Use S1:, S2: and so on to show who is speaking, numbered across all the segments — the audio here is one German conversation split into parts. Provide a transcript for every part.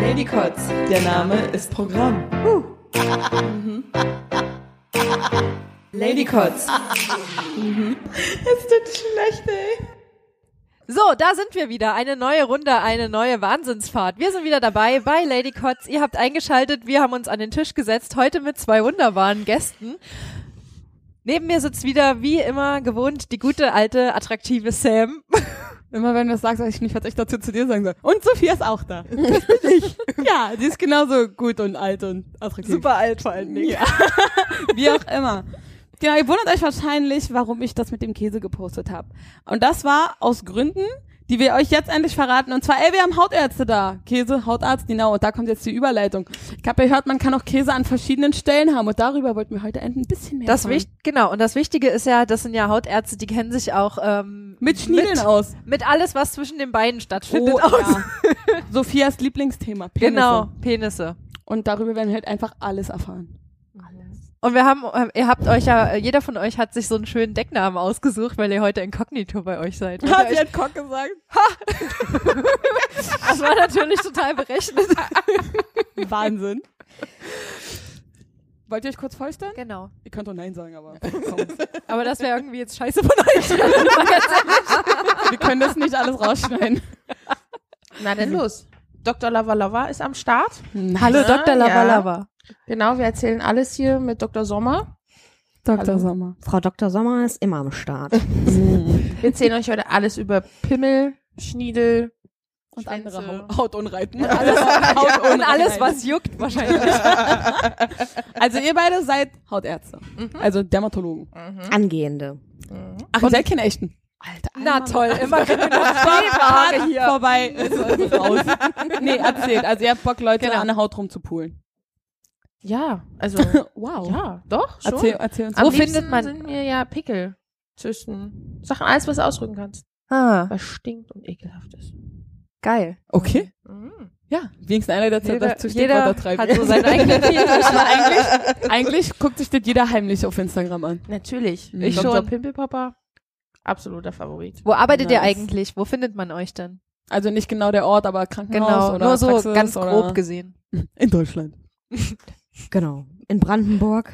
S1: Lady Kotz, der Name ist Programm. Mhm. Lady Kotz.
S2: Mhm.
S1: Es tut schlecht, ey.
S2: So, da sind wir wieder. Eine neue Runde, eine neue Wahnsinnsfahrt. Wir sind wieder dabei bei Lady Kotz. Ihr habt eingeschaltet, wir haben uns an den Tisch gesetzt, heute mit zwei wunderbaren Gästen. Neben mir sitzt wieder, wie immer gewohnt, die gute, alte, attraktive Sam.
S3: Immer wenn du das sagst, weiß ich nicht, was ich dazu zu dir sagen soll. Und Sophia ist auch da. Das bin ich. Ja, die ist genauso gut und alt und attraktiv.
S2: alt vor allen Dingen. Ja.
S3: Wie auch immer. Genau, ihr wundert euch wahrscheinlich, warum ich das mit dem Käse gepostet habe. Und das war aus Gründen, die wir euch jetzt endlich verraten. Und zwar, ey, wir haben Hautärzte da. Käse, Hautarzt, genau. Und da kommt jetzt die Überleitung. Ich habe gehört, man kann auch Käse an verschiedenen Stellen haben. Und darüber wollten wir heute ein bisschen mehr
S2: Das
S3: erfahren.
S2: wichtig, genau. Und das Wichtige ist ja, das sind ja Hautärzte, die kennen sich auch ähm,
S3: Mit Schniedeln aus.
S2: mit alles, was zwischen den Beinen stattfindet,
S3: Oh,
S2: aus.
S3: ja. Sophias Lieblingsthema, Penisse.
S2: Genau, Penisse.
S3: Und darüber werden wir halt einfach alles erfahren.
S2: Und wir haben, ähm, ihr habt euch ja, äh, jeder von euch hat sich so einen schönen Decknamen ausgesucht, weil ihr heute inkognito bei euch seid. Und euch-
S3: hat Kock gesagt.
S2: das war natürlich total berechnet.
S3: Wahnsinn. Wollt ihr euch kurz vorstellen?
S2: Genau.
S3: Ihr könnt doch Nein sagen, aber
S2: Aber das wäre irgendwie jetzt scheiße von euch.
S3: wir können das nicht alles rausschneiden.
S4: Na denn los. Dr. Lavalava ist am Start.
S3: Hm, Ne?
S2: Hallo, Dr. Ne, Lavalava.
S4: Lavalava. Genau, wir erzählen alles hier mit Dr. Sommer.
S3: Dr.
S4: Hallo.
S3: Sommer.
S5: Frau Dr. Sommer ist immer am Start.
S4: Wir erzählen euch heute alles über Pimmel, Schniedel
S3: Und
S4: Schwänze.
S3: andere Hautunreiten.
S2: Und alles, was juckt wahrscheinlich.
S3: Also ihr beide seid Hautärzte.
S2: Mhm.
S3: Also Dermatologen.
S5: Mhm. Angehende.
S3: Ach, ihr seid keine echten.
S2: Na toll, immer genau. wenn wir
S3: Fahrt
S2: noch hier.
S3: vorbei. Ist, ist raus. nee, erzählt. Also ihr habt Bock, Leute
S2: Genau.
S3: an der Haut rumzupulen.
S4: Ja, also
S3: Wow.
S4: ja, doch schon.
S3: Erzähl, erzähl uns.
S2: Am
S4: Am
S2: Wo
S4: liebsten
S2: findet man-
S4: sind mir ja Pickel, Zysten, Sachen, alles was du ausdrücken kannst,
S2: Ah,
S4: was stinkt und ekelhaft ist.
S2: geil.
S3: Okay.
S4: Mhm.
S3: Ja, wenigstens einer, der zu-
S2: Jeder-
S3: dazu steht,
S2: jeder
S3: treibt.
S2: hat so seinen eigenen Fetisch.
S3: eigentlich, eigentlich guckt sich das jeder heimlich auf Instagram an.
S4: Natürlich.
S3: Ich
S4: Dr.
S2: schon.
S4: Pimpelpapa, absoluter Favorit.
S2: Wo arbeitet ihr
S3: Nice.
S2: eigentlich? Wo findet man euch denn?
S3: Also nicht genau der Ort, aber Krankenhaus
S2: Genau,
S3: oder
S2: nur so
S3: Praxis
S2: ganz
S3: oder
S2: grob gesehen.
S3: in Deutschland.
S5: Genau. In Brandenburg.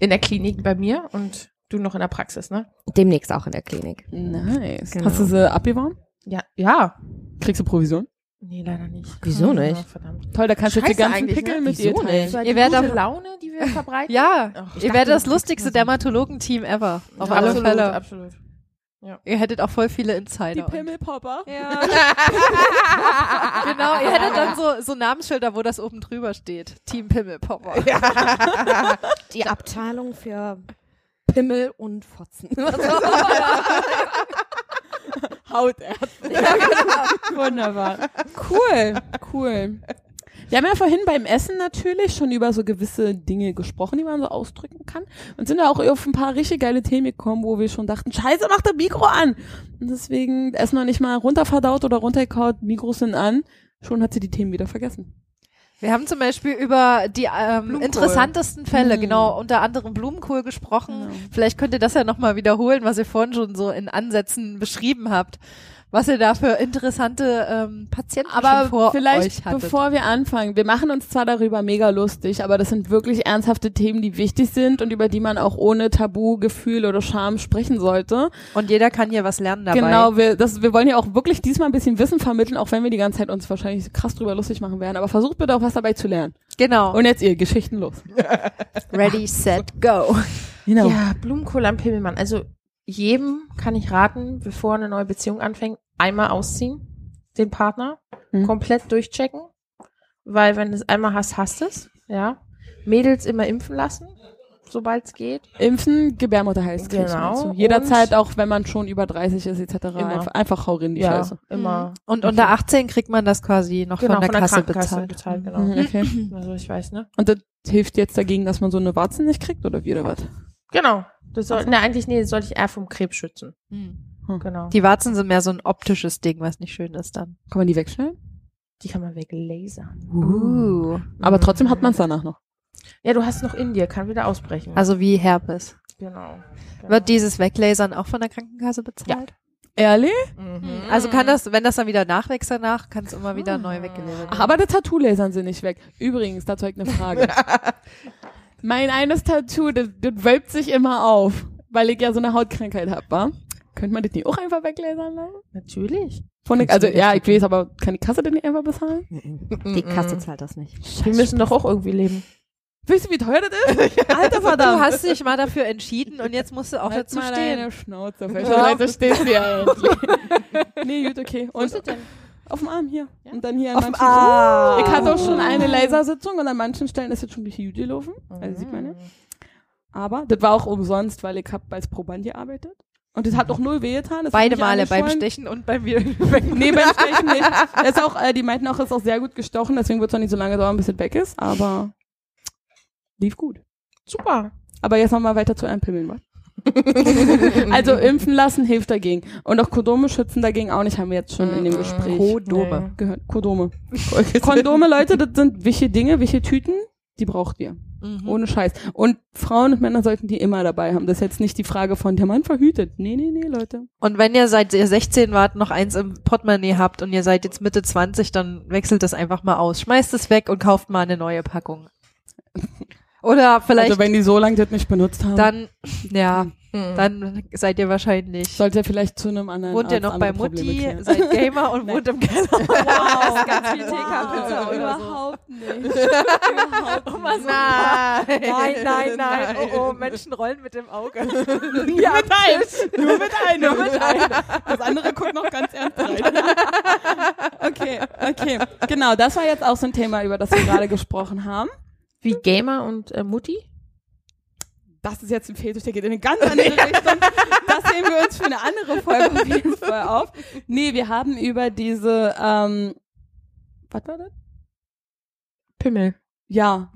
S4: in der Klinik bei mir und du noch in der Praxis, ne?
S5: Demnächst auch in der Klinik.
S3: Nice.
S5: Genau.
S3: Hast du sie abgeworben?
S4: Ja, ja.
S3: Kriegst du Provision?
S4: Nee, leider nicht.
S5: Wieso
S4: Ah,
S5: nicht?
S4: Verdammt.
S3: Toll, da kannst du jetzt die
S4: Scheiße
S3: ganzen
S4: eigentlich,
S3: Pickel
S4: ne?
S3: mit ihr
S5: Wieso
S3: teilen.
S5: nicht?
S4: Die
S2: Ihr werdet
S4: gute
S2: auf-
S4: Laune, die wir verbreiten.
S2: Ja,
S4: Ach, ich
S2: ihr
S4: dachte,
S2: werdet
S4: du
S2: das
S4: kriegst
S2: lustigste
S4: was.
S2: Dermatologen-Team ever. Auf alle
S4: absolut,
S2: Fälle.
S4: Absolut.
S2: Ihr hättet auch voll viele Insider.
S3: Pimmelpopper.
S2: Ja. genau, ihr hättet dann so, so Namensschilder, wo das oben drüber steht. Team Pimmelpopper.
S5: Die Abteilung für Pimmel und Fotzen.
S3: Hautärzte. genau. Wunderbar. Cool, cool. Wir haben ja vorhin beim Essen natürlich schon über so gewisse Dinge gesprochen, die man so ausdrücken kann. Und sind ja auch auf ein paar richtig geile Themen gekommen, wo wir schon dachten, scheiße, mach das Mikro an. Und deswegen Essen noch nicht mal runterverdaut oder runtergekaut, Mikros sind an. Schon hat sie die Themen wieder vergessen.
S2: Wir haben zum Beispiel über die ähm,
S4: Blumenkohl.
S2: interessantesten Fälle,
S3: Mhm.
S2: genau, unter anderem Blumenkohl gesprochen.
S3: Genau.
S2: Vielleicht könnt ihr das ja nochmal wiederholen, was ihr vorhin schon so in Ansätzen beschrieben habt. Was ihr da für interessante ähm, Patienten schon vor
S3: Aber vielleicht,
S2: euch hattet.
S3: bevor wir anfangen, wir machen uns zwar darüber mega lustig, aber das sind wirklich ernsthafte Themen, die wichtig sind und über die man auch ohne Tabu, Gefühl oder Scham sprechen sollte.
S2: Und jeder kann hier was lernen dabei.
S3: Genau, wir, das, wir wollen ja auch wirklich diesmal ein bisschen Wissen vermitteln, auch wenn wir die ganze Zeit uns wahrscheinlich krass drüber lustig machen werden. Aber versucht bitte auch was dabei zu lernen.
S2: genau.
S3: Und jetzt ihr, Geschichten los.
S2: Ready, set, go.
S3: Genau.
S4: Ja, Blumenkohl am Pimmelmann. Also jedem kann ich raten, bevor eine neue Beziehung anfängt, einmal ausziehen, den Partner
S3: Mhm.
S4: komplett durchchecken, weil wenn du es einmal hast, hast du es. Ja, Mädels immer impfen lassen, sobald es geht.
S3: Impfen, Gebärmutterhals kriegt
S4: Genau.
S3: man zu. Jederzeit,
S4: Und-
S3: auch wenn man schon über 30 ist, etc. Einfach, einfach hau rein die
S4: ja,
S3: Scheiße.
S4: immer.
S2: Mhm. Und unter 18 kriegt man das quasi noch von
S4: Genau,
S2: der Kasse
S4: Krankenkasse
S2: bezahlt.
S4: bezahlt genau.
S3: Mhm, okay.
S4: Also ich weiß, ne?
S3: Und das hilft jetzt dagegen, dass man so eine Warzen nicht kriegt oder wie oder was?
S4: Genau. Das soll, ne, eigentlich, nee, das sollte ich eher vom Krebs schützen.
S2: Hm.
S4: Genau. Die,
S2: Die Warzen sind mehr so ein optisches Ding, was nicht schön ist dann.
S3: Kann man die wegschneiden?
S4: kann man weglasern.
S2: Uh.
S3: Aber trotzdem hat man es danach noch.
S4: Ja, du hast noch in dir, kann wieder ausbrechen.
S2: Also wie Herpes.
S4: Genau.
S2: Wird dieses Weglasern auch von der Krankenkasse bezahlt?
S3: Ehrlich?
S4: Mhm.
S2: Also kann das, wenn das dann wieder nachwächst danach, kann es immer wieder neu weggelasert werden.
S3: Ach, aber das Tattoo lasern sie nicht weg. Übrigens, dazu habe ich eine Frage. mein eines Tattoo, das, das wölbt sich immer auf, weil ich ja so eine Hautkrankheit hab, wa? Könnte man das nicht auch einfach weglasern lassen?
S4: Natürlich.
S3: Von der, also ja, ich weiß, aber kann die Kasse denn nicht einfach bezahlen?
S5: Die Kasse zahlt das nicht.
S4: Wir müssen doch auch irgendwie leben.
S3: Weißt du, wie teuer das ist?
S2: Alter, du hast dich mal dafür entschieden und jetzt musst du auch dazu
S3: mal
S2: stehen.
S3: deine Schnauze. Auf welcher Seite stehst du ja endlich? nee, gut, okay. Und Auf dem Arm hier. Und dann hier an manchen
S2: Ah.
S3: Ich hatte auch schon eine Lasersitzung und an manchen Stellen ist jetzt schon durch die Hüte gelaufen. Also sieht man
S2: Mhm.
S3: ja. Aber das war auch umsonst, weil ich hab als Proband gearbeitet. Und das hat auch null wehgetan. das hat
S2: Beide
S3: mich
S2: Male beim
S3: angeschwollen.
S2: Stechen und beim Wiederweg.
S3: Nee, beim Stechen nicht. Das ist auch, äh, die meinten auch, es ist auch sehr gut gestochen, deswegen wird es auch nicht so lange dauern, bis es weg ist. Aber lief gut.
S4: Super.
S3: Aber jetzt nochmal weiter zu einem Pimmeln, was? also impfen lassen hilft dagegen. Und auch Kondome schützen dagegen auch nicht, haben wir jetzt schon in
S2: Mhm.
S3: dem Gespräch
S4: Kodome.
S3: gehört. Kondome. Kondome, Leute, das sind wichtige Dinge, wichtige Tüten, die braucht ihr.
S2: Mhm.
S3: Ohne Scheiß. Und Frauen und Männer sollten die immer dabei haben. Das ist jetzt nicht die Frage von, der Mann verhütet. Nee, nee, nee, Leute.
S2: Und wenn ihr seit ihr 16 wart noch eins im Portemonnaie habt und ihr seid jetzt Mitte 20, dann wechselt das einfach mal aus. Schmeißt es weg und kauft mal eine neue Packung. Oder vielleicht
S3: also Hm. wenn die so lange das nicht benutzt haben,
S2: dann, ja,
S4: Mhm.
S2: dann seid ihr wahrscheinlich.
S3: sollte ihr vielleicht zu einem anderen
S2: Wohnt ihr
S3: Arzt
S2: noch bei
S3: andere Probleme
S2: Mutti,
S3: klären.
S2: seid Gamer und wohnt im Keller. Wow. Ganz viel TK-Pizza oder
S3: Oh,
S2: so.
S3: Überhaupt nicht.
S2: Nein. nein, nein, nein. Oh, oh, Menschen rollen mit dem Auge.
S3: Ja, mit einem. Nur mit einem. Nur mit einem. Das andere guckt noch ganz ernst rein. Okay, okay. Genau, das war jetzt auch so ein Thema, über das wir gerade gesprochen haben.
S4: Wie Gamer und äh, Mutti?
S3: Das ist jetzt ein Fetisch, der geht in eine ganz andere Richtung. Das sehen wir uns für eine andere Folge auf jeden Fall auf. Nee, wir haben über diese, ähm, was war das?
S4: Pimmel.
S3: Ja.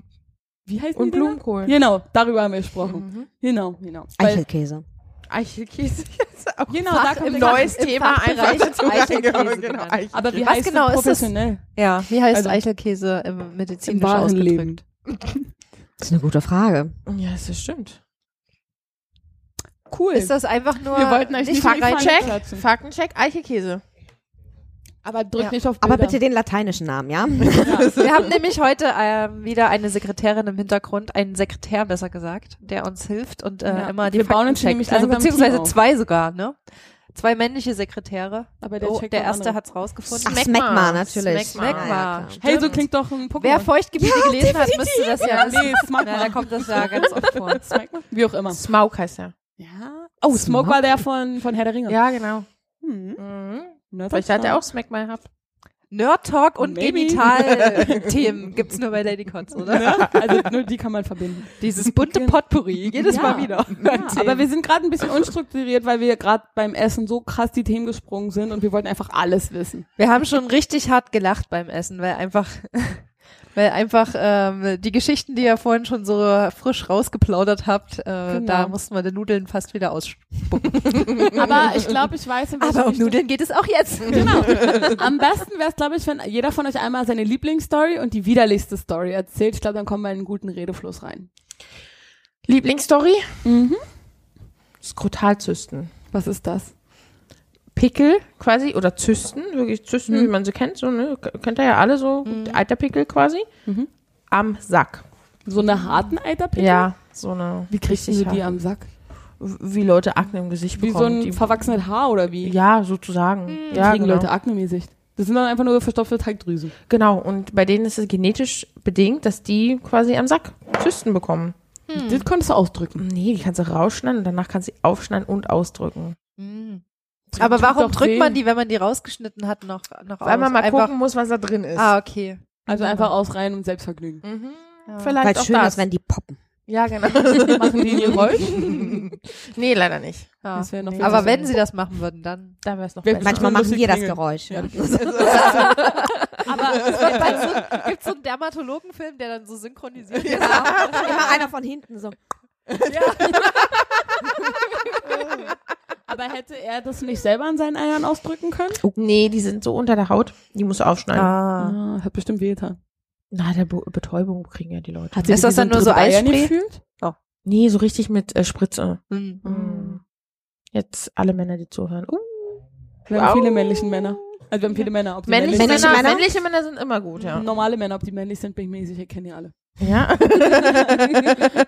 S3: Wie heißt
S4: Und
S3: die Dinger?
S4: Blumenkohl.
S3: Genau, darüber haben wir gesprochen.
S4: Mhm.
S3: Genau, genau. Weil,
S5: Eichelkäse.
S4: Eichelkäse.
S3: genau,
S2: Fach
S3: da kommt
S2: im
S3: der-
S2: Neues Thema einfach dazu. Eichelkäse
S4: Genau,
S2: genannt.
S4: Eichelkäse.
S3: Aber wie
S2: Was
S3: heißt
S2: genau ist
S3: das
S2: das?
S3: professionell?
S2: Ja, wie heißt
S3: Also,
S2: Eichelkäse im medizinisch
S3: im wahren
S2: ausgedrückt?
S3: Leben.
S5: Das ist eine gute Frage.
S4: Ja, das stimmt.
S3: Cool.
S2: Ist das einfach nur
S3: Wir wollten euch nicht in die Pfanne
S2: reinchecken?
S3: platzen.
S4: Faktencheck, Eichelkäse.
S3: Aber drück
S2: Ja.
S3: nicht auf Bilder.
S5: Aber bitte den lateinischen Namen, ja?
S2: Wir haben nämlich heute ähm, wieder eine Sekretärin im Hintergrund, einen Sekretär besser gesagt, der uns hilft und äh,
S3: Ja.
S2: immer die
S3: Wir bauen
S2: Fakten
S3: uns hier
S2: checkt.
S3: nämlich
S2: Also
S3: langsam ein Team
S2: beziehungsweise
S3: auf.
S2: zwei sogar, ne? Zwei männliche Sekretäre.
S3: Aber
S2: Der,
S3: der
S2: oh,
S3: checkt
S2: der
S3: auch
S2: erste
S3: andere.
S2: hat's rausgefunden.
S5: Ach,
S4: Smegma.
S5: Smegma, natürlich.
S4: Smegma.
S5: Ah, ja, klar.
S3: Hey, so
S4: Stimmt.
S3: klingt doch ein Pokémon.
S2: Wer Feuchtgebiete gelesen hat, müsste das ja wissen.
S3: Nee, Smog
S2: Na, da kommt das ja ganz oft vor.
S3: Wie auch immer.
S4: Smaug heißt er.
S3: Ja. Oh, Smoke war der von, von Herr der Ringe.
S4: Ja, genau.
S3: Hm.
S4: Mhm.
S3: Na,
S4: Vielleicht
S3: das
S4: hat er auch Smack mal gehabt.
S2: Nerd Talk und
S3: Maybe.
S2: Genital-Themen gibt's nur bei Lady Cots, oder?
S3: Ne? Also nur die kann man verbinden.
S2: Dieses bunte Potpourri, jedes
S3: Ja.
S2: Mal wieder.
S3: Ja, aber wir sind gerade ein bisschen unstrukturiert, weil wir gerade beim Essen so krass die Themen gesprungen sind und wir wollten einfach alles wissen.
S2: Wir haben schon richtig hart gelacht beim Essen, weil einfach, weil einfach ähm, die Geschichten, die ihr vorhin schon so frisch rausgeplaudert habt, äh, da mussten wir die Nudeln fast wieder ausspucken.
S3: Aber ich glaube, ich weiß, in welche
S2: Aber um
S3: Richtung-
S2: Nudeln geht es auch jetzt.
S3: Genau. Am besten wäre es, glaube ich, wenn jeder von euch einmal seine Lieblingsstory und die widerlichste Story erzählt. Ich glaube, dann kommen wir in einen guten Redefluss rein.
S4: Lieblingsstory?
S3: Mhm.
S4: Skrotalzysten.
S3: Was ist das?
S4: Pickel quasi oder Zysten, wirklich Zysten,
S3: Mhm.
S4: wie man sie kennt, so, ne? K- Kennt ihr ja alle so, Eiterpickel quasi.
S3: Mhm.
S4: Am Sack.
S3: So eine harten Eiterpickel?
S4: Ja, so eine.
S3: Wie kriegst du
S4: richtig
S3: die
S4: hart-
S3: am Sack?
S4: Wie Leute Akne im Gesicht
S3: Wie so
S4: bekommen.
S3: ein
S4: die-
S3: verwachsenes Haar oder wie?
S4: ja, sozusagen. Ja,
S3: kriegen
S4: genau.
S3: Leute aknemäßig. Das sind dann einfach nur verstopfte Teigdrüsen.
S4: Genau, und bei denen ist es genetisch bedingt, dass die quasi am Sack Zysten bekommen.
S2: Hm.
S3: Das konntest du ausdrücken.
S4: Nee, die kannst du rausschneiden und danach kannst du sie aufschneiden und ausdrücken.
S2: Mhm. Aber
S3: Tut
S2: warum
S3: doch
S2: drückt
S3: weh.
S2: man die, wenn man die rausgeschnitten hat, noch, noch
S4: Weil
S2: aus?
S4: man mal
S2: Einfach-
S4: gucken muss, was da drin ist.
S2: Ah, okay.
S3: Also einfach ausreihen und Selbstvergnügen.
S4: Mhm.
S2: Ja.
S5: Weil
S4: Vielleicht
S5: es
S4: auch
S5: schön
S4: das.
S5: ist, wenn die poppen.
S4: ja, genau.
S3: Machen die ein Geräusch?
S4: nee, leider nicht.
S2: Ja.
S3: Das wäre noch
S4: Nee.
S2: Aber wenn sie das machen würden, dann.
S4: Da wäre es noch
S3: Wer-
S4: besser.
S5: Manchmal
S3: man muss
S5: machen
S3: sie
S5: wir das
S3: klingeln.
S5: Geräusch.
S3: Ja, das
S2: Aber gibt so einen Dermatologenfilm, der dann so synchronisiert ist?
S5: Immer einer von hinten so.
S3: Aber hätte er das nicht selber an seinen Eiern ausdrücken können?
S4: Nee, die sind so unter der Haut, die musst du aufschneiden.
S2: Ah.
S3: Ah, hat bestimmt wehgetan.
S4: Na, der Be Betäubung kriegen ja die Leute.
S3: Hat sie
S2: Ist das
S3: wie
S2: dann nur
S3: ein
S2: so
S3: Tritt Eier
S2: Eisspray?
S3: gefühlt?
S4: Nee, so richtig mit äh, Spritze.
S2: Hm.
S4: Mm. Jetzt alle Männer, die zuhören. Uh,
S3: Wir haben
S4: Au.
S3: viele männliche Männer. Also wir haben viele Männer. Ob die
S4: männliche,
S5: Männliche
S4: Männer,
S5: Männer?
S4: männliche Männer sind immer gut, ja.
S3: Normale Männer, ob die männlich sind, bin ich mir nicht sicher, kennen die alle.
S4: Ja.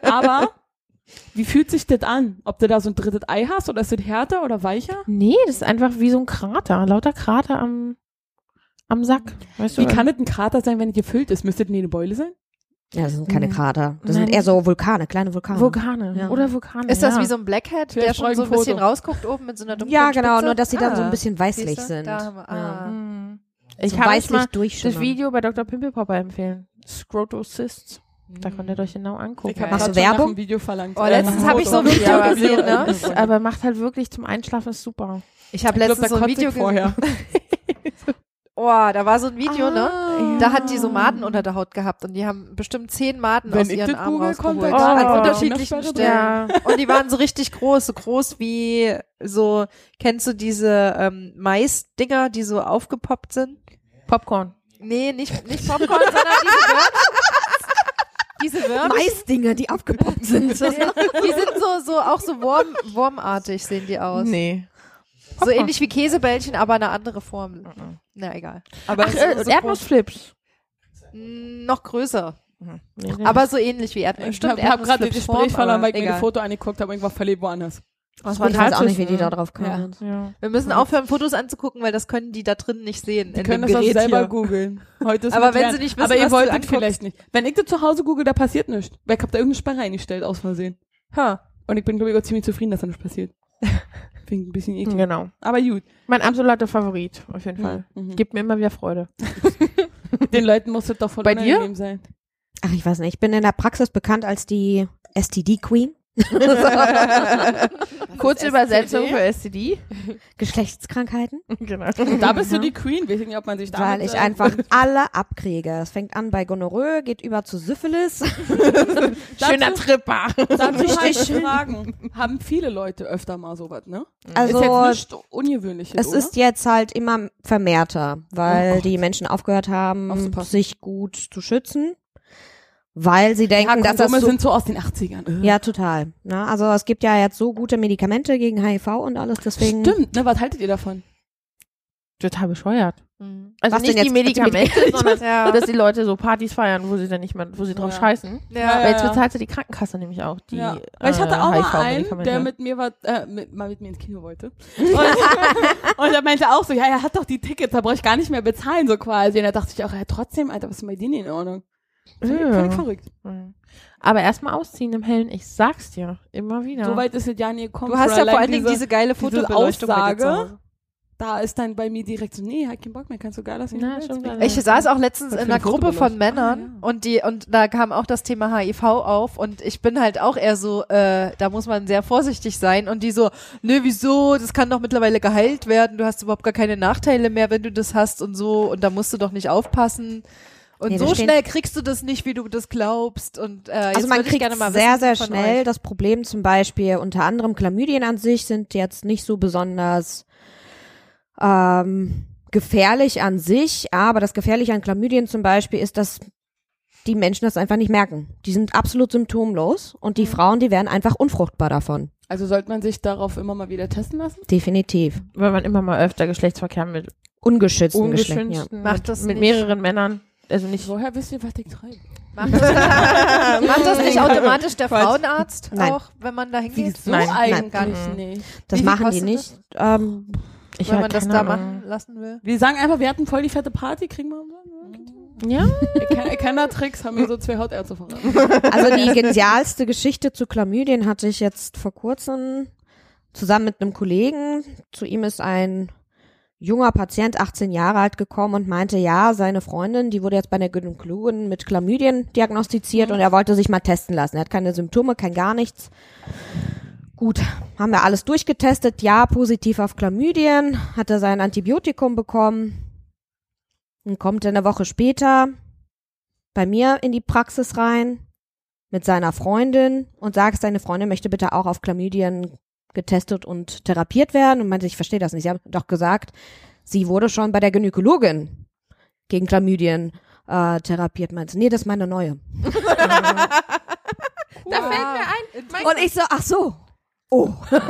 S3: Aber wie fühlt sich das an? Ob du da so ein drittes Ei hast oder ist das härter oder weicher?
S4: Nee, das ist einfach wie so ein Krater, lauter Krater am, am Sack. Weißt
S3: Wie
S4: du?
S3: kann das ein Krater sein, wenn es gefüllt ist? Müsste das nie eine Beule sein?
S5: Ja, das sind keine
S4: Nein.
S5: Krater. Das
S4: Nein.
S5: sind eher so Vulkane, kleine Vulkane.
S4: Vulkane
S5: Ja.
S4: oder Vulkane.
S2: Ist das
S4: ja.
S2: wie so ein Blackhead,
S3: Vielleicht
S2: der schon so ein
S3: brauche ich ein
S2: bisschen
S3: Foto.
S2: rausguckt oben mit so einer dunklen
S5: ja, genau,
S2: Spitze?
S5: nur dass sie dann so
S2: Ah,
S5: ein bisschen weißlich
S2: siehste?
S5: sind.
S2: Da haben wir,
S5: Ja.
S2: ah.
S4: Mm. Ich
S5: so
S4: kann euch mal
S5: weißlich durchschimmern.
S4: das Video bei Dr. Pimpelpopper empfehlen. Scrotocysts.
S2: Mhm.
S4: Da könnt ihr euch genau angucken.
S2: Ich hab
S5: Machst
S3: Hat
S5: du
S3: schon nach
S5: Werbung?
S3: dem Video verlangt.
S2: Also Oh, letztens
S3: nach
S2: hab
S3: dem
S2: ich so ein
S3: Foto.
S2: Video
S3: Ja,
S2: gesehen, ne?
S4: Ist, aber macht halt wirklich zum Einschlafen ist super.
S2: Ich habe
S3: Ich glaub,
S2: letztens
S3: da
S2: so ein
S3: kotzt
S2: Video
S3: ich vorher.
S2: gesehen. Oh, da war so ein Video, ne?
S4: ne?
S2: Da hat die so Maden unter der Haut gehabt und die haben bestimmt zehn Maden
S3: Wenn
S2: aus
S3: ich
S2: ihren
S3: das
S2: Armen
S3: google, kommt
S2: rausgeholt.
S3: da gar
S2: an
S4: nichts.
S2: unterschiedlichen
S3: Oh.
S2: Stellen.
S4: ja.
S2: Und die waren so richtig groß, so groß wie so, kennst du diese ähm, Maisdinger, die so aufgepoppt sind?
S4: Popcorn.
S2: Nee, nicht, nicht Popcorn, sondern diese Würmchen. Diese Würmchen,
S5: Maisdinger, die abgepoppt sind.
S2: die sind so, so auch so Wurm, wurmartig sehen die aus.
S4: Nee.
S2: So ähnlich wie Käsebällchen, aber eine andere Form. Na egal.
S3: Aber
S4: Ach,
S3: es-
S4: äh, Erdnussflips.
S2: Mm, Noch größer.
S4: Nee, nee.
S2: Aber so ähnlich wie Erdbeeren.
S3: ich
S2: Stimmt,
S3: habe hab gerade das
S2: Erdnussflips Form,
S3: Gespräch verloren,
S2: aber
S3: weil ich mir
S2: egal.
S3: das Foto angeguckt habe, irgendwas völlig woanders.
S2: Was war
S5: Ich
S2: das?
S5: weiß auch nicht, wie die da drauf
S3: Ja.
S5: kamen.
S4: ja.
S2: Wir müssen aufhören, Fotos anzugucken, weil das können die da drin nicht sehen.
S3: Die
S2: in
S3: können
S2: dem
S3: das auch
S2: Gerät
S3: selber
S2: hier.
S3: googeln. Heute ist
S2: Aber
S3: modern.
S2: wenn sie nicht wissen,
S3: Aber ihr
S2: was du
S3: wollt das
S2: anguckst.
S3: vielleicht nicht. Wenn ich das zu Hause google, da passiert nichts. Weil ich hab da irgendeine Sperre eingestellt, aus Versehen.
S2: Ha.
S3: Und ich bin, glaube ich, auch ziemlich zufrieden, dass da nichts passiert. Finde ich ein bisschen eklig.
S4: Genau.
S3: Aber gut.
S4: Mein absoluter Favorit, auf jeden Fall.
S3: Mhm.
S4: Gibt mir immer wieder Freude.
S3: Den Leuten muss das doch voll
S4: Bei dir?
S3: unangenehm sein.
S5: Ach, ich weiß nicht. Ich bin in der Praxis bekannt als die STD-Queen.
S4: Kurze Übersetzung für STD.
S5: Geschlechtskrankheiten.
S4: genau.
S3: Und da bist du die Queen. Weiß ich nicht, ob man sich äh, da.
S5: Weil ich einfach alle abkriege. Es fängt an bei Gonorrhoe, geht über zu Syphilis.
S4: Schöner Tripper.
S3: Dazu habe ich Fragen. Haben viele Leute öfter mal sowas, ne? ist jetzt
S5: Also
S3: nichts Ungewöhnliches,
S5: es
S3: oder?
S5: ist jetzt halt immer vermehrter, weil
S3: Oh Gott.
S5: die Menschen aufgehört haben,
S3: Aufzupassen.
S5: sich gut zu schützen, weil sie
S3: ja,
S5: denken, dass das
S3: Kondome
S5: so
S3: sind so aus den 80ern. Äh.
S5: ja, total. Na, also es gibt ja jetzt so gute Medikamente gegen HIV und alles, deswegen.
S3: Stimmt, ne? Was haltet ihr davon?
S4: Total bescheuert.
S2: Mhm.
S4: Also
S5: Was
S4: nicht
S5: denn
S4: die
S5: jetzt? Die
S4: Medikamente, sondern
S2: Ja.
S4: dass die Leute so Partys feiern, wo sie dann nicht mehr, wo sie drauf
S3: Ja.
S4: scheißen.
S3: Ja,
S2: ja.
S4: Aber jetzt
S3: ja.
S4: bezahlt ja die Krankenkasse nämlich auch die
S3: ja.
S4: äh,
S3: Weil ich hatte auch mal einen,
S4: HIV-Medikamente.
S3: der mit mir was, äh, mit, mal mit mir ins Kino wollte. Und, und er meinte auch so, ja, er hat doch die Tickets, da brauche ich gar nicht mehr bezahlen, so quasi. Und da dachte ich auch, ja, trotzdem, Alter, was ist denn bei dir nicht in Ordnung? Völlig,
S4: Ja.
S3: völlig verrückt.
S4: Mhm. Aber erstmal ausziehen im Hellen, ich sag's dir, immer wieder.
S3: So weit ist es ja nie gekommen.
S2: Du hast ja
S3: Fräulein,
S2: vor allen Dingen diese geile
S3: diese
S2: Fotobeleuchtung bei dir
S3: Aussage.
S2: zu Hause.
S3: Da ist dann bei mir direkt so, nee, hab keinen Bock mehr, kannst du geil lassen. wie
S4: Na,
S3: du willst.
S4: schon geil.
S2: Ich saß auch letztens in
S3: Für
S2: einer
S3: die
S2: Gruppe von
S3: Fotobeleuchtung.
S2: Männern und die und da kam auch das Thema HIV auf und ich bin halt auch eher so, äh, da muss man sehr vorsichtig sein und die so, nö, wieso, das kann doch mittlerweile geheilt werden, du hast überhaupt gar keine Nachteile mehr, wenn du das hast und so und da musst du doch nicht aufpassen. Und
S5: Nee, da
S2: so
S5: stehen-
S2: schnell kriegst du das nicht, wie du das glaubst. Und äh, jetzt
S5: Also man
S2: würd ich
S5: kriegt
S2: gerne mal
S5: sehr,
S2: wissen
S5: sehr
S2: von
S5: schnell
S2: Euch.
S5: das Problem zum Beispiel, unter anderem Chlamydien an sich sind jetzt nicht so besonders ähm, gefährlich an sich, aber das Gefährliche an Chlamydien zum Beispiel ist, dass die Menschen das einfach nicht merken. Die sind absolut symptomlos und
S2: Mhm.
S5: die Frauen, die werden einfach unfruchtbar davon.
S3: Also sollte man sich darauf immer mal wieder testen lassen?
S5: Definitiv.
S4: Weil man immer mal öfter Geschlechtsverkehr mit
S5: Ungeschützten Geschlecht, ja.
S4: ungeschützten,
S2: Macht
S4: mit,
S2: das
S4: mit
S2: nicht.
S4: mehreren Männern, also nicht
S3: Woher wisst ihr, was ich treibe?
S2: Macht das, macht das nicht automatisch der Frauenarzt
S5: Nein.
S2: auch, wenn man da hingeht?
S3: Wieso
S4: Nein,
S3: eigentlich
S5: nein,
S4: gar
S3: nicht?
S5: Das
S2: Wie viel
S5: machen die
S2: kostet
S5: nicht. Ähm,
S4: ich
S2: wenn
S4: hab
S2: man das
S4: keine
S2: da
S4: Ahnung.
S2: machen lassen will?
S3: Wir sagen einfach, wir hatten voll die fette Party, kriegen wir
S4: Mhm.
S3: unseren-
S4: Ja,
S3: Ken- Kenner-Tricks haben mir so zwei Hautärzte verraten.
S5: Also die genialste Geschichte zu Chlamydien hatte ich jetzt vor kurzem zusammen mit einem Kollegen. Zu ihm ist ein junger Patient, 18 Jahre alt, gekommen und meinte, ja, seine Freundin, die wurde jetzt bei einer Gynäkologin mit Chlamydien diagnostiziert und er wollte sich mal testen lassen. Er hat keine Symptome, kein gar nichts. Gut, haben wir alles durchgetestet. Ja, positiv auf Chlamydien, hat er sein Antibiotikum bekommen. Dann kommt er eine Woche später bei mir in die Praxis rein mit seiner Freundin und sagst, deine Freundin möchte bitte auch auf Chlamydien getestet und therapiert werden. Und meinte, ich verstehe das nicht. Sie haben doch gesagt, sie wurde schon bei der Gynäkologin gegen Chlamydien äh, therapiert. Meinte, nee, das ist meine neue.
S4: Da fällt mir ein, mein
S5: Und ich so, ach so. Oh,
S2: Was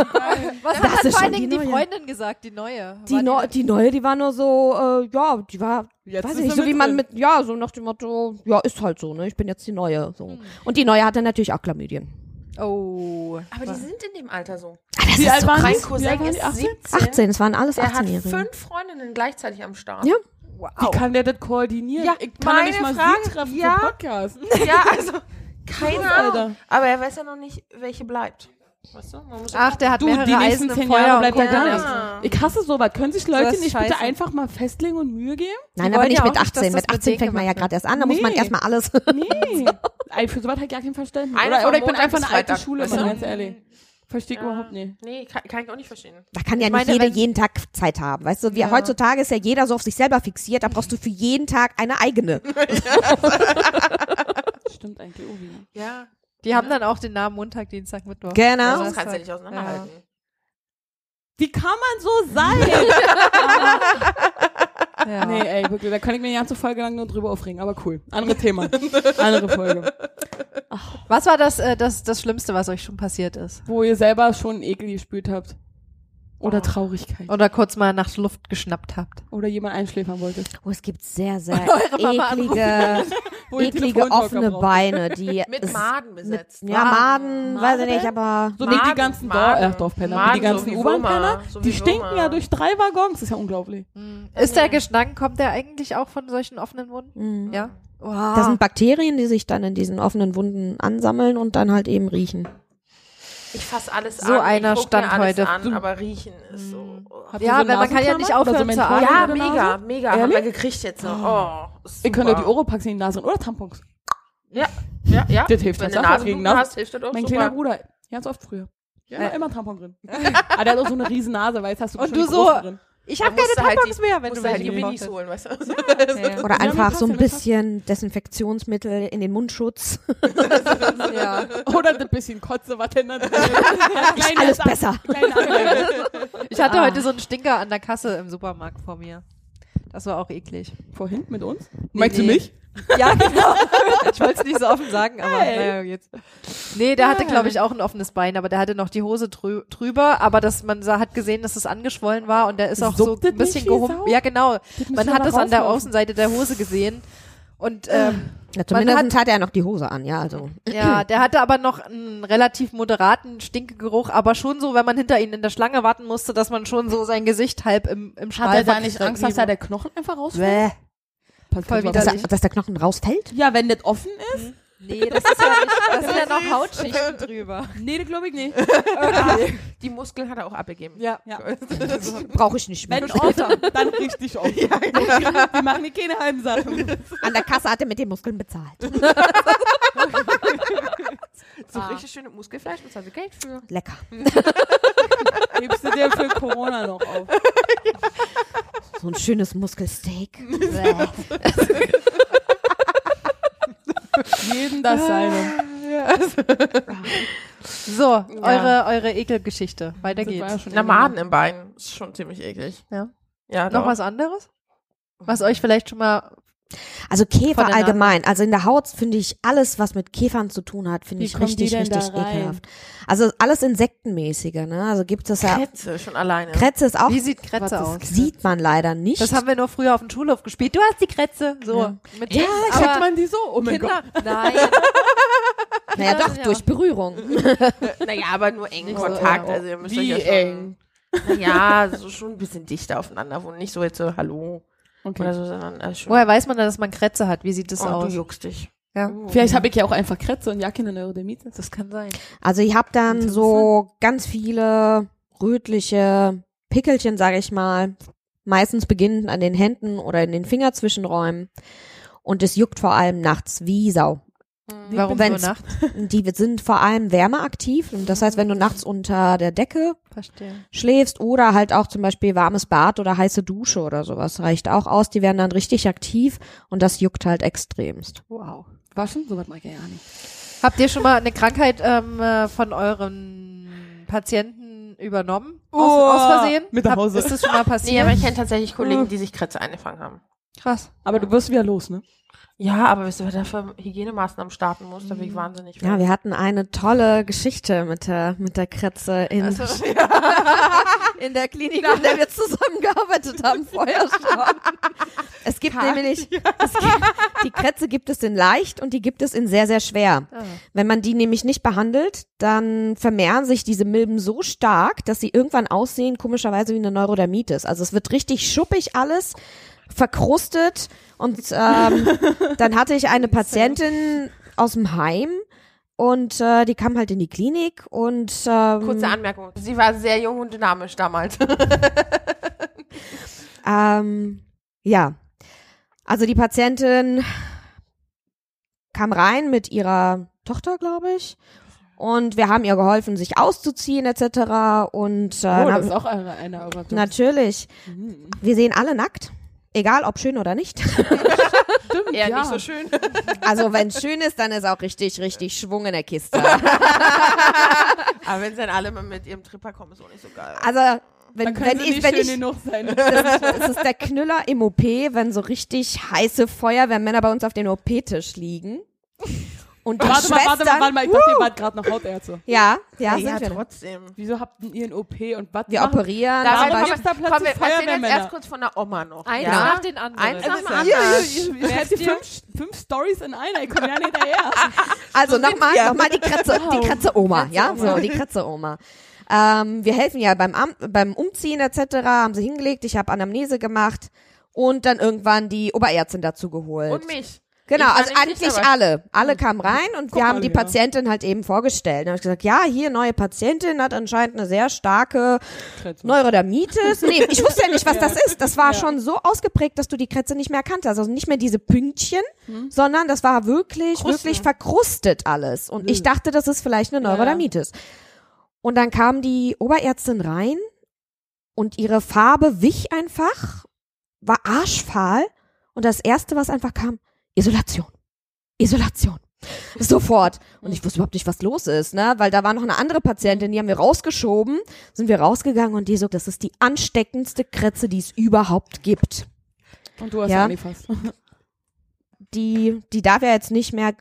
S5: Das
S2: hat dann
S5: ist
S2: vor allen
S5: schon
S2: Dingen
S5: die
S2: die,
S5: neue.
S2: Freundin gesagt, die neue?
S5: die,
S2: War
S5: Neu- die neue, die war nur so, äh, ja, die war,
S3: Jetzt
S5: weiß
S3: ist
S5: ich nicht,
S3: er
S5: so wie man
S3: drin.
S5: mit, ja, so nach dem Motto, ja, ist halt so, ne, ich bin jetzt die neue, so. Und die neue hatte natürlich auch Chlamydien.
S2: Oh.
S4: Aber die sind in dem Alter so.
S3: Wie alt waren
S4: Mein
S3: die? Wie alt
S4: Cousin
S3: waren die?
S4: ist
S3: 18?
S4: 17.
S5: 18, es waren alles
S4: Der hat
S5: 18-Jährige.
S4: fünf Freundinnen gleichzeitig am Start.
S5: Ja.
S3: Wie kann der das koordinieren?
S4: Ja,
S3: ich kann doch nicht mal
S4: meine
S3: sie
S4: Frage-
S3: treffen
S4: ja.
S3: zum Podcast.
S4: Ja, also keine Ahnung.
S3: Alter.
S4: Aber er weiß ja noch nicht, welche bleibt. Ah, Weißt du? Man muss
S2: Ach, der hat
S3: Du,
S2: mehrere
S3: die nächsten
S2: Eisen im
S3: zehn
S2: Feuer
S3: Jahre
S2: und
S3: bleibt da
S2: guckt
S3: gar
S2: dann
S3: nichts.
S2: erst.
S4: ja.
S3: Ich hasse sowas. Können sich Leute
S2: Sowas
S3: nicht
S2: scheiße.
S3: bitte einfach mal festlegen und Mühe geben?
S5: Nein,
S2: Die
S5: aber
S2: wollen
S5: nicht
S2: ja
S5: mit
S2: auch nicht, dass
S5: 18.
S2: das
S5: mit
S2: mit
S5: 18
S2: denen
S5: fängt man ja
S2: gemacht wird.
S5: gerade erst an, da muss man
S3: Nee.
S5: erstmal alles.
S3: Nee. Ey, für sowas hat ich gar kein Verständnis.
S4: Einer
S3: Oder,
S4: von
S3: oder ich bin
S4: Montag
S3: einfach
S4: bis
S3: eine alte
S4: Freitag.
S3: Schule,
S4: Weißt du?
S3: mal ganz ehrlich. Verstehe ich überhaupt nicht.
S4: Nee, kann, kann ich auch nicht verstehen.
S5: Da kann ja
S2: meine,
S5: nicht jeder
S2: wenn-
S5: jeden Tag Zeit haben. Weißt du, wir, heutzutage ist ja jeder so auf sich selber fixiert, da brauchst du für jeden Tag eine eigene.
S3: Stimmt eigentlich auch wieder.
S4: Ja.
S2: Die haben dann auch den Namen Montag, Dienstag, Mittwoch.
S5: Genau.
S2: das
S4: Das kannst du ja
S3: halt-
S2: sagt-
S4: nicht auseinanderhalten.
S3: Wie kann man so sein?
S2: Ja.
S3: nee, ey, wirklich, da kann ich mir die ganze Folge lang nur drüber aufregen, aber cool. Andere Thema. Andere Folge.
S2: Was war das, äh, das, das Schlimmste, was euch schon passiert ist?
S3: Wo ihr selber schon Ekel gespürt habt. Oder Traurigkeit.
S2: Oder kurz mal nach Luft geschnappt habt?
S3: Oder jemand einschläfern wollte.
S5: Oh, es gibt sehr, sehr
S2: Mama
S5: eklige,
S3: Wo ihr
S5: eklige
S3: Telefontalker
S5: offene
S3: braucht.
S5: Beine, die
S4: Mit
S5: es-
S4: Maden
S5: mit,
S4: besetzt.
S5: ja, Maden, weiß ich
S3: Maden?
S5: nicht, aber
S3: So wie
S4: Magen,
S3: die ganzen Dor-
S4: Magen.
S3: äh, Dorfpenner, wie die
S4: Magen
S3: ganzen
S4: sowieso
S3: U-Bahn-Penner,
S4: mal, sowieso
S3: die stinken
S4: mal.
S3: ja durch drei Waggons, ist ja unglaublich.
S2: Ist der Geschnack, kommt der eigentlich auch von solchen offenen Wunden?
S5: mh.
S2: Ja.
S5: das hm. sind Bakterien, die sich dann in diesen offenen Wunden ansammeln und dann halt eben riechen.
S4: Ich fass alles
S2: So
S4: an.
S2: einer
S4: ich guck
S2: Stand
S4: mir alles
S2: heute.
S4: An,
S3: So-
S4: aber riechen ist so. Oh.
S3: Habt ihr
S2: Ja,
S3: so
S2: weil man kann ja
S3: Nasenklammern
S2: nicht
S3: oder
S2: aufhören
S3: so
S2: zu
S3: Mentoren
S2: atmen.
S4: Ja,
S3: in der Nase?
S4: mega, mega. Haben wir
S3: genau. Ehrlich?
S4: gekriegt jetzt noch. Oh, super.
S3: Ihr könnt euch die Oropax in die Nase oder Tampons.
S4: Ja, ja, ja.
S3: Das hilft
S4: Wenn
S3: halt
S4: du
S3: auch,
S4: Nasenbluten
S3: gegen Nasen-
S4: hast, hilft das auch
S3: Mein kleiner
S4: super.
S3: Bruder, ganz oft früher. Ja. Immer,
S2: Äh.
S3: immer Tampon drin. Aber der hat auch so eine riesen Nase, weißt hast du
S2: Und
S3: schon
S2: du
S3: die
S2: so-
S3: großen drin.
S2: Ich habe
S4: Da
S2: keine
S4: musst du halt
S2: Tampons mehr, wenn
S4: Musst
S2: du
S4: du halt
S2: welche
S4: die
S2: gebraucht
S4: Minis
S2: hast.
S4: holen, weißt du?
S2: Ja.
S5: Oder
S3: Ja, mir
S5: einfach
S3: passt
S5: so
S3: ja,
S5: ein
S3: mir passt.
S5: bisschen Desinfektionsmittel in den Mundschutz.
S2: Ja.
S3: Oder ein bisschen Kotze, was denn da drin ist. Kleine
S5: Alles
S3: Sache,
S5: besser.
S3: kleine Anleitung.
S2: Ich hatte heute so einen Stinker an der Kasse im Supermarkt vor mir. Das war auch eklig.
S3: Vorhin mit uns? Meinst du
S2: nee.
S3: mich?
S2: Ja, genau. Ich wollte es nicht so offen sagen, aber naja, jetzt. Nee, der hatte, glaube ich, auch ein offenes Bein, aber der hatte noch die Hose drü drüber, aber das, man sah, hat gesehen, dass es angeschwollen war und der ist auch so
S3: Suppt
S2: ein
S3: das nicht
S2: bisschen
S3: wie
S2: gehumpelt.
S3: Sau?
S2: Ja, genau.
S3: müsste
S2: Man
S3: doch
S2: hat
S3: mal Ah.
S2: es an der
S3: rauslaufen.
S2: Außenseite der Hose gesehen. Und ähm,
S5: Ja, zumindest
S2: hat-
S5: hat, er noch die Hose an, ja, also.
S2: ja, der hatte aber noch einen relativ moderaten Stinkegeruch, aber schon so, wenn man hinter ihm in der Schlange warten musste, dass man schon so sein Gesicht halb im, im Strahl
S3: der Knochen einfach rausfällt?
S5: Bäh.
S2: Voll
S5: Dass, er,
S2: widerlich.
S5: dass der Knochen rausfällt?
S3: Ja, wenn das offen ist?
S2: Nee, das ist ja nicht, das sind ja noch Hautschichten drüber.
S3: Nee, das glaube ich nicht.
S4: Die Muskeln hat er auch abgegeben.
S3: Ja. ja.
S5: Brauche ich nicht mehr.
S3: Wenn offen, dann richtig offen. Ja, Die machen hier keine halben Sachen.
S5: An der Kasse hat er mit den Muskeln bezahlt.
S4: So richtig schönes Muskelfleisch, das hat sie Geld für.
S5: Lecker.
S3: Hebst du dir für Corona noch auf.
S5: So ein schönes Muskelsteak.
S3: Jeden das seine.
S2: So, eure, eure Ekelgeschichte. Weiter
S3: Das war ja
S2: geht's.
S3: schon
S4: Na,
S3: irgendwie-
S4: Maden im Bein. Ist schon ziemlich eklig.
S2: Ja.
S4: Ja,
S2: Noch
S4: doch.
S2: was anderes? Was euch vielleicht schon mal.
S5: Also
S2: Von
S5: Käfer
S2: der Nase.
S5: allgemein, also in der Haut finde ich alles, was mit Käfern zu tun hat, finde
S3: Wie
S5: ich
S3: kommen die
S5: richtig,
S3: denn da
S5: richtig
S3: rein?
S5: ekelhaft. Also alles Insektenmäßige, ne? Also gibt es ja.
S4: Kretze schon alleine.
S5: Kretze ist auch,
S2: Wie sieht Kretze
S3: das
S2: aus?
S5: sieht man leider nicht.
S2: Das haben wir nur früher auf dem Schulhof gespielt. Du hast die Kretze. So.
S5: Ja.
S2: Mit
S5: Ja,
S2: Dings,
S3: Kriegt
S2: aber
S3: man die so? Oh mein Gott.
S2: Kinder. Nein.
S5: naja, doch,
S2: Ja.
S5: durch Berührung.
S4: Naja, aber nur engen
S2: Nicht so,
S4: Kontakt.
S2: ja.
S4: Also ihr müsst
S3: Wie
S4: euch ja schon, eng? Ja, so schon ein bisschen dichter aufeinander wohnen. Nicht so jetzt so Hallo oder
S3: Okay.
S4: so, sondern äh, schon,
S2: Woher weiß man denn, dass man Kretze hat? Wie sieht das
S4: oh, du
S2: aus?
S4: juckst dich. Uh.
S2: Ja.
S3: Vielleicht habe ich ja auch einfach Krätze und ja keine Neurodermitis.
S2: Das kann sein.
S4: Hm.
S5: Also ich habe dann so ganz viele rötliche Pickelchen, sage ich mal, meistens beginnend an den Händen oder in den Fingerzwischenräumen. Und es juckt vor allem nachts wie Sau.
S2: Warum
S5: bin-
S2: nur nachts?
S5: Die sind vor allem wärmeaktiv. Und das heißt, wenn du nachts unter der Decke
S2: Verstehe.
S5: schläfst oder halt auch zum Beispiel warmes Bad oder heiße Dusche oder sowas reicht auch aus. Die werden dann richtig aktiv und das juckt halt extremst.
S3: Wow. Waschen? So was mag ich ja nicht.
S2: Habt ihr schon mal eine Krankheit ähm, äh, von euren Patienten übernommen? Aus,
S3: Oh,
S2: aus Versehen?
S3: mit nach
S2: Hab-
S3: Hause.
S2: Ist das schon mal
S4: Nee,
S2: passiert?
S4: Uh. aber ich kenne tatsächlich Kollegen, die sich Kretze eingefangen haben.
S2: Krass.
S3: Aber du wirst wieder los, ne?
S4: Ja, aber wisst ihr, wer da für Hygienemaßnahmen starten muss, da bin ich wahnsinnig.
S5: Ja, wir hatten eine tolle Geschichte mit der, mit der Kretze in, in der Klinik, in der wir zusammengearbeitet haben vorher schon. Es gibt nämlich, es gibt, die Kretze gibt es in leicht und die gibt es in sehr, sehr schwer. Wenn man die nämlich nicht behandelt, dann vermehren sich diese Milben so stark, dass sie irgendwann aussehen, komischerweise wie eine Neurodermitis. Also es wird richtig schuppig alles, verkrustet und ähm, dann hatte ich eine Patientin aus dem Heim und äh, die kam halt in die Klinik und ähm,
S4: Kurze Anmerkung. Sie war sehr jung und dynamisch damals.
S5: Ähm, ja. Also die Patientin kam rein mit ihrer Tochter, glaube ich. Und wir haben ihr geholfen, sich auszuziehen etc.
S3: oh,
S5: Und äh, na-
S3: das ist auch einer, einer eurer Jobs.
S5: natürlich,
S3: Mhm.
S5: wir sehen alle nackt. Egal, ob schön oder nicht.
S3: Stimmt,
S4: Eher
S3: ja.
S4: nicht so schön.
S5: Also wenn schön ist, dann ist auch richtig, richtig Schwung in der Kiste. Also,
S4: aber wenn sie dann alle mal mit ihrem Tripper kommen, ist auch nicht so geil.
S5: Also wenn,
S3: Dann können
S5: wenn
S3: sie
S5: ich,
S3: nicht
S5: wenn
S3: schön
S5: ich,
S3: genug sein.
S5: Das, das ist der Knüller im OP, wenn so richtig heiße Feuerwehrmänner bei uns auf den OP-Tisch liegen. Und die
S3: Warte mal,
S5: Schwestern,
S3: warte mal, warte mal. Ich dachte, ihr wart gerade noch Hautärzte.
S5: ja, ja,
S4: ja,
S5: sind wir. noch.
S4: trotzdem.
S3: Wieso habt denn ihr ein OP und was
S5: Wir
S3: machen-
S5: operieren.
S4: Da
S3: Warum
S4: kommen
S5: zum Beispiel.
S3: gibt's da
S4: Komm, wir
S3: plötzlich
S4: erzählen jetzt
S3: Feuerwehrmänner?
S4: kurz von der Oma noch.
S2: Eins
S4: ja?
S2: nach den anderen.
S4: Eins nach dem
S3: Ja,
S4: anderen.
S3: ja, ja, ja.
S2: Merkt
S3: Jetzt die
S2: ihr?
S3: fünf, fünf Stories in einer. Ich komme ja nicht hinterher.
S5: Also nochmal, nochmal die Kratze,
S3: Oh.
S5: die Kratze-Oma, ja, so die Kratze-Oma. Ähm, wir helfen ja beim, Am beim Umziehen etc. Haben sie hingelegt. Ich habe Anamnese gemacht und dann irgendwann die Oberärztin dazu geholt.
S4: Und mich.
S5: Genau,
S4: Ich war
S5: also
S4: nämlich nicht
S5: eigentlich
S4: dabei.
S5: alle. Alle kamen rein und wir haben
S3: mal,
S5: die
S3: ja.
S5: Patientin halt eben vorgestellt. Dann habe ich gesagt, ja, hier neue Patientin hat anscheinend eine sehr starke Neurodermitis. Nee, ich wusste ja nicht, was das ist. Das war schon so ausgeprägt, dass du die Kretze nicht mehr kannte. Also nicht mehr diese Pünktchen,
S3: Mhm.
S5: sondern das war wirklich,
S4: Krusten.
S5: wirklich verkrustet alles. Und ich dachte, das ist vielleicht eine
S3: Mhm. Ja.
S5: Neurodermitis. Und dann kam die Oberärztin rein und ihre Farbe wich einfach, war arschfahl. Und das Erste, was einfach kam, Isolation. Isolation. Sofort. Und ich wusste überhaupt nicht, was los ist, ne? Weil da war noch eine andere Patientin, die haben wir rausgeschoben, sind wir rausgegangen und die so, das ist die ansteckendste Kretze, die es überhaupt gibt.
S3: Und du hast Oh,
S5: Ja.
S3: angefasst.
S5: Die, die darf ja jetzt nicht mehr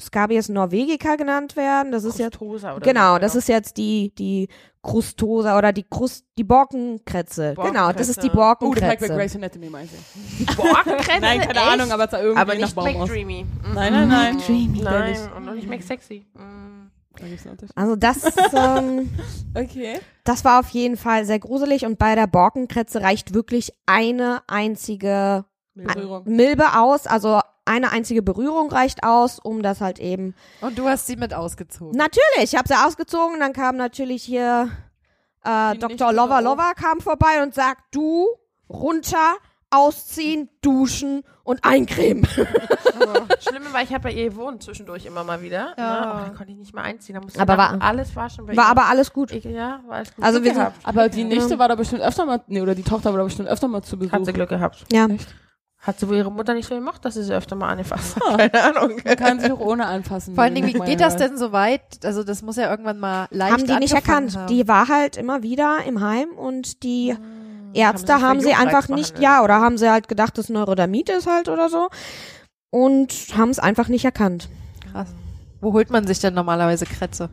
S5: Scabies norvegica genannt werden. Das ist ja
S4: Tosa oder
S5: genau,
S4: so,
S5: das ist jetzt die, die Krustosa oder die Krust, die Borkenkretze. Genau, das ist
S3: Oh, der
S5: die
S3: Pack bei
S5: Borkenkretze.
S3: Grace Anatomy meinst du?
S4: Borkenkränze,
S3: Nein, keine
S4: echt?
S3: Ahnung, aber es war irgendwie
S4: Aber
S3: nach
S4: nicht
S3: Baum aus.
S4: McDreamy. Mhm.
S3: Nein, nein, nein.
S5: Dreamy.
S4: Nein, und noch nicht McSexy. Mhm.
S3: Da gibt's einen Unterschied.
S5: Also das, ähm,
S3: Okay.
S5: das war auf jeden Fall sehr gruselig und bei der Borkenkretze reicht wirklich eine einzige
S3: Berührung.
S5: Milbe aus, also eine einzige Berührung reicht aus, um das halt eben.
S2: Und du hast sie mit
S5: Hm,
S2: ausgezogen.
S5: Natürlich, ich habe sie ausgezogen, dann kam natürlich hier äh,
S3: Die nicht
S5: Dr. Lover
S3: blaue.
S5: Lover kam vorbei und sagt, du runter, ausziehen, duschen und eincremen.
S4: Das Schlimme war, ich habe bei ihr gewohnt zwischendurch immer mal wieder.
S2: Ja.
S4: Ne? Oh, da konnte ich nicht mehr einziehen. Da musste
S5: Aber
S4: ich
S5: war-
S4: alles waschen bei
S5: War
S4: ihr.
S5: aber alles gut.
S4: Ich, ja, war alles gut.
S5: Also
S4: Glück
S5: wir sind-
S4: gehabt.
S3: Aber
S2: Ähm.
S3: die Nichte war da bestimmt öfter mal, nee, oder die Tochter war da bestimmt öfter mal zu Besuch.
S4: Hat sie Glück gehabt.
S5: Ja.
S4: Hat sie wohl ihre Mutter nicht so gemocht, dass sie sie öfter mal angefasst hat.
S3: Ah.
S4: Keine Ahnung.
S3: Man kann sich auch ohne anfassen.
S2: Vor allen Dingen, wie
S3: Meine
S2: geht das
S3: Güte.
S2: denn so weit? Also das muss ja irgendwann mal leicht
S5: Haben die nicht
S2: angefangen
S5: erkannt.
S2: haben.
S5: Die war halt immer wieder im Heim und die Ärzte
S4: Haben sie
S5: haben
S4: für
S5: sie
S4: Jugendreiz
S5: einfach nicht,
S4: behandelt?
S5: ja, oder haben sie halt gedacht, das Neurodermitis halt oder so und haben es einfach nicht erkannt.
S2: Krass. Wo holt man sich denn normalerweise Krätze?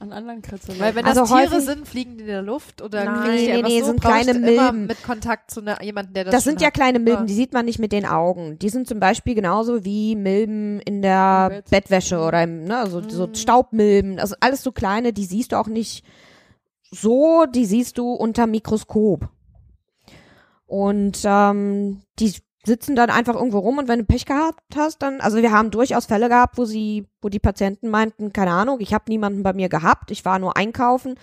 S3: An anderen Kratzer.
S2: Weil wenn
S5: Also
S2: das Tiere
S5: häufig-
S2: sind, fliegen die in der Luft oder
S4: Nein.
S2: kriegst
S5: Nee,
S2: du einfach
S5: nee,
S2: so,
S5: sind
S2: brauchst
S5: kleine
S2: du immer
S5: Milben.
S2: mit Kontakt zu einer, jemandem, der das
S5: Das sind
S2: schon
S5: ja
S2: hat.
S5: kleine
S2: Ah.
S5: Milben, die sieht man nicht mit den Augen. Die sind zum Beispiel genauso wie Milben in der
S3: Im Bett.
S5: Bettwäsche oder im, ne, so, so Staubmilben. Also alles so kleine, die siehst du auch nicht so, die siehst du unter Mikroskop. Und ähm, die sitzen dann einfach irgendwo rum und wenn du Pech gehabt hast, dann, also wir haben durchaus Fälle gehabt, wo sie, wo die Patienten meinten, keine Ahnung, ich habe niemanden bei mir gehabt, ich war nur einkaufen,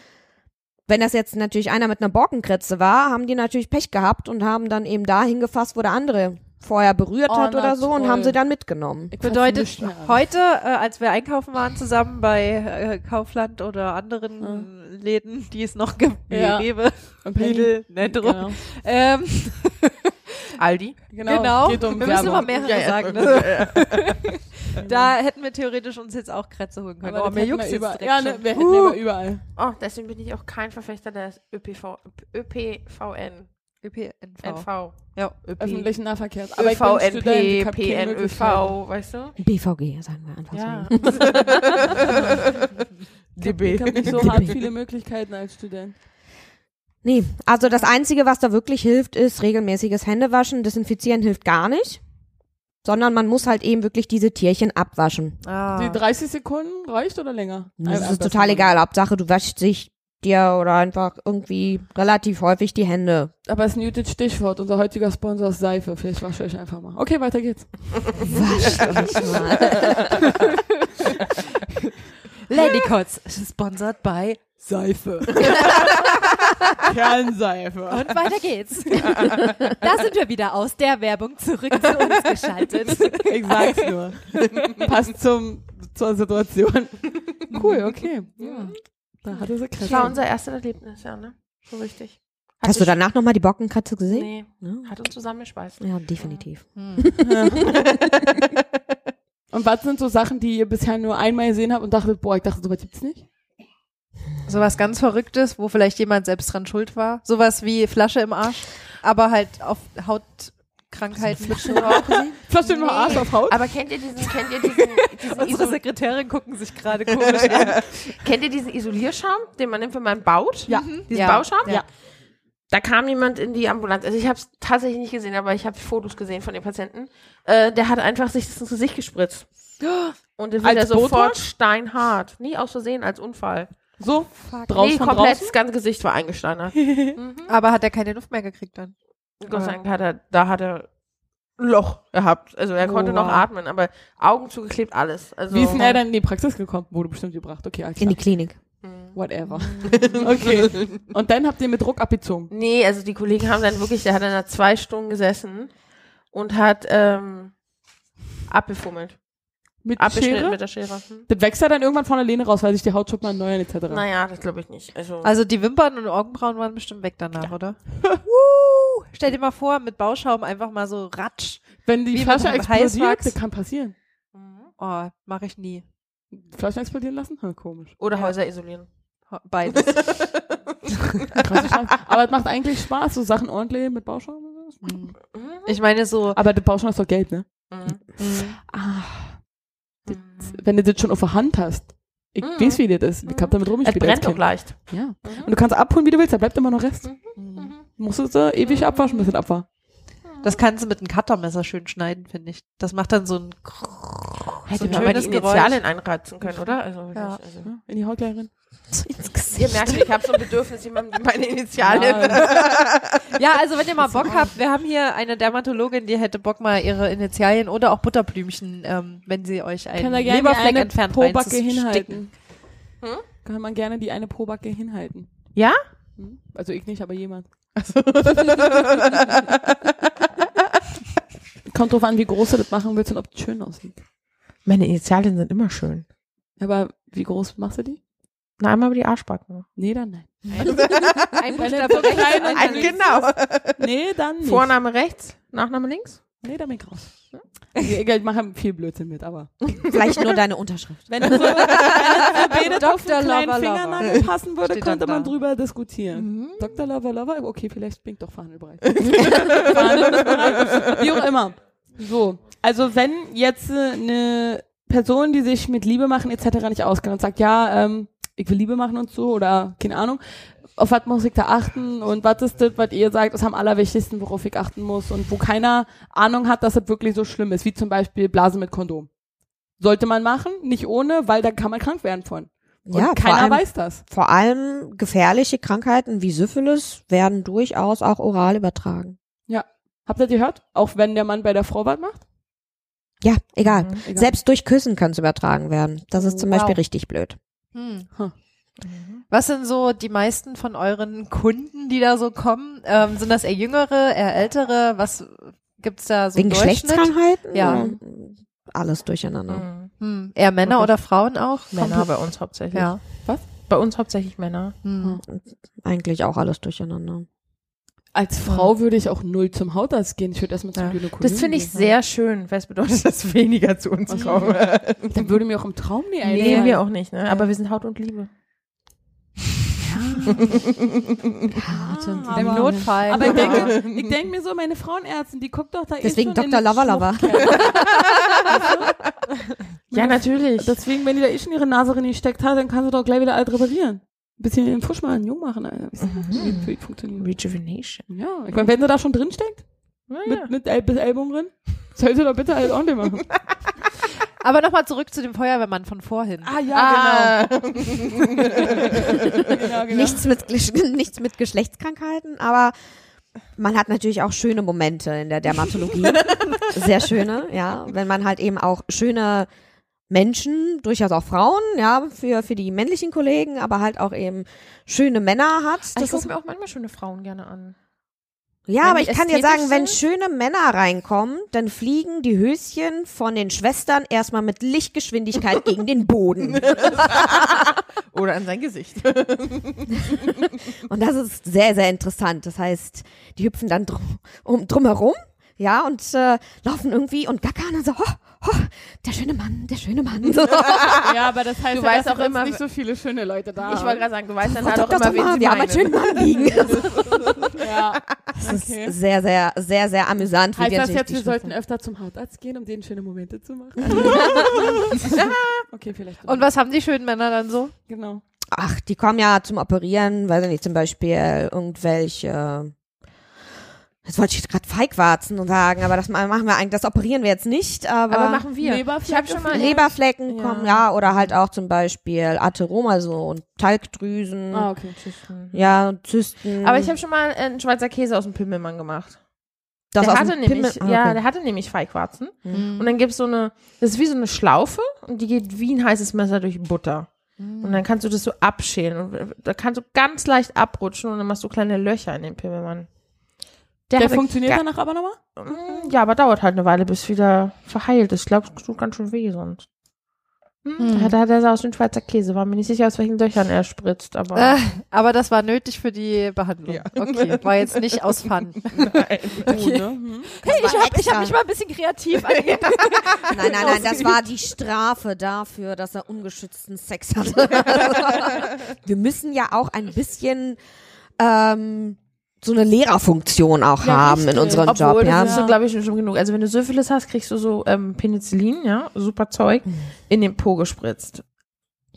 S5: wenn das jetzt natürlich einer mit einer Borkenkretze war, haben die natürlich Pech gehabt und haben dann eben da hingefasst, wo der andere vorher berührt
S3: Oh,
S5: hat
S3: na
S5: oder so und
S3: toll.
S5: haben sie dann mitgenommen.
S3: Ich fass
S2: Bedeutet
S3: nicht mehr an.
S2: heute, äh, als wir einkaufen waren zusammen bei äh, Kaufland oder anderen Läden, die es noch gibt,
S3: Ja.
S2: Rewe,
S3: Und Penny.
S2: Lidl, Netto,
S3: Genau.
S2: ähm,
S4: Aldi.
S3: Genau.
S2: Genau.
S3: Geht um
S2: Wir müssen
S3: Werbung.
S2: immer mehrere sagen. Ne? da hätten wir theoretisch uns jetzt auch Krätze holen können.
S3: Aber
S2: Aber
S3: das
S2: mir
S3: hätten
S2: juckt
S3: wir
S2: jetzt
S3: überall.
S2: direkt
S3: Ja, ne,
S2: schon.
S3: wir hätten wir aber überall.
S4: Oh, deswegen bin ich auch kein Verfechter des ÖPV, ÖPVN.
S2: ÖPNV.
S4: NV.
S2: Ja.
S4: ÖP.
S3: Öffentlichen Nahverkehrs. Aber ich bin Student, ich
S4: ÖVNP,
S3: hab keine
S4: PNÖV,
S3: Möglichkeiten.
S4: weißt du?
S5: BVG, sagen wir einfach
S4: Ja.
S5: so.
S3: Ich habe nicht so
S5: DB.
S3: hart viele Möglichkeiten als Student.
S5: Nee, also das Einzige, was da wirklich hilft, ist regelmäßiges Händewaschen. Desinfizieren hilft gar nicht. Sondern man muss halt eben wirklich diese Tierchen abwaschen.
S2: Ah.
S3: Die 30 Sekunden reicht oder länger?
S5: Das
S3: Am
S5: Also ist
S3: besten
S5: total
S3: mal.
S5: egal. Hauptsache, du waschst dich dir oder einfach irgendwie relativ häufig die Hände.
S3: Aber es ist ein gutes Stichwort. Unser heutiger Sponsor ist Seife. Vielleicht wasche ich einfach mal. Okay, weiter geht's.
S5: Wascht euch mal.
S2: Ladycots, sponsored by.
S3: Seife. Kernseife.
S2: Und weiter geht's. da sind wir wieder aus der Werbung zurück zu uns geschaltet.
S3: Ich sag's nur. Passt zum, zur Situation. Cool, okay. Ja. Da hatte sie
S4: Das war
S3: Kräfte.
S4: unser erstes Erlebnis, ja, ne? So richtig. Hat
S5: Hast du
S4: sich-
S5: danach nochmal die Bockenkatze gesehen?
S4: Nee,
S5: Ja.
S4: hat uns zusammengespeist.
S5: Ja, definitiv.
S3: Und was sind so Sachen, die ihr bisher nur einmal gesehen habt und dachtet, boah, ich dachte, sowas gibt's nicht?
S2: Sowas ganz Verrücktes, wo vielleicht jemand selbst dran schuld war. Sowas wie Flasche im Arsch, aber halt auf Hautkrankheiten bezogen.
S3: Flasche nee.
S4: Nee.
S3: Arsch auf Haut?
S4: Aber kennt ihr diesen, kennt ihr diesen, diesen,
S2: Unsere
S4: Iso
S2: Sekretärin gucken sich gerade komisch an.
S4: kennt ihr diesen Isolierschaum, den man nimmt, wenn man baut?
S3: Ja.
S4: Diesen
S2: Ja.
S4: Bauschaum?
S2: Ja.
S4: Da kam jemand in die Ambulanz. Also ich habe es tatsächlich nicht gesehen, aber ich habe Fotos gesehen von den Patienten. Äh, der hat einfach sich das ins Gesicht gespritzt. Und dann
S3: Als
S4: wird er sofort
S3: Botox?
S4: steinhart. Nie aus Versehen, als Unfall.
S3: So, draus
S4: nee,
S3: von
S4: komplett.
S3: draußen?
S4: Das ganze Gesicht war eingesteinert.
S2: Aber hat er keine Luft mehr gekriegt dann?
S4: Gott sei Dank hat er, da hat er ein Loch gehabt. Also er konnte noch
S2: Wow.
S4: atmen, aber Augen zugeklebt, alles. Also
S3: Wie ist denn er dann in die Praxis gekommen? Wurde bestimmt gebracht. Okay, alles
S5: In
S3: klar.
S5: die Klinik.
S3: Whatever. Okay. Und dann habt ihr mit Druck abgezogen.
S4: Nee, also die Kollegen haben dann wirklich, der hat dann da zwei Stunden gesessen und hat ähm, abgefummelt.
S3: Mit
S4: Abgeschnitten
S3: Schere?
S4: mit der Schere. Hm.
S3: das wächst ja dann irgendwann von alleine raus, weil sich die Haut schon mal erneuern etc.
S4: Naja, das glaube ich nicht. Also,
S2: Also die Wimpern und Augenbrauen waren bestimmt weg danach, oder? Wuh! Stell dir mal vor, mit Bauschaum einfach mal so ratsch.
S3: Wenn die
S2: Wie
S3: Flasche
S2: mit einem
S3: explodiert,
S2: Heißwachs?
S3: das kann passieren.
S2: Oh, mache ich nie.
S3: Flaschen explodieren lassen? Hm, komisch.
S4: oder Häuser isolieren.
S2: Ho- Beides.
S3: Krasse Scheiße. Aber es macht eigentlich Spaß, so Sachen ordentlich mit Bauschaum. und so.
S2: Ich meine so,
S3: Aber der Bauschaum ist doch Geld, ne?
S4: Mhm.
S2: mh,
S3: Wenn du das schon auf der Hand hast. Ich
S4: Mhm.
S3: weiß, wie das ist. Ich hab damit
S4: Es
S3: rumgespielt. als
S4: brennt auch
S3: Kind.
S4: leicht.
S3: Ja. Und du kannst abholen, wie du willst, da bleibt immer noch Rest.
S2: mm,
S3: Musst du so ewig abwaschen, bis es ab war.
S2: das kannst du mit einem Cuttermesser schön schneiden, finde ich. Das macht dann so ein, so
S4: Hätte
S2: ein
S4: man mal die
S2: schönes
S4: Initialen
S2: Geräusch.
S4: einreizen können, oder? Also,
S2: Ja.
S4: ich, also.
S3: Ja, in die Haut gleich rein.
S4: Ihr merkt, ich habe so ein Bedürfnis, jemandem meine Initialen.
S3: Nein.
S2: Ja, also wenn ihr mal Bock habt, wir haben hier eine Dermatologin, die hätte Bock mal ihre Initialien oder auch Butterblümchen, ähm, wenn sie euch einen
S3: Kann da gerne die
S2: Leberfleck
S3: eine
S2: entfernt
S3: Pobacke
S2: reinzustecken.
S3: hinhalten. Kann man gerne die eine Pobacke hinhalten.
S4: Ja?
S3: Hm? Also ich nicht, aber jemand. Also. Kommt drauf an, wie groß du das machen willst und ob es schön aussieht.
S4: Meine Initialen sind immer schön.
S3: Aber wie groß machst du die?
S4: Na, einmal über die Arschbacken.
S3: Nee, dann nein.
S2: Ein
S3: Wenn er
S2: Buchstabe
S3: so
S2: rechts,
S3: klein und
S2: ein
S3: Nein,
S4: Ein,
S3: links.
S2: links.
S4: genau.
S3: Nee, dann nicht.
S4: Vorname rechts, Nachname links.
S3: Nee, dann bin ich raus. Nee, egal, ich mache viel Blödsinn mit, aber.
S5: Vielleicht nur deine Unterschrift.
S3: Wenn es so, wenn es so auf
S2: Dr.
S3: den kleinen
S2: Lava Lava.
S3: Fingernagel passen würde,
S2: Steht
S3: könnte
S2: dann da.
S3: man drüber diskutieren.
S5: Mhm.
S3: Dr. Lava Lava, okay, vielleicht bin ich doch verhandelbereit. verhandelbereit. Wie auch immer. So, also wenn jetzt äh, eine Person, die sich mit Liebe machen etc. nicht auskennt und sagt, ja, ähm, ich will Liebe machen und so oder keine Ahnung, auf was muss ich da achten und was ist das, was ihr sagt, ist am allerwichtigsten, worauf ich achten muss und wo keiner Ahnung hat, dass das wirklich so schlimm ist, wie zum Beispiel Blasen mit Kondom. Sollte man machen, nicht ohne, weil da kann man krank werden von. Und
S5: Ja, vor
S3: keiner
S5: allem,
S3: weiß das.
S5: vor allem gefährliche Krankheiten wie Syphilis werden durchaus auch oral übertragen.
S3: Habt ihr gehört? Auch wenn der Mann bei der Frau was macht?
S5: Ja, egal.
S3: Egal. Oh,
S5: Selbst durch Küssen kann es übertragen werden. Das ist zum
S2: Wow.
S5: Beispiel richtig blöd.
S2: Hm.
S3: Huh.
S2: Was sind so die meisten von euren Kunden, die da so kommen? Ähm, sind das eher jüngere, eher ältere? Was gibt's da so
S5: Wegen
S2: einen Durchschnitt?
S5: Geschlechtskrankheiten?
S2: Ja.
S5: Alles durcheinander.
S3: Mhm.
S2: Hm. Eher Männer oder Frauen auch?
S4: Männer bei uns hauptsächlich.
S2: Ja.
S4: Bei uns hauptsächlich Männer.
S2: Hm.
S5: Eigentlich auch alles durcheinander.
S3: Als Frau würde ich auch null zum Hautarzt gehen. Ich würde erstmal zum
S4: Ja.
S3: Gynäkologen
S4: Das finde ich
S3: gehen. ne?
S4: sehr schön, weil es bedeutet, dass weniger zu uns kommen.
S3: Dann würde mir auch im Traum nie
S4: Nee,
S3: einfallen.
S4: wir auch nicht, ne? Aber wir sind Haut und Liebe.
S6: Im Notfall.
S3: "Ah, Aber ich denke, ich denke mir so, meine Frauenärztin, die guckt doch da
S5: Deswegen
S3: eh schon in
S5: Dr.
S3: den
S5: Lavalava.
S4: Ja, natürlich.
S3: Schlupf. Deswegen, wenn die da eh schon ihre Nase rein gesteckt hat, dann kann sie doch gleich wieder alles reparieren. Ein bisschen den Fusch mal jung machen, Alter. Wie mhm. wie das funktioniert.
S4: Rejuvenation.
S3: Ja, ich meine, wenn sie da schon drin steckt, mit, mit El bis Ellbogen drin, soll sie doch bitte halt ordentlich machen.
S6: Aber nochmal zurück zu dem Feuerwehrmann von vorhin.
S3: ah, ja, genau. genau, genau.
S5: Nichts, mit, Gesch- nichts mit Geschlechtskrankheiten, aber man hat natürlich auch schöne Momente in der Dermatologie. Sehr schöne, ja. Wenn man halt eben auch schöne Menschen, durchaus auch Frauen, ja, für, für die männlichen Kollegen, aber halt auch eben schöne Männer hat.
S4: ich
S5: Das
S4: gucke
S5: ist,
S4: mir auch manchmal schöne Frauen gerne an.
S5: ja,
S4: wenn
S5: aber
S4: die
S5: ich kann dir
S4: ästhetisch
S5: sagen, wenn
S4: sind?
S5: schöne Männer reinkommen, dann fliegen die Höschen von den Schwestern erstmal mit Lichtgeschwindigkeit gegen den Boden.
S2: Oder an sein Gesicht.
S5: Und das ist sehr, sehr interessant. Das heißt, die hüpfen dann drum, um, drumherum, ja, und äh, laufen irgendwie und gackern und so, ho, ho, der schöne Mann, der schöne Mann.
S4: Also
S5: So.
S3: ja, aber das heißt,
S4: Du
S3: ja,
S4: weißt
S3: dass
S4: auch
S3: sonst
S4: immer,
S3: nicht so viele schöne Leute da.
S4: Ich wollte gerade sagen, du weißt dann halt auch immer,
S5: Dr.
S4: wen
S5: Sommer,
S4: sie
S5: wir haben einen
S4: meinen.
S5: schönen Mann liegen.
S3: gerade ja.
S5: Das
S3: Okay.
S5: ist sehr, sehr, sehr, sehr amüsant.
S3: Heißt
S5: die
S3: das
S5: natürlich
S3: jetzt,
S5: die
S3: wir sollten
S5: Stufe-
S3: öfter zum Hautarzt gehen, um denen schöne Momente zu machen? okay, vielleicht.
S6: Und was haben die schönen Männer dann so?
S3: Genau.
S5: Ach, die kommen ja zum Operieren, weiß ich nicht, zum Beispiel irgendwelche... Jetzt wollte ich jetzt gerade Feigwarzen und sagen, aber das machen wir eigentlich, das operieren wir jetzt nicht, aber...
S4: Aber machen wir.
S3: Leberfleck
S4: ich habe schon mal
S5: Leberflecken
S4: Ja.
S5: kommen, ja, oder halt auch zum Beispiel Atheroma, also und Talgdrüsen.
S3: Ah, okay.
S4: Mhm.
S5: Ja, Zysten.
S4: Oh. Aber ich habe schon mal einen Schweizer Käse aus dem Pimmelmann gemacht.
S5: das
S4: der
S5: aus
S4: hatte
S5: dem
S4: nämlich,
S5: Pimmel- Ah,
S4: ja,
S5: okay.
S4: der hatte nämlich Feigwarzen.
S2: Hm.
S5: Mhm.
S4: Und dann gibt's so eine, das ist wie so eine Schlaufe und die geht wie ein heißes Messer durch Butter. Und
S3: Mhm.
S4: dann kannst du das so abschälen und da kannst du ganz leicht abrutschen und dann machst du kleine Löcher in den Pimmelmann.
S3: Der
S4: hatte-
S3: funktioniert
S4: ja,
S3: danach aber nochmal?
S4: Mm, Ja, aber dauert halt eine Weile, bis wieder verheilt ist. Ich glaube, es tut ganz schön weh sonst. Hm. Da hat er so aus dem Schweizer Käse. War mir nicht sicher, aus welchen Löchern er spritzt, aber.
S6: Äh, aber das war nötig für die Behandlung.
S2: Ja.
S6: Okay, war jetzt nicht aus Fun.
S3: Okay. ne? Hm.
S6: Hey, ich
S5: war
S6: habe hab
S5: extra.
S6: mich mal ein bisschen kreativ ange
S5: Nein, nein, nein, das war die Strafe dafür, dass er ungeschützten Sex hatte. Wir müssen ja auch ein bisschen ähm, so eine Lehrerfunktion auch haben in unserem
S4: Äh, Obwohl,
S5: Job,
S4: das
S5: ja.
S4: ist, glaube ich, schon genug. Also wenn du Syphilis hast, kriegst du so ähm, Penicillin, ja, super Zeug,
S3: Hm.
S4: in den Po gespritzt.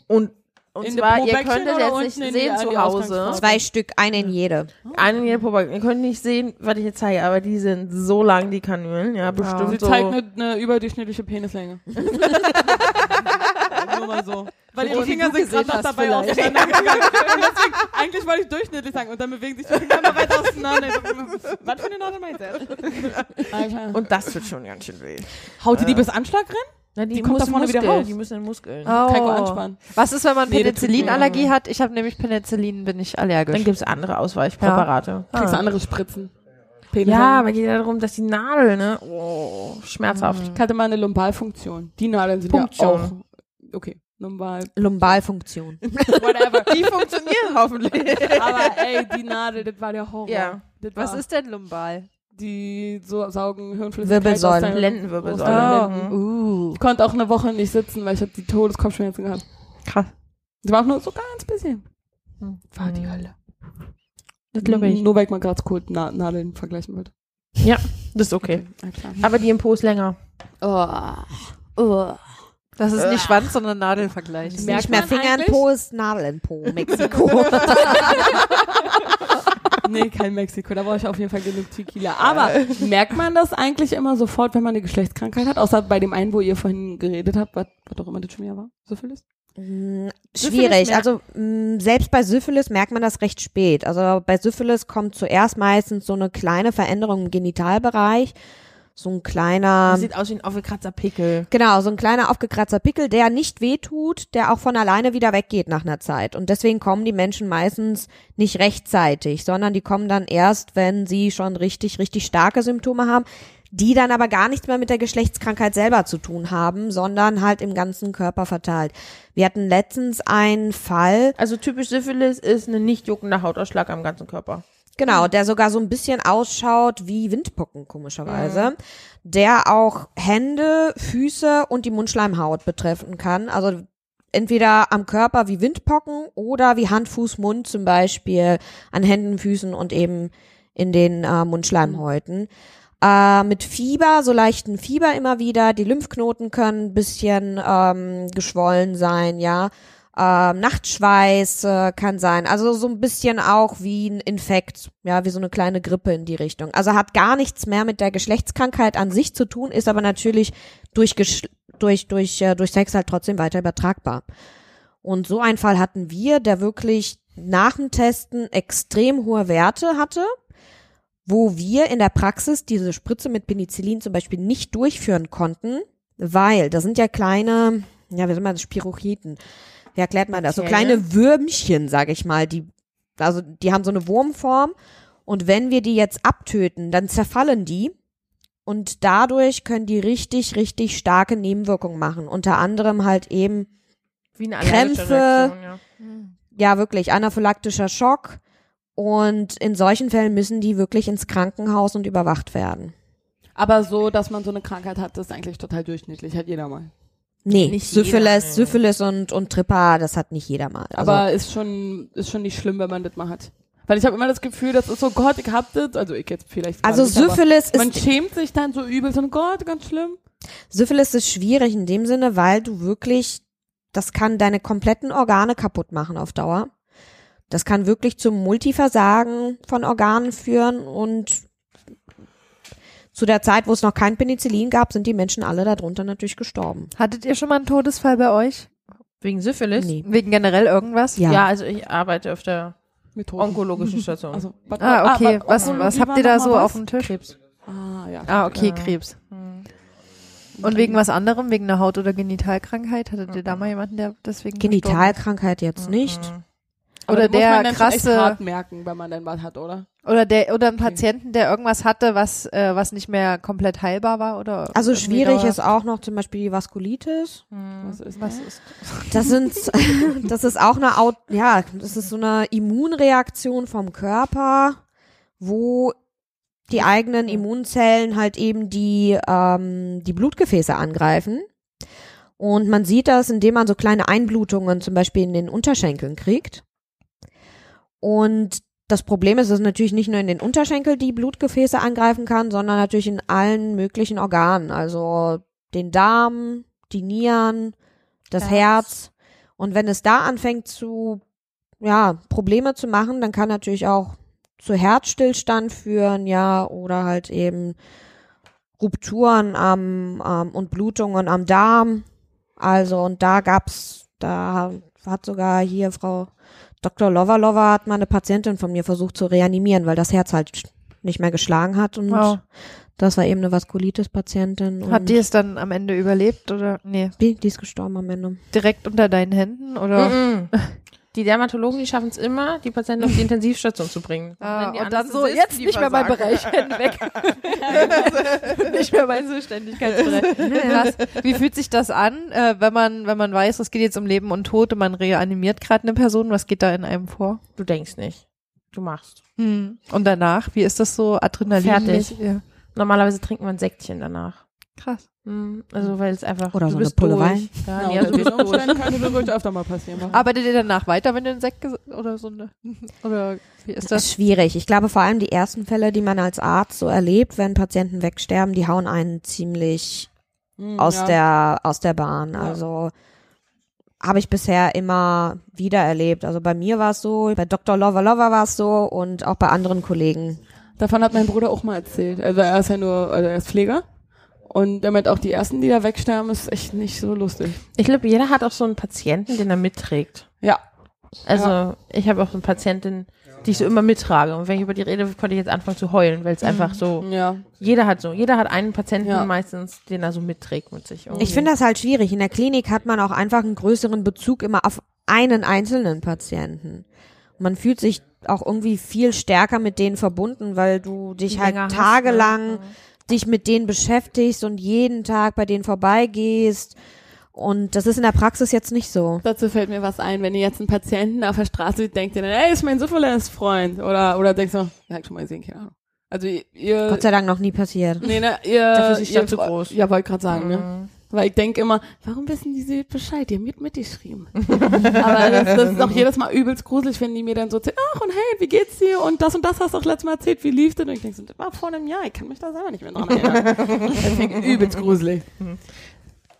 S4: Und, und
S3: In
S4: zwar,
S3: den
S4: ihr
S3: Po-Bäckchen
S4: könnt das
S3: oder
S4: jetzt
S3: unten
S4: nicht
S3: in die-
S4: sehen
S3: an die
S4: zu Hause.
S3: Ausgangsfront?
S5: Zwei Stück, eine in jede.
S4: Einen in den Po-Bäckchen. Ihr könnt nicht sehen, was ich jetzt zeige, aber die sind so lang, die Kanülen, ja, bestimmt
S3: Sie
S4: so.
S3: zeigt eine, eine überdurchschnittliche Penislänge. Nur mal so. Weil ihre
S6: die
S3: Finger
S6: du
S3: sind
S6: gesehen
S3: gerade noch
S6: hast
S3: dabei
S6: vielleicht.
S3: auseinandergegangen. Und deswegen, eigentlich wollte ich durchschnittlich sagen. Und dann bewegen sich die Finger immer weiter auseinander. Ich so, "Hm, Was für eine Nadel meint er?
S4: und das tut schon ganz schön weh.
S3: Haut die die bis Anschlag rein?
S4: Na, die,
S3: Die kommt
S4: muss
S3: da vorne wieder
S4: Muskeln, Ah.
S3: raus.
S4: Die müssen in Muskeln.
S3: Kein Go
S6: Oh.
S3: anspannen.
S6: Was ist, wenn man
S3: Nee, das tut mir
S6: Penicillinallergie hat? Ich habe nämlich Penicillin, bin ich
S4: Dann
S6: allergisch.
S4: gibt's andere Ausweichpräparate.
S3: Kriegst du andere Spritzen. Penis
S4: Ja, aber geht ja darum, dass die Nadel, ne? Oh, schmerzhaft.
S3: Ich hatte mal eine Lumbalfunktion. Die Nadeln sind
S4: Punktion.
S3: ja auch. Okay, Lumbal.
S5: Lumbalfunktion.
S3: Whatever.
S4: Die funktionieren hoffentlich.
S3: aber ey, die Nadel, das war der Horror.
S4: Ja.
S3: Das
S6: Was
S3: war-
S6: ist denn Lumbal?
S3: Die so saugen Hirnflüssigkeit
S5: Wirbelsäule.
S3: aus deinem-
S4: Lendenwirbelsäule.
S3: Oh.
S4: Mhm.
S6: Uh.
S3: Ich konnte auch eine Woche nicht sitzen, weil ich hab die Todeskopfschmerzen gehabt.
S4: Krass.
S3: Das war auch nur so ganz bisschen.
S4: Hm.
S3: War die Hölle.
S4: Das glaube ich.
S3: Nur weil ich mal gerade cool Na Nadeln vergleichen wollte.
S4: Das ist okay.
S3: Ja, klar.
S4: Aber die Impo ist länger.
S6: Oh. Oh. Das ist nicht Schwanz, sondern Nadelvergleich.
S5: Ist
S3: Merkt
S5: nicht mehr
S3: man
S5: Finger in
S3: eigentlich?
S5: Po, ist Nadel in Po, Mexiko.
S3: Nee, kein Mexiko. Da brauche ich auf jeden Fall genug Tequila. Aber merkt man das eigentlich immer sofort, wenn man eine Geschlechtskrankheit hat? Außer bei dem einen, wo ihr vorhin geredet habt, was, was auch immer das schon wieder war. So viel ist?
S5: Mm,
S4: Syphilis
S5: Schwierig.
S4: merkt-
S5: Also mm, selbst bei Syphilis merkt man das recht spät. Also bei Syphilis kommt zuerst meistens so eine kleine Veränderung im Genitalbereich. So ein kleiner,
S4: sieht aus wie ein aufgekratzer Pickel.
S5: genau, so ein kleiner aufgekratzter Pickel, der nicht wehtut, der auch von alleine wieder weggeht nach einer Zeit. Und deswegen kommen die Menschen meistens nicht rechtzeitig, sondern die kommen dann erst, wenn sie schon richtig, richtig starke Symptome haben, die dann aber gar nichts mehr mit der Geschlechtskrankheit selber zu tun haben, sondern halt im ganzen Körper verteilt. Wir hatten letztens einen Fall,
S4: Also typisch Syphilis ist ein nicht juckender Hautausschlag am ganzen Körper.
S5: Genau, der sogar so ein bisschen ausschaut wie Windpocken, komischerweise. Der auch Hände, Füße und die Mundschleimhaut betreffen kann. Also entweder am Körper wie Windpocken oder wie Hand, Fuß, Mund zum Beispiel an Händen, Füßen und eben in den äh, Mundschleimhäuten. Äh, mit Fieber, so leichten Fieber immer wieder. Die Lymphknoten können ein bisschen ähm, geschwollen sein, ja. Ähm, Nachtschweiß äh, kann sein. Also so ein bisschen auch wie ein Infekt, ja, wie so eine kleine Grippe in die Richtung. Also hat gar nichts mehr mit der Geschlechtskrankheit an sich zu tun, ist aber natürlich durch, Gesch- durch, durch, äh, durch Sex halt trotzdem weiter übertragbar. Und so einen Fall hatten wir, der wirklich nach dem Testen extrem hohe Werte hatte, wo wir in der Praxis diese Spritze mit Penicillin zum Beispiel nicht durchführen konnten, weil das sind ja kleine, ja, wie soll man das, Spirochiten. Wie erklärt man das? So kleine Würmchen, sage ich mal, die, also die haben so eine Wurmform und wenn wir die jetzt abtöten, dann zerfallen die und dadurch können die richtig, richtig starke Nebenwirkungen machen. Unter anderem halt eben
S4: Wie eine
S5: allergische
S4: Krämpfe.
S5: Reaktion,
S4: ja.
S5: ja wirklich anaphylaktischer Schock. Und in solchen Fällen müssen die wirklich ins Krankenhaus und überwacht werden.
S3: Aber so, dass man so eine Krankheit hat, das ist eigentlich total durchschnittlich, hat jeder mal.
S5: Nee,
S4: Nicht jeder,
S5: Syphilis,
S4: nee.
S5: Syphilis und, und Trippa, das hat nicht jeder mal. Also,
S3: Aber ist schon, ist schon nicht schlimm, wenn man das mal hat. Weil ich habe immer das Gefühl, das ist so, Gott, ich hab das. Also ich jetzt vielleicht. gar
S5: also
S3: nicht, aber
S5: Syphilis
S3: Man
S5: ist,
S3: schämt sich dann so übel, so, Gott, ganz schlimm.
S5: Syphilis ist schwierig in dem Sinne, weil du wirklich, das kann deine kompletten Organe kaputt machen auf Dauer. Das kann wirklich zum Multiversagen von Organen führen und zu der Zeit, wo es noch kein Penicillin gab, sind die Menschen alle darunter natürlich gestorben.
S6: Hattet ihr schon mal einen Todesfall bei euch?
S4: Wegen Syphilis?
S5: Nee.
S6: Wegen generell irgendwas?
S5: Ja.
S4: Ja, also ich arbeite auf der
S3: Mit Hosen.
S4: onkologischen Station.
S3: Also, warte mal.
S6: Ah, okay.
S3: wa-
S6: was
S3: Onkologie
S6: was
S3: war
S6: habt ihr da
S3: noch mal
S6: so
S3: was?
S6: auf dem Tisch?
S4: Krebs.
S3: Ah, ja.
S6: Ah, okay,
S4: Ja.
S6: Krebs.
S4: Hm.
S6: Und wegen was anderem? Wegen einer Haut- oder Genitalkrankheit? Hattet ihr da mal jemanden, der deswegen gestorben
S5: Genitalkrankheit
S6: Hm,
S5: jetzt nicht.
S6: ist? Oder
S3: das muss man
S6: der
S3: dann schon echt
S6: krasse,
S3: hart merken, wenn man dann was hat, oder?
S6: oder der, oder ein Patienten, der irgendwas hatte, was, äh, was nicht mehr komplett heilbar war, oder?
S5: Also
S6: irgendwie
S5: schwierig
S6: da-
S5: ist auch noch zum Beispiel die Vaskulitis.
S3: Was ist
S6: Hm, Was ist?
S5: Das sind, das ist auch eine, Aut ja, das ist so eine Immunreaktion vom Körper, wo die eigenen Immunzellen halt eben die, ähm, die Blutgefäße angreifen. Und man sieht das, indem man so kleine Einblutungen zum Beispiel in den Unterschenkeln kriegt. Und das Problem ist, dass natürlich nicht nur in den Unterschenkel die Blutgefäße angreifen kann, sondern natürlich in allen möglichen Organen. Also den Darm, die Nieren, das
S4: Herz.
S5: Herz. Und wenn es da anfängt zu, ja, Probleme zu machen, dann kann natürlich auch zu Herzstillstand führen, ja, oder halt eben Rupturen am, am und Blutungen am Darm. Also, und da gab's, da hat sogar hier Frau Dr. Lovalova hat mal eine Patientin von mir versucht zu reanimieren, weil das Herz halt sch- nicht mehr geschlagen hat und
S6: Wow.
S5: das war eben eine Vaskulitis-Patientin. und
S6: Habt ihr es dann am Ende überlebt, oder? Nee.
S5: Die, die ist gestorben am Ende.
S6: Direkt unter deinen Händen, oder?
S4: Mhm. Die Dermatologen, die schaffen es immer, die Patienten auf die Intensivstation zu bringen.
S6: Ah,
S4: Wenn die
S6: und dann so,
S4: Anästhesisten,
S6: jetzt
S4: die
S6: nicht mehr mein
S4: versagen.
S6: Bereich hinweg. nicht mehr mein Zuständigkeitsbereich. Krass. Wie fühlt sich das an, äh, wenn man, wenn man weiß, es geht jetzt um Leben und Tod und man reanimiert gerade eine Person? Was geht da in einem vor?
S4: Du denkst nicht. Du machst.
S6: Hm. Und danach, wie ist das so? Adrenalin?
S4: Fertig.
S6: Ja.
S4: Normalerweise trinkt man ein Säckchen danach.
S6: Krass.
S4: Hm, Also, weil es einfach.
S5: Oder
S4: du
S5: so eine
S4: bist
S5: Pulle
S4: durch.
S5: Wein.
S3: Ja,
S4: Ja,
S3: Ah,
S4: nee, also
S3: unter den
S4: du bist durch.
S3: Umständen könnte das ruhig öfter mal passieren. Machen.
S6: Arbeitet ihr danach weiter, wenn ihr einen Sekt ges- oder so eine, oder wie ist
S5: Das
S6: das?
S5: ist schwierig. Ich glaube, vor allem die ersten Fälle, die man als Arzt so erlebt, wenn Patienten wegsterben, die hauen einen ziemlich
S3: Hm,
S5: aus
S3: ja.
S5: der aus der Bahn.
S3: Ja.
S5: Also habe ich bisher immer wieder erlebt. Also bei mir war es so, bei Dr. Lovalova war es so und auch bei anderen Kollegen.
S3: Davon hat mein Bruder auch mal erzählt. Also er ist ja nur, also er ist Pfleger. Und damit auch die ersten, die da wegsterben, ist echt nicht so lustig.
S4: Ich glaube, jeder hat auch so einen Patienten, den er mitträgt.
S3: Ja.
S4: Also, ich habe auch so einen Patienten, die ich so immer mittrage. Und wenn ich über die rede, konnte ich jetzt anfangen zu heulen, weil es einfach so.
S3: Ja.
S4: Jeder hat so. Jeder hat einen Patienten
S3: Ja.
S4: meistens, den er so mitträgt mit sich.
S5: Ich finde das halt schwierig. In der Klinik hat man auch einfach einen größeren Bezug immer auf einen einzelnen Patienten. Man fühlt sich auch irgendwie viel stärker mit denen verbunden, weil du dich
S4: Die
S5: halt
S4: länger hast, ne?
S5: tagelang dich mit denen beschäftigst und jeden Tag bei denen vorbeigehst. Und das ist in der Praxis jetzt nicht so.
S3: Dazu fällt mir was ein, wenn ihr jetzt einen Patienten auf der Straße seht, denkt ihr dann, ey, ist mein Syphilis-Freund. Oder, oder denkt so, ja, hab ich schon mal gesehen, keine Ahnung. Also ihr,
S5: Gott sei Dank noch nie passiert.
S3: nee, ne, ihr,
S4: Dafür ist die Stadt
S3: ihr
S4: zu
S3: Fre-
S4: groß. Mhm.
S3: Ja, wollte gerade sagen, ne? Weil ich denke immer, warum wissen die so Bescheid? Die haben mit mitgeschrieben. Aber das, das ist auch jedes Mal übelst gruselig, wenn die mir dann so erzählen, ach und hey, wie geht's dir? Und das und das hast du auch letztes Mal erzählt, wie lief denn? Und ich denke so, das war vor einem Jahr, ich kann mich da selber nicht mehr dran erinnern. Deswegen übelst gruselig.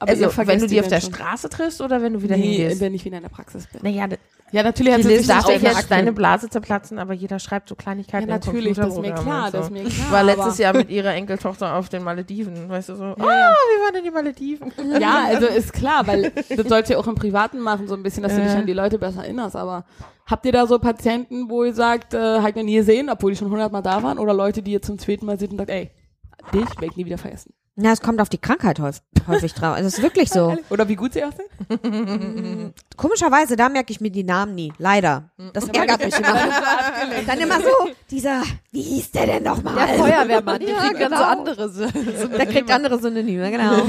S3: Aber
S4: Also,
S3: ihr vergesst
S4: wenn du die auf der
S3: Menschen.
S4: Straße triffst oder wenn du wieder
S3: Nee,
S4: hingehst?
S3: wenn ich wieder in der Praxis bin.
S4: Naja, d-
S3: Ja, natürlich hat
S4: die
S3: sie
S4: Liz
S3: sich
S4: darf
S3: auch
S4: ja jetzt
S3: verachtet.
S4: deine Blase zerplatzen, aber jeder schreibt so
S3: Ja,
S4: Kleinigkeiten
S3: natürlich,
S4: im
S3: das ist mir
S4: Computerprogramm
S3: klar,
S4: und so.
S3: das ist mir klar.
S4: war letztes
S3: aber-
S4: Jahr mit ihrer Enkeltochter auf den Malediven, weißt du so, ah, wir waren in die Malediven.
S3: Ja, also ist klar, weil das sollst du ja auch im Privaten machen, so ein bisschen, dass du dich an die Leute besser erinnerst. Aber habt ihr da so Patienten, wo ihr sagt, äh, halt mir nie gesehen, obwohl die schon hundertmal da waren? Oder Leute, die ihr zum zweiten Mal seht und sagt, ey, dich werd ich nie wieder vergessen.
S5: Na, es kommt auf die Krankheit häufig, häufig drauf. Also es ist wirklich so.
S3: Oder wie gut sie aussehen?
S5: Komischerweise, da merke ich mir die Namen nie. Leider. Das ärgert mich immer. Dann immer so, dieser, wie hieß der denn
S6: Der
S5: nochmal?
S6: Feuerwehrmann, der
S5: Ja,
S6: kriegt dann so
S5: genau.
S6: andere Syn-
S5: Der kriegt andere Synonyme, genau.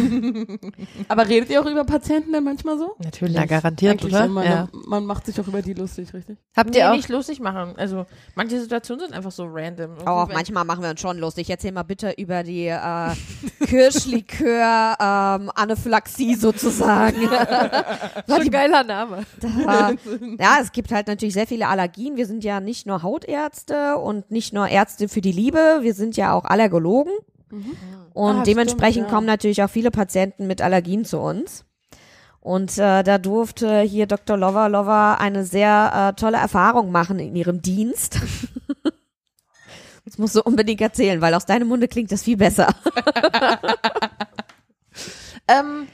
S3: Aber redet ihr auch über Patienten denn manchmal so?
S4: Natürlich.
S2: Na, garantiert,
S3: Eigentlich
S2: oder?
S3: immer,
S2: Ja.
S3: ne? Man macht sich auch über die lustig, richtig?
S2: Habt
S4: Nee,
S2: ihr auch
S4: nicht lustig machen. Also, manche Situationen sind einfach so random.
S5: Aber auch
S4: Irgendwie, wenn-
S5: manchmal machen wir uns schon lustig. Erzähl mal bitte über die äh, Kirschlikör-Anaphylaxie sozusagen.
S6: War ein geiler Name.
S5: Da, ja, es gibt halt natürlich sehr viele Allergien. Wir sind ja nicht nur Hautärzte und nicht nur Ärzte für die Liebe, wir sind ja auch Allergologen. Und
S3: Ah,
S5: dementsprechend
S3: stimmt, ja.
S5: kommen natürlich auch viele Patienten mit Allergien zu uns. Und äh, da durfte hier Dr. Lover Lover eine sehr äh, tolle Erfahrung machen in ihrem Dienst. Das musst du unbedingt erzählen, weil aus deinem Munde klingt das viel besser.
S4: Ähm,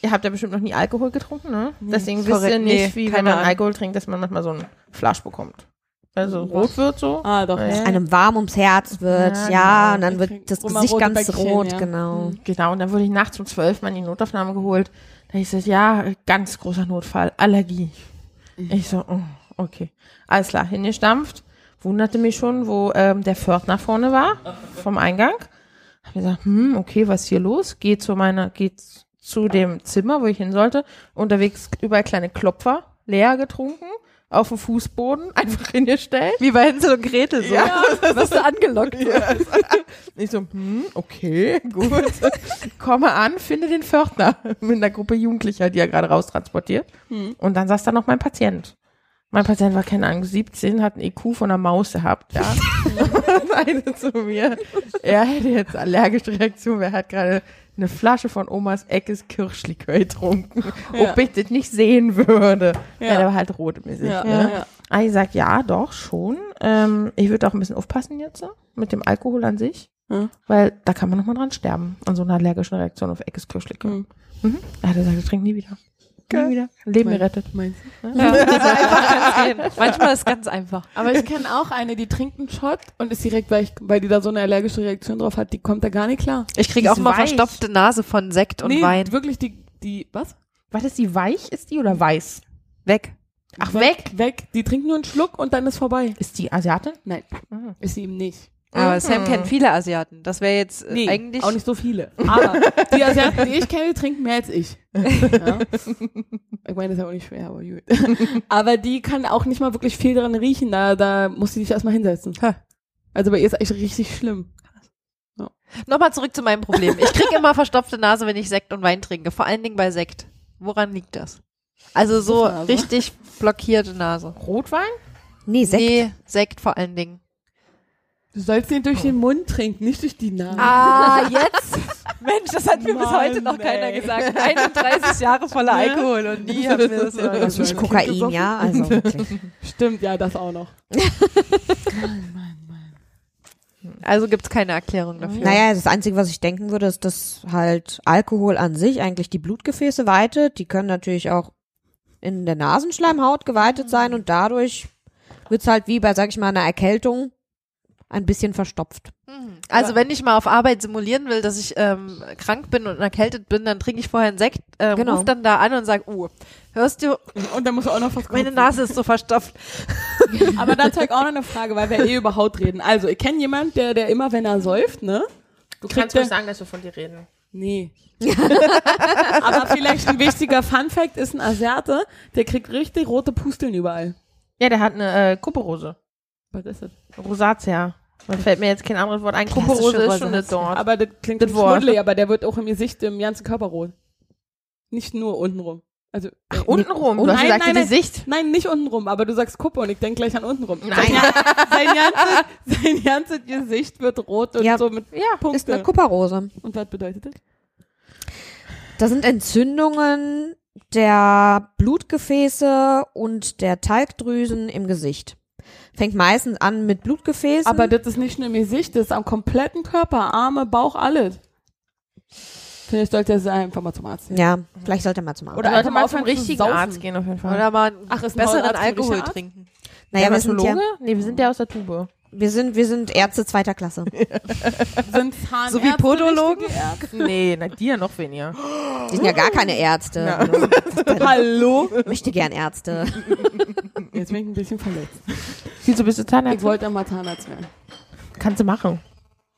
S4: ihr habt ja bestimmt noch nie Alkohol getrunken, ne? Deswegen wisst ihr
S2: korrekt.
S4: nicht,
S2: Nee,
S4: wie wenn
S2: keine
S4: man
S2: Ahnung.
S4: Alkohol trinkt, dass man manchmal so einen Flasch bekommt. Also rot wird so.
S3: Ah, doch.
S4: Ja.
S3: Ja.
S5: Einem warm ums Herz wird,
S4: Ja,
S5: ja,
S4: genau.
S5: und dann wird das
S3: Wo man
S5: Gesicht
S3: rote
S5: ganz
S3: Bäckchen,
S5: rot,
S3: ja. Mhm.
S5: genau.
S4: Genau, und dann wurde ich nachts um zwölf mal in die Notaufnahme geholt. Da hieß es, ja, ganz großer Notfall, Allergie. Ich so, oh, okay. Alles klar, hingestampft. Wunderte mich schon, wo ähm, der Pförtner vorne war, vom Eingang. Hab mir gesagt, hm, okay, was ist hier los? Geh zu meiner, geh zu dem Zimmer, wo ich hin sollte. Unterwegs überall kleine Klopfer, leer getrunken, auf dem Fußboden, einfach hingestellt.
S2: wie bei Hänsel und Gretel so?
S6: Wirst du angelockt?
S4: Ich so, hm, okay, gut. Komme an, finde den Pförtner mit einer Gruppe Jugendlicher, die er gerade raustransportiert. Und dann saß da noch mein Patient. Mein Patient war, keine Ahnung, 17, hat einen IQ von einer Maus gehabt, ja. Und Meinte zu mir, er hätte jetzt allergische Reaktion, wer hat gerade eine Flasche von Omas Eckes Kirschlikör getrunken, ob ich das nicht sehen würde. Ja, der war halt rot im Gesicht,
S3: Ja,
S4: ne?
S3: ja, ja.
S4: Ah, ich sag ja, doch, schon. Ähm, ich würde auch ein bisschen aufpassen jetzt so, mit dem Alkohol an sich.
S3: Ja.
S4: Weil da kann man nochmal dran sterben, an so einer allergischen Reaktion auf Eckes Kirschlikör. Mhm.
S3: Mhm.
S4: Ah, der sagt, ich trink nie wieder. Nie wieder. Leben gerettet.
S3: Meinst du?
S6: Manchmal ist ganz einfach.
S3: Aber ich kenne auch eine, die trinkt einen Shot und ist direkt, weil, ich, weil die da so eine allergische Reaktion drauf hat, die kommt da gar nicht klar.
S2: Ich
S4: Die
S2: kriege
S4: ist
S2: auch mal
S4: weich.
S2: verstopfte Nase von Sekt und
S3: nee,
S2: Wein.
S3: wirklich die, die, was?
S4: Was ist die weich? Ist die oder weiß?
S2: Weg.
S4: Ach, weg.
S3: Weg. Die trinkt nur einen Schluck und dann ist vorbei.
S4: Ist die Asiatin?
S3: Nein,
S4: Mhm.
S3: ist sie eben nicht.
S2: Aber
S6: Mhm.
S2: Sam kennt viele Asiaten. Das wäre jetzt äh,
S3: Nee,
S2: eigentlich.
S3: auch nicht so viele. Aber die also Asiaten, die ich kenne, die trinken mehr als ich. Ja? Ich meine, das ist ja auch nicht schwer, aber gut. Aber die kann auch nicht mal wirklich viel dran riechen. Da, da muss sie sich erstmal hinsetzen. Also bei ihr ist echt richtig schlimm.
S6: Nochmal zurück zu meinem Problem. Ich kriege immer verstopfte Nase, wenn ich Sekt und Wein trinke. Vor allen Dingen bei Sekt. Woran liegt das? Also so
S3: Nase.
S6: richtig blockierte Nase.
S4: Rotwein?
S5: Nee, Sekt.
S6: Nee, Sekt vor allen Dingen.
S3: Du sollst den durch den Mund trinken, nicht durch die Nase.
S6: Ah, jetzt? Mensch, das hat mir bis heute noch
S3: Mann,
S6: keiner
S3: ey.
S6: gesagt. 31 Jahre voller Alkohol und nie hat mir das jemand gesagt.
S5: Natürlich Also Kokain, ja, also wirklich.
S3: Stimmt, ja, das auch noch.
S6: Also gibt's keine Erklärung dafür.
S5: Naja, das Einzige, was ich denken würde, ist, dass halt Alkohol an sich eigentlich die Blutgefäße weitet. Die können natürlich auch in der Nasenschleimhaut geweitet sein und dadurch wird's halt wie bei, sag ich mal, einer Erkältung ein bisschen verstopft.
S6: Also wenn ich mal auf Arbeit simulieren will, dass ich ähm, krank bin und erkältet bin, dann trinke ich vorher einen Sekt, ähm,
S5: Genau.
S6: ruf dann da an und sag, oh, hörst du,
S3: Und dann muss auch noch was
S6: meine Nase ist so verstopft.
S3: Aber dazu hab ich auch noch eine Frage, weil wir eh über Haut reden. Also, ich kenne jemanden, der, der immer, wenn er säuft, ne?
S4: Du
S3: kriegst
S4: kannst
S3: ja-
S4: ruhig sagen, dass wir von dir reden.
S3: Nee. Aber vielleicht ein wichtiger Funfact ist ein Asiate, der kriegt richtig rote Pusteln überall.
S4: Ja, der hat eine äh, Kupperose.
S3: Was ist das?
S4: Rosatia. Da fällt mir jetzt kein anderes Wort ein. Kupperose ist schon eine Dort.
S3: Aber das klingt
S4: Das
S3: das
S4: Wort.
S3: schmuddelig, aber der wird auch im Gesicht, im ganzen Körper rot. Nicht nur untenrum. Also, äh,
S4: Untenrum, du hast
S3: Nein,
S4: gesagt,
S3: nein, nein.
S4: Gesicht.
S3: Nein, nicht untenrum, aber du sagst Kuppe und ich denk gleich an untenrum.
S4: Nein.
S3: Sein, ganzes, sein ganzes Gesicht wird rot und
S5: Ja,
S3: so mit ja,
S5: Ist
S3: Punkte.
S5: eine Kupferrose.
S3: Und was bedeutet das?
S5: Da sind Entzündungen der Blutgefäße und der Talgdrüsen im Gesicht. Fängt meistens an mit Blutgefäßen.
S3: Aber das ist nicht nur im Gesicht, das ist am kompletten Körper, Arme, Bauch, alles. Finde ich, sollte er einfach mal zum Arzt gehen.
S5: ja, vielleicht sollte man zum Arzt.
S4: Oder
S3: einfach
S4: sollte
S3: mal
S4: mal zum
S3: aufhören zu
S4: richtigen
S3: saufen.
S4: Arzt gehen auf jeden Fall.
S2: Oder mal einen
S3: Ach, ist ein
S2: besseren
S3: Hausarzt ein
S2: Alkohol
S3: richtiger Arzt?
S2: trinken.
S5: naja, wir sind, ja,
S4: Dermatologe? Nee, wir sind ja aus der Tube.
S5: wir, sind, wir sind Ärzte zweiter Klasse.
S3: Sind Zahnärzte
S2: So wie Podologen?
S3: richtige Ärzte?
S4: Nee, na dir noch weniger.
S5: Die sind ja gar keine Ärzte. Ne?
S3: Hallo?
S5: Möchte gern Ärzte.
S3: Jetzt bin ich ein bisschen verletzt.
S4: Wieso bist du
S3: Ich
S4: Zahnarzt?
S3: wollte mal Zahnarzt werden.
S4: Kannst du machen.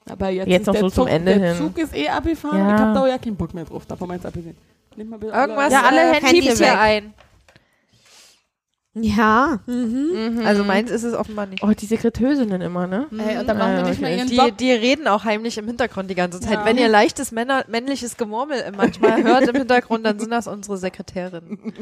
S3: Aber jetzt,
S4: Jetzt
S3: ist
S4: noch
S3: der
S4: so
S3: Zug,
S4: zum Ende
S3: Der
S4: hin.
S3: Zug ist eh abgefahren.
S4: Ja.
S3: Ich habe da auch ja keinen Bock mehr drauf. Davon meinst du abgesehen. Nimm mal bitte alle-
S2: Irgendwas
S4: Ja, alle
S2: äh,
S4: Handys
S2: fällt
S4: weg.
S2: mir ein.
S5: Ja. Mhm.
S2: Also meins ist es offenbar nicht.
S4: Oh, die Sekretösinnen immer, ne?
S3: Ey, und dann machen wir nicht mehr ihren
S2: Die,
S3: Job.
S2: die reden auch heimlich im Hintergrund die ganze Zeit.
S3: Ja.
S2: Wenn ihr leichtes Männer, männliches Gemurmel manchmal hört im Hintergrund, dann sind das unsere Sekretärinnen.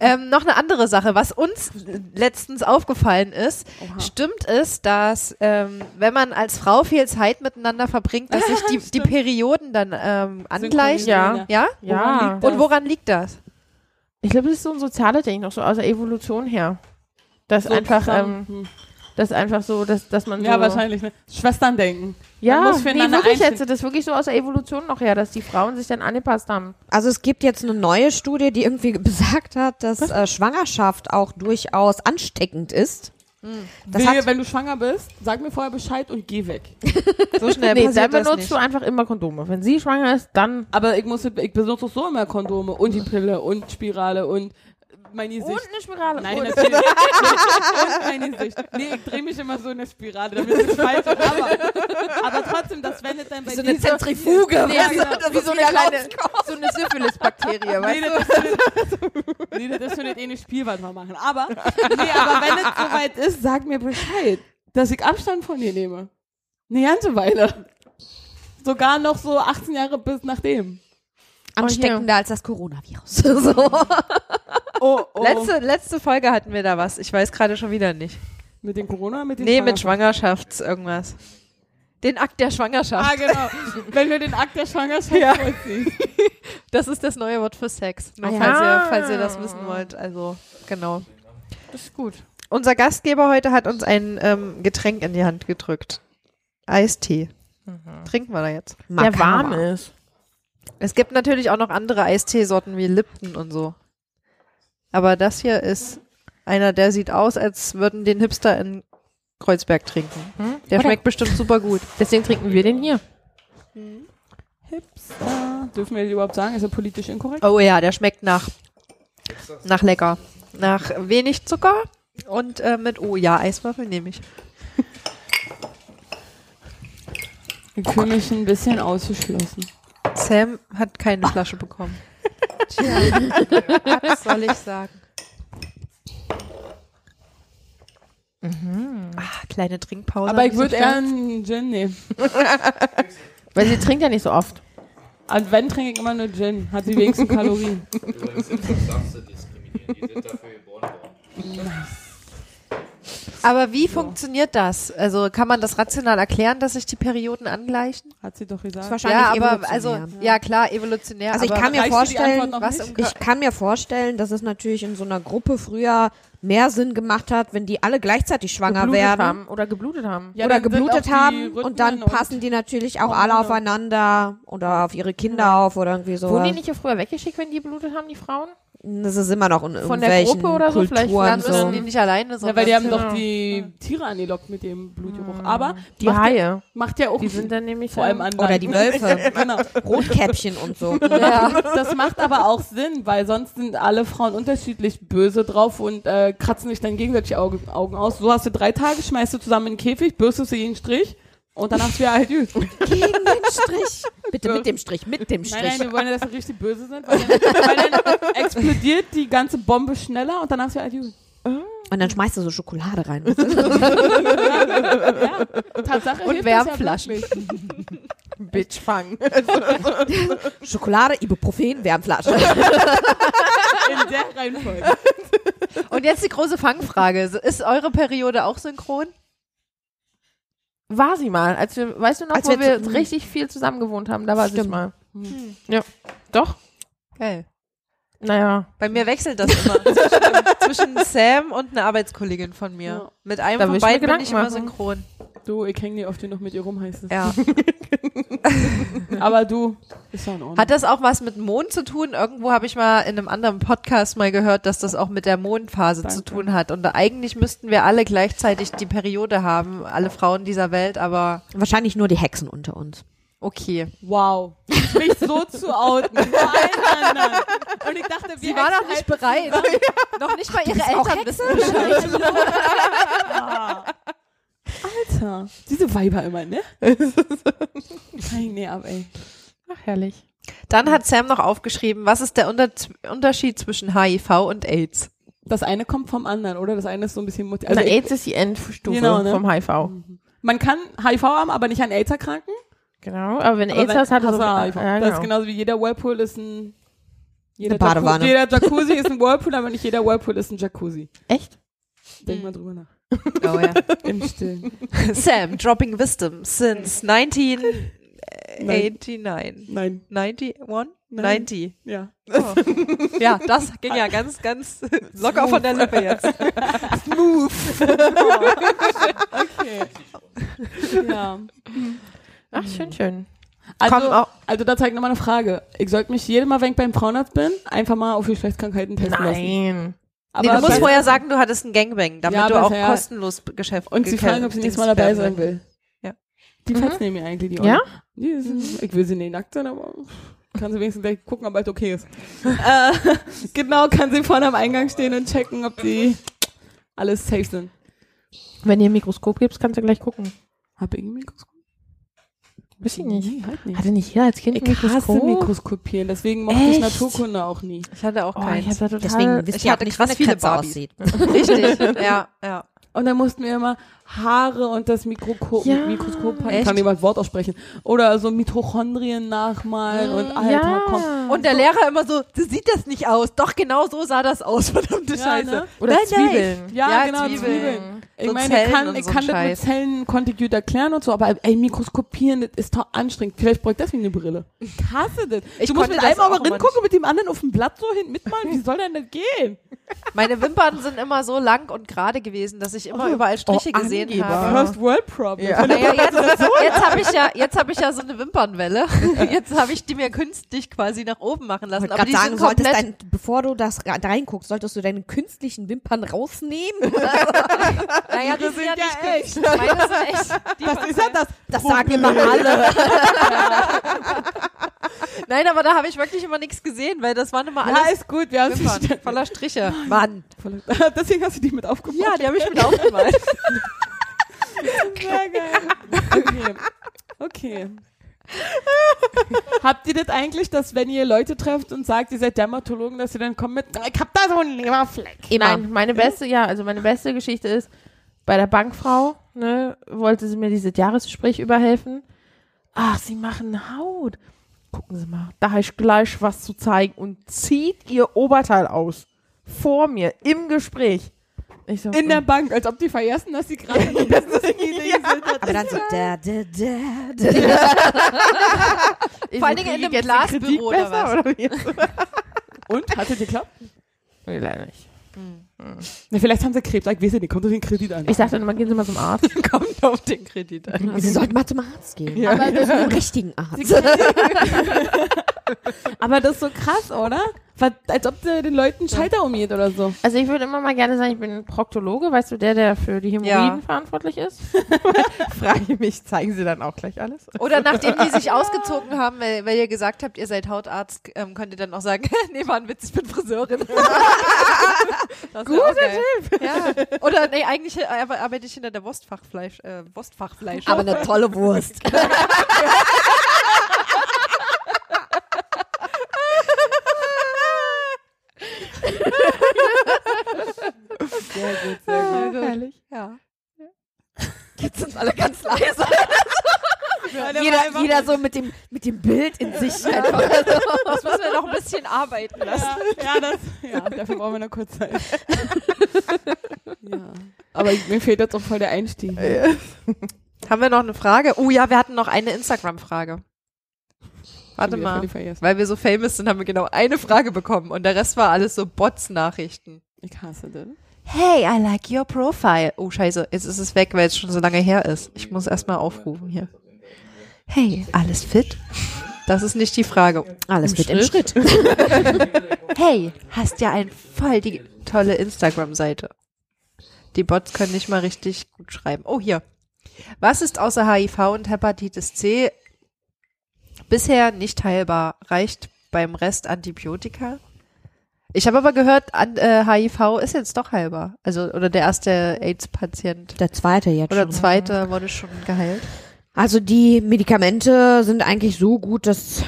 S2: ähm, noch eine andere Sache, was uns letztens aufgefallen ist. Stimmt es, dass ähm, wenn man als Frau viel Zeit miteinander verbringt, dass sich die, die Perioden dann ähm, angleichen?
S4: Ja.
S2: Ja?
S4: Ja.
S3: liegt das?
S2: Und woran liegt das?
S4: Ich glaube, das ist so ein soziales Ding, noch so aus der Evolution her. Das
S3: So
S4: einfach,
S3: zusammen.
S4: ähm, das einfach so, dass, dass man
S3: ja,
S4: so.
S3: wahrscheinlich. Ne? Schwestern denken.
S4: Ja,
S3: Man muss
S4: nee,
S3: füreinander
S4: wirklich
S3: einstehen.
S4: jetzt, das ist wirklich so aus der Evolution noch her, dass die Frauen sich dann angepasst haben.
S5: Also es gibt jetzt eine neue Studie, die irgendwie besagt hat, dass äh, Schwangerschaft auch durchaus ansteckend ist. Das
S3: Wehe,
S5: hat,
S3: wenn du schwanger bist, sag mir vorher Bescheid und geh weg.
S2: So schnell
S4: nee, dann
S2: passiert das
S4: benutzt
S2: nicht.
S4: du einfach immer Kondome. Wenn sie schwanger ist, dann.
S3: Aber ich, muss, ich benutze doch so immer Kondome und die Pille und Spirale und meine Sicht.
S4: eine Spirale.
S3: Nein, natürlich. und meine Sicht. Nee, ich drehe mich immer so in der Spirale, damit es nicht falsch wird. Aber, aber trotzdem, das wendet dann bei so dir
S2: Zentrifuge.
S3: Nee, genau.
S2: Wie so eine kleine, so eine Syphilis-Bakterie, weißt
S3: Nee, das ist schon- nee, das ist schon nicht eh nicht Spiel, was wir machen. Aber, nee, aber wenn es soweit ist, sag mir Bescheid, dass ich Abstand von dir nehme. Eine ganze Weile. Sogar noch so 18 Jahre bis nachdem.
S5: ansteckender als das Coronavirus. so.
S3: Oh, oh.
S2: Letzte, letzte Folge hatten wir da was. Ich weiß gerade schon wieder nicht.
S3: Mit dem Corona, mit dem
S2: Nee, mit Schwangerschafts irgendwas. Den Akt der
S3: Ah,
S2: Schwangerschaft.
S3: genau. Wenn du den Akt der Schwangerschaft
S2: Ja.
S3: vollziehst.
S2: Das ist das neue Wort für Sex. Nur
S5: Ah, ja.
S2: falls, ihr,
S4: Ah.
S2: falls ihr das wissen wollt. Also, genau.
S4: Das ist gut.
S2: Unser Gastgeber heute hat uns ein ähm, Getränk in die Hand gedrückt. Eistee. Trinken wir da jetzt.
S4: Der warm ist.
S2: Es gibt natürlich auch noch andere Eisteesorten wie Lipton und so. Aber das hier ist einer, der sieht aus, als würden den Hipster in Kreuzberg trinken. Der
S4: Oder-
S2: schmeckt bestimmt super gut.
S4: Deswegen trinken wir den hier.
S3: Hipster. Ah, Dürfen wir das überhaupt sagen? Ist er politisch inkorrekt?
S2: Oh ja, der schmeckt nach, nach lecker. Nach wenig Zucker und äh, mit, oh ja, Eiswürfel nehme ich.
S3: Ich fühle mich ein bisschen ausgeschlossen.
S2: Sam hat keine Flasche bekommen. Tja, was soll ich sagen? Ah, kleine Trinkpause.
S3: Mhm. Aber
S2: an
S3: ich
S2: dieser
S3: würde eher einen Gin nehmen.
S4: Weil sie trinkt ja nicht so oft.
S3: Und Also wenn, trinke ich immer nur Gin. Hat die wenigsten Kalorien.
S7: Übrigens sind das Sachse diskriminieren, die sind dafür geboren worden.
S2: Aber wie funktioniert das? Also kann man das rational erklären, dass sich die Perioden angleichen?
S3: Hat sie doch
S5: Ist
S3: gesagt.
S5: wahrscheinlich
S2: aber
S5: evolutionär.
S2: also ja klar, evolutionär.
S5: Also ich
S2: aber
S5: kann mir
S3: reicht dir die
S5: vorstellen,
S3: Antwort noch
S2: was
S3: nicht?
S2: im Kör-
S5: ich kann mir vorstellen, dass es natürlich in so einer Gruppe früher mehr Sinn gemacht hat, wenn die alle gleichzeitig schwanger
S4: Geblutet
S5: werden
S4: haben oder geblutet haben.
S3: Ja,
S5: oder
S3: dann sind auch
S5: geblutet
S3: die
S5: haben
S3: Rhythmen
S5: und dann passen die natürlich auch alle
S3: Hormone.
S5: aufeinander oder auf ihre Kinder auf oder irgendwie so.
S4: Wurden die nicht ja früher weggeschickt, wenn die geblutet haben, die Frauen?
S5: Das ist immer noch in
S4: der
S5: irgendwelchen
S4: Gruppe oder so, vielleicht
S5: Kulturen
S2: dann
S5: so.
S2: müssen die nicht alleine,
S3: Ja,
S2: sondern
S3: weil die haben
S4: Genau.
S3: doch die Tiere angelockt mit dem Blutgeruch. Aber
S4: Die
S3: macht,
S4: Haie.
S3: macht ja auch
S4: Die sind dann nämlich
S3: vor allem
S4: ähm,
S3: an
S5: Oder die Wölfe.
S3: genau.
S5: Rotkäppchen und so.
S3: Ja. Das macht aber auch Sinn, weil sonst sind alle Frauen unterschiedlich böse drauf und äh, kratzen sich dann gegenseitig Augen, Augen aus. So hast du drei Tage, schmeißt du zusammen in den Käfig, bürstest du jeden Strich und dann hast du ja halt gut.
S5: Gegen den Strich. Bitte mit dem Strich, mit dem
S3: Nein, nein,
S5: Strich.
S3: wir wollen ja, dass sie richtig böse sind, weil dann, weil dann explodiert die ganze Bombe schneller und danach ist ja halt gut.
S5: Und dann schmeißt du so Schokolade rein.
S3: Ja, Tatsache
S2: Und
S3: hilft das ja
S2: Wärmflaschen.
S3: wirklich.
S4: Bitch fangen.
S5: Schokolade, Ibuprofen, Wärmflasche.
S3: In der Reihenfolge.
S2: Und jetzt die große Fangfrage. Ist eure Periode auch synchron?
S4: War sie mal, als wir, weißt du noch,
S5: Als
S4: wo
S5: wir
S4: wir,
S5: zu- hm.
S4: richtig viel zusammen gewohnt haben, da war sie
S5: Stimmt.
S4: mal.
S3: Hm.
S4: Ja, doch.
S2: Geil.
S4: Naja,
S2: Bei mir wechselt das immer zwischen, zwischen Sam und einer Arbeitskollegin von mir.
S3: Ja.
S2: Mit einem
S4: Da will
S2: von
S4: ich mir
S2: beiden bin
S4: Gedanken
S2: ich immer
S4: machen.
S2: synchron.
S3: Du, ich hänge dir oft noch mit ihr rum, heißt es.
S2: Ja.
S3: Aber du, ist ja in Ordnung.
S2: Hat das auch was mit Mond zu tun? Irgendwo habe ich mal in einem anderen Podcast mal gehört, dass das auch mit der Mondphase zu
S3: Danke.
S2: tun hat. Und eigentlich müssten wir alle gleichzeitig die Periode haben, alle Frauen dieser Welt, aber
S5: Wahrscheinlich nur die Hexen unter uns.
S2: okay.
S3: wow. Mich so zu outen. Vor allen anderen. Und ich dachte, wir
S2: Sie war noch nicht
S4: halt
S2: bereit. noch nicht mal ihre Eltern wissen Bescheid.
S3: Alter, diese Weiber immer, ne? Nein, nee, ab, ey.
S4: ach herrlich.
S3: Mhm.
S2: Dann hat Sam noch aufgeschrieben, was ist der Unter Unterschied zwischen HIV und AIDS?
S3: Das eine kommt vom anderen, oder? Das eine ist so ein bisschen mutig.
S4: Also Na, AIDS ist die Endstufe
S3: Genau, ne?
S4: vom HIV.
S3: man kann HIV haben, aber nicht an AIDS erkranken.
S4: Genau, aber wenn
S3: Aber
S4: AIDS
S3: wenn-
S4: hast, hat
S3: hast
S4: es
S3: du HIV.
S4: ja,
S3: Das ist
S4: genau.
S3: genauso wie jeder Whirlpool ist ein jeder
S5: Eine Badewanne.
S3: Jacuzzi- Jeder Jacuzzi ist ein Whirlpool, aber nicht jeder Whirlpool ist ein Jacuzzi.
S4: Echt?
S3: Denk mal drüber nach.
S2: Oh, ja.
S3: Mhm. Im Stillen.
S2: Sam, dropping wisdom since 1989.
S3: Nein.
S2: 91?
S3: Nein.
S2: 90.
S3: Ja.
S2: Ja, das ging ja ganz, ganz locker von der Lippe jetzt.
S3: Okay. ja. Mhm.
S4: Ach, schön, schön. Komm,
S3: Also,
S4: auch-
S3: also da zeigt nochmal eine Frage. Ich sollte mich jedes Mal, wenn ich beim Frauenarzt bin, einfach mal auf Geschlechtskrankheiten testen lassen.
S4: Nein.
S3: Aber
S2: Nee, du musst
S3: bei-
S2: vorher sagen, du hattest einen Gangbang, damit
S3: Ja,
S2: du
S3: aber
S2: auch
S3: ja.
S2: kostenlos Geschäft
S3: Und sie
S2: gekel-
S3: fragen, ob sie
S2: Dings
S3: nächstes Mal dabei
S2: werden
S3: sein will.
S2: Ja.
S3: Die Fats nehmen mir eigentlich die Ohren.
S4: Mhm. Ja? Mhm.
S3: Die ist, Ich will sie nicht nackt sein, aber kann sie wenigstens gleich gucken, ob alles okay ist. äh, genau, kann sie vorne am Eingang stehen und checken, ob die alles safe sind.
S4: Wenn ihr ein Mikroskop gibst, kannst du gleich gucken.
S3: Hab ich ein Mikroskop?
S4: Weiß ich nicht.
S3: Nee, halt nicht.
S4: Hatte nicht jeder als Kind ein
S3: Ich hasse
S4: Mikroskop?
S3: Mikroskopieren, deswegen mochte ich
S4: Echt?
S3: Naturkunde auch nie.
S2: Ich hatte auch
S4: Oh, ich
S2: keins.
S4: hatte total...
S5: Deswegen wisst
S2: ich
S5: ihr auch
S2: hatte
S5: nicht, wie
S2: krass
S5: eine
S2: viele
S5: Katze
S2: Barbies.
S5: aussieht.
S2: Richtig, ja, ja.
S3: Und dann mussten wir immer Haare und das Mikroko
S4: Ja,
S3: Mikroskop, ich
S2: echt?
S3: kann niemand Wort aussprechen, oder so Mitochondrien nachmalen und Alter,
S4: Mm, ja.
S3: komm.
S2: Und der Lehrer immer so, so sieht das nicht aus. Doch, genau so sah das aus, verdammte
S3: Ja,
S2: Scheiße.
S3: ne?
S4: Oder
S2: Nein, nein.
S4: Zwiebeln.
S3: Ja,
S2: Ja,
S3: genau, Zwiebeln.
S2: Zwiebeln.
S3: Ich
S2: So
S3: meine,
S2: Zellen
S3: ich kann,
S2: und
S3: ich
S2: so ein
S3: kann das mit
S2: Scheiß.
S3: Zellen konnte ich gut erklären und so, aber ey, mikroskopieren, das ist doch anstrengend. Vielleicht bräuchte ich deswegen eine Brille. Ich hasse das.
S2: Ich
S3: du musst
S2: konnte
S3: mit
S2: das
S3: einem
S2: auch
S3: Auge
S2: immer
S3: ringucken, mit dem anderen auf dem Blatt so hin mitmalen. Wie soll denn das gehen?
S2: Meine Wimpern sind immer so lang und gerade gewesen, dass ich immer überall Striche gesehen
S4: Angeber.
S2: habe.
S3: First World Problem.
S4: Ja.
S2: Naja, jetzt jetzt habe ich, ja, jetzt hab ich ja so eine Wimpernwelle. Jetzt habe ich die mir künstlich quasi nach oben machen
S5: Ich
S2: lassen.
S5: wollte
S2: Aber
S5: gerade
S2: die
S5: sagen,
S2: sind
S5: solltest
S2: komplett
S5: dein, bevor du das ra- da reinguckst, solltest du deine künstlichen Wimpern rausnehmen.
S2: Naja, die sind ja nicht
S3: ja
S2: echt. Meine sind echt. Die
S3: Was ist ja das?
S5: Das sagen immer alle.
S2: Nein, aber da habe ich wirklich immer nichts gesehen, weil das waren immer
S3: Ja,
S2: alles
S3: ist gut, wir haben es
S2: Wimpern
S3: verstanden.
S2: voller Striche.
S5: Mann.
S3: Voll- Deswegen hast du dich mit aufgemacht.
S2: Ja, die habe ich mit aufgemalt.
S3: Sehr geil. Okay. okay. Habt ihr das eigentlich, dass wenn ihr Leute trefft und sagt, ihr seid Dermatologen, dass ihr dann kommt mit, ich hab da so einen Leberfleck.
S5: Immer.
S4: Nein, meine beste, ja, also meine beste Geschichte ist, bei der Bankfrau, ne, wollte sie mir dieses Jahresgespräch überhelfen. Ach, sie machen Haut. Gucken Sie mal, da habe ich gleich was zu zeigen und zieht ihr Oberteil aus. Vor mir, im Gespräch. Ich so,
S3: In der Bank, als ob die vergessen, dass sie gerade in der Business-Meeting sind.
S5: Aber dann so da, da, da, da.
S2: Vor allen Dingen in einem Glasbüro oder was.
S4: oder wie?
S3: Und? Hat sie geklappt?
S4: Nee, leider nicht.
S3: Na, vielleicht haben sie Krebs. Ah, Ich weiß es nicht, kommt doch den Kredit an.
S4: Ich sagte dann immer, gehen Sie mal zum Arzt.
S2: Kommt auf den Kredit an.
S5: Sie sollten mal zum Arzt gehen. Aber das ist richtigen Arzt.
S3: Aber das ist so krass, oder? Was, als ob sie den Leuten einen Schalter umgeht oder so.
S4: Also ich würde immer mal gerne sagen, ich bin Proktologe, weißt du, der, der für die Hämorrhoiden verantwortlich ist? Frage mich, zeigen Sie dann auch gleich alles?
S2: Oder nachdem die sich ausgezogen haben, weil, weil ihr gesagt habt, ihr seid Hautarzt, ähm, könnt ihr dann auch sagen, nee, war ein Witz, ich bin Friseurin. Das wär auch geil. Ja. Oder nee, eigentlich äh, aber arbeite ich hinter der Wurstfachfleisch, äh, Wurstfachfleisch.
S5: Aber eine tolle Wurst.
S3: Sehr gut, sehr gut.
S2: ja. Jetzt sind alle ganz leise.
S5: jeder, jeder so mit dem, mit dem Bild in sich. Einfach.
S6: Das müssen wir noch ein bisschen arbeiten lassen.
S3: Ja, ja, das, ja, dafür brauchen wir noch kurz Zeit. ja. Aber mir fehlt jetzt auch voll der Einstieg.
S2: Äh, Haben wir noch eine Frage? Oh ja, wir hatten noch eine Instagram-Frage. Warte
S3: Wieder
S2: mal.
S3: völlig vergessen.
S2: Weil wir so famous sind, haben wir genau eine Frage bekommen und der Rest war alles so Bots-Nachrichten.
S3: Ich hasse das.
S2: Hey, I like your profile. Oh, scheiße, jetzt ist es weg, weil es schon so lange her ist. Ich muss erstmal aufrufen hier. Hey, alles fit? Das ist nicht die Frage.
S5: Alles wird im Schritt.
S2: Hey, hast ja ein voll die tolle Instagram-Seite. Die Bots können nicht mal richtig gut schreiben. Oh, hier. Was ist außer HIV und Hepatitis C bisher nicht heilbar? Reicht beim Rest Antibiotika? Ich habe aber gehört, an, äh, HIV ist jetzt doch heilbar. Also, oder der erste AIDS-Patient
S5: Der zweite jetzt
S2: oder
S5: schon.
S2: zweite wurde schon geheilt.
S5: Also die Medikamente sind eigentlich so gut, dass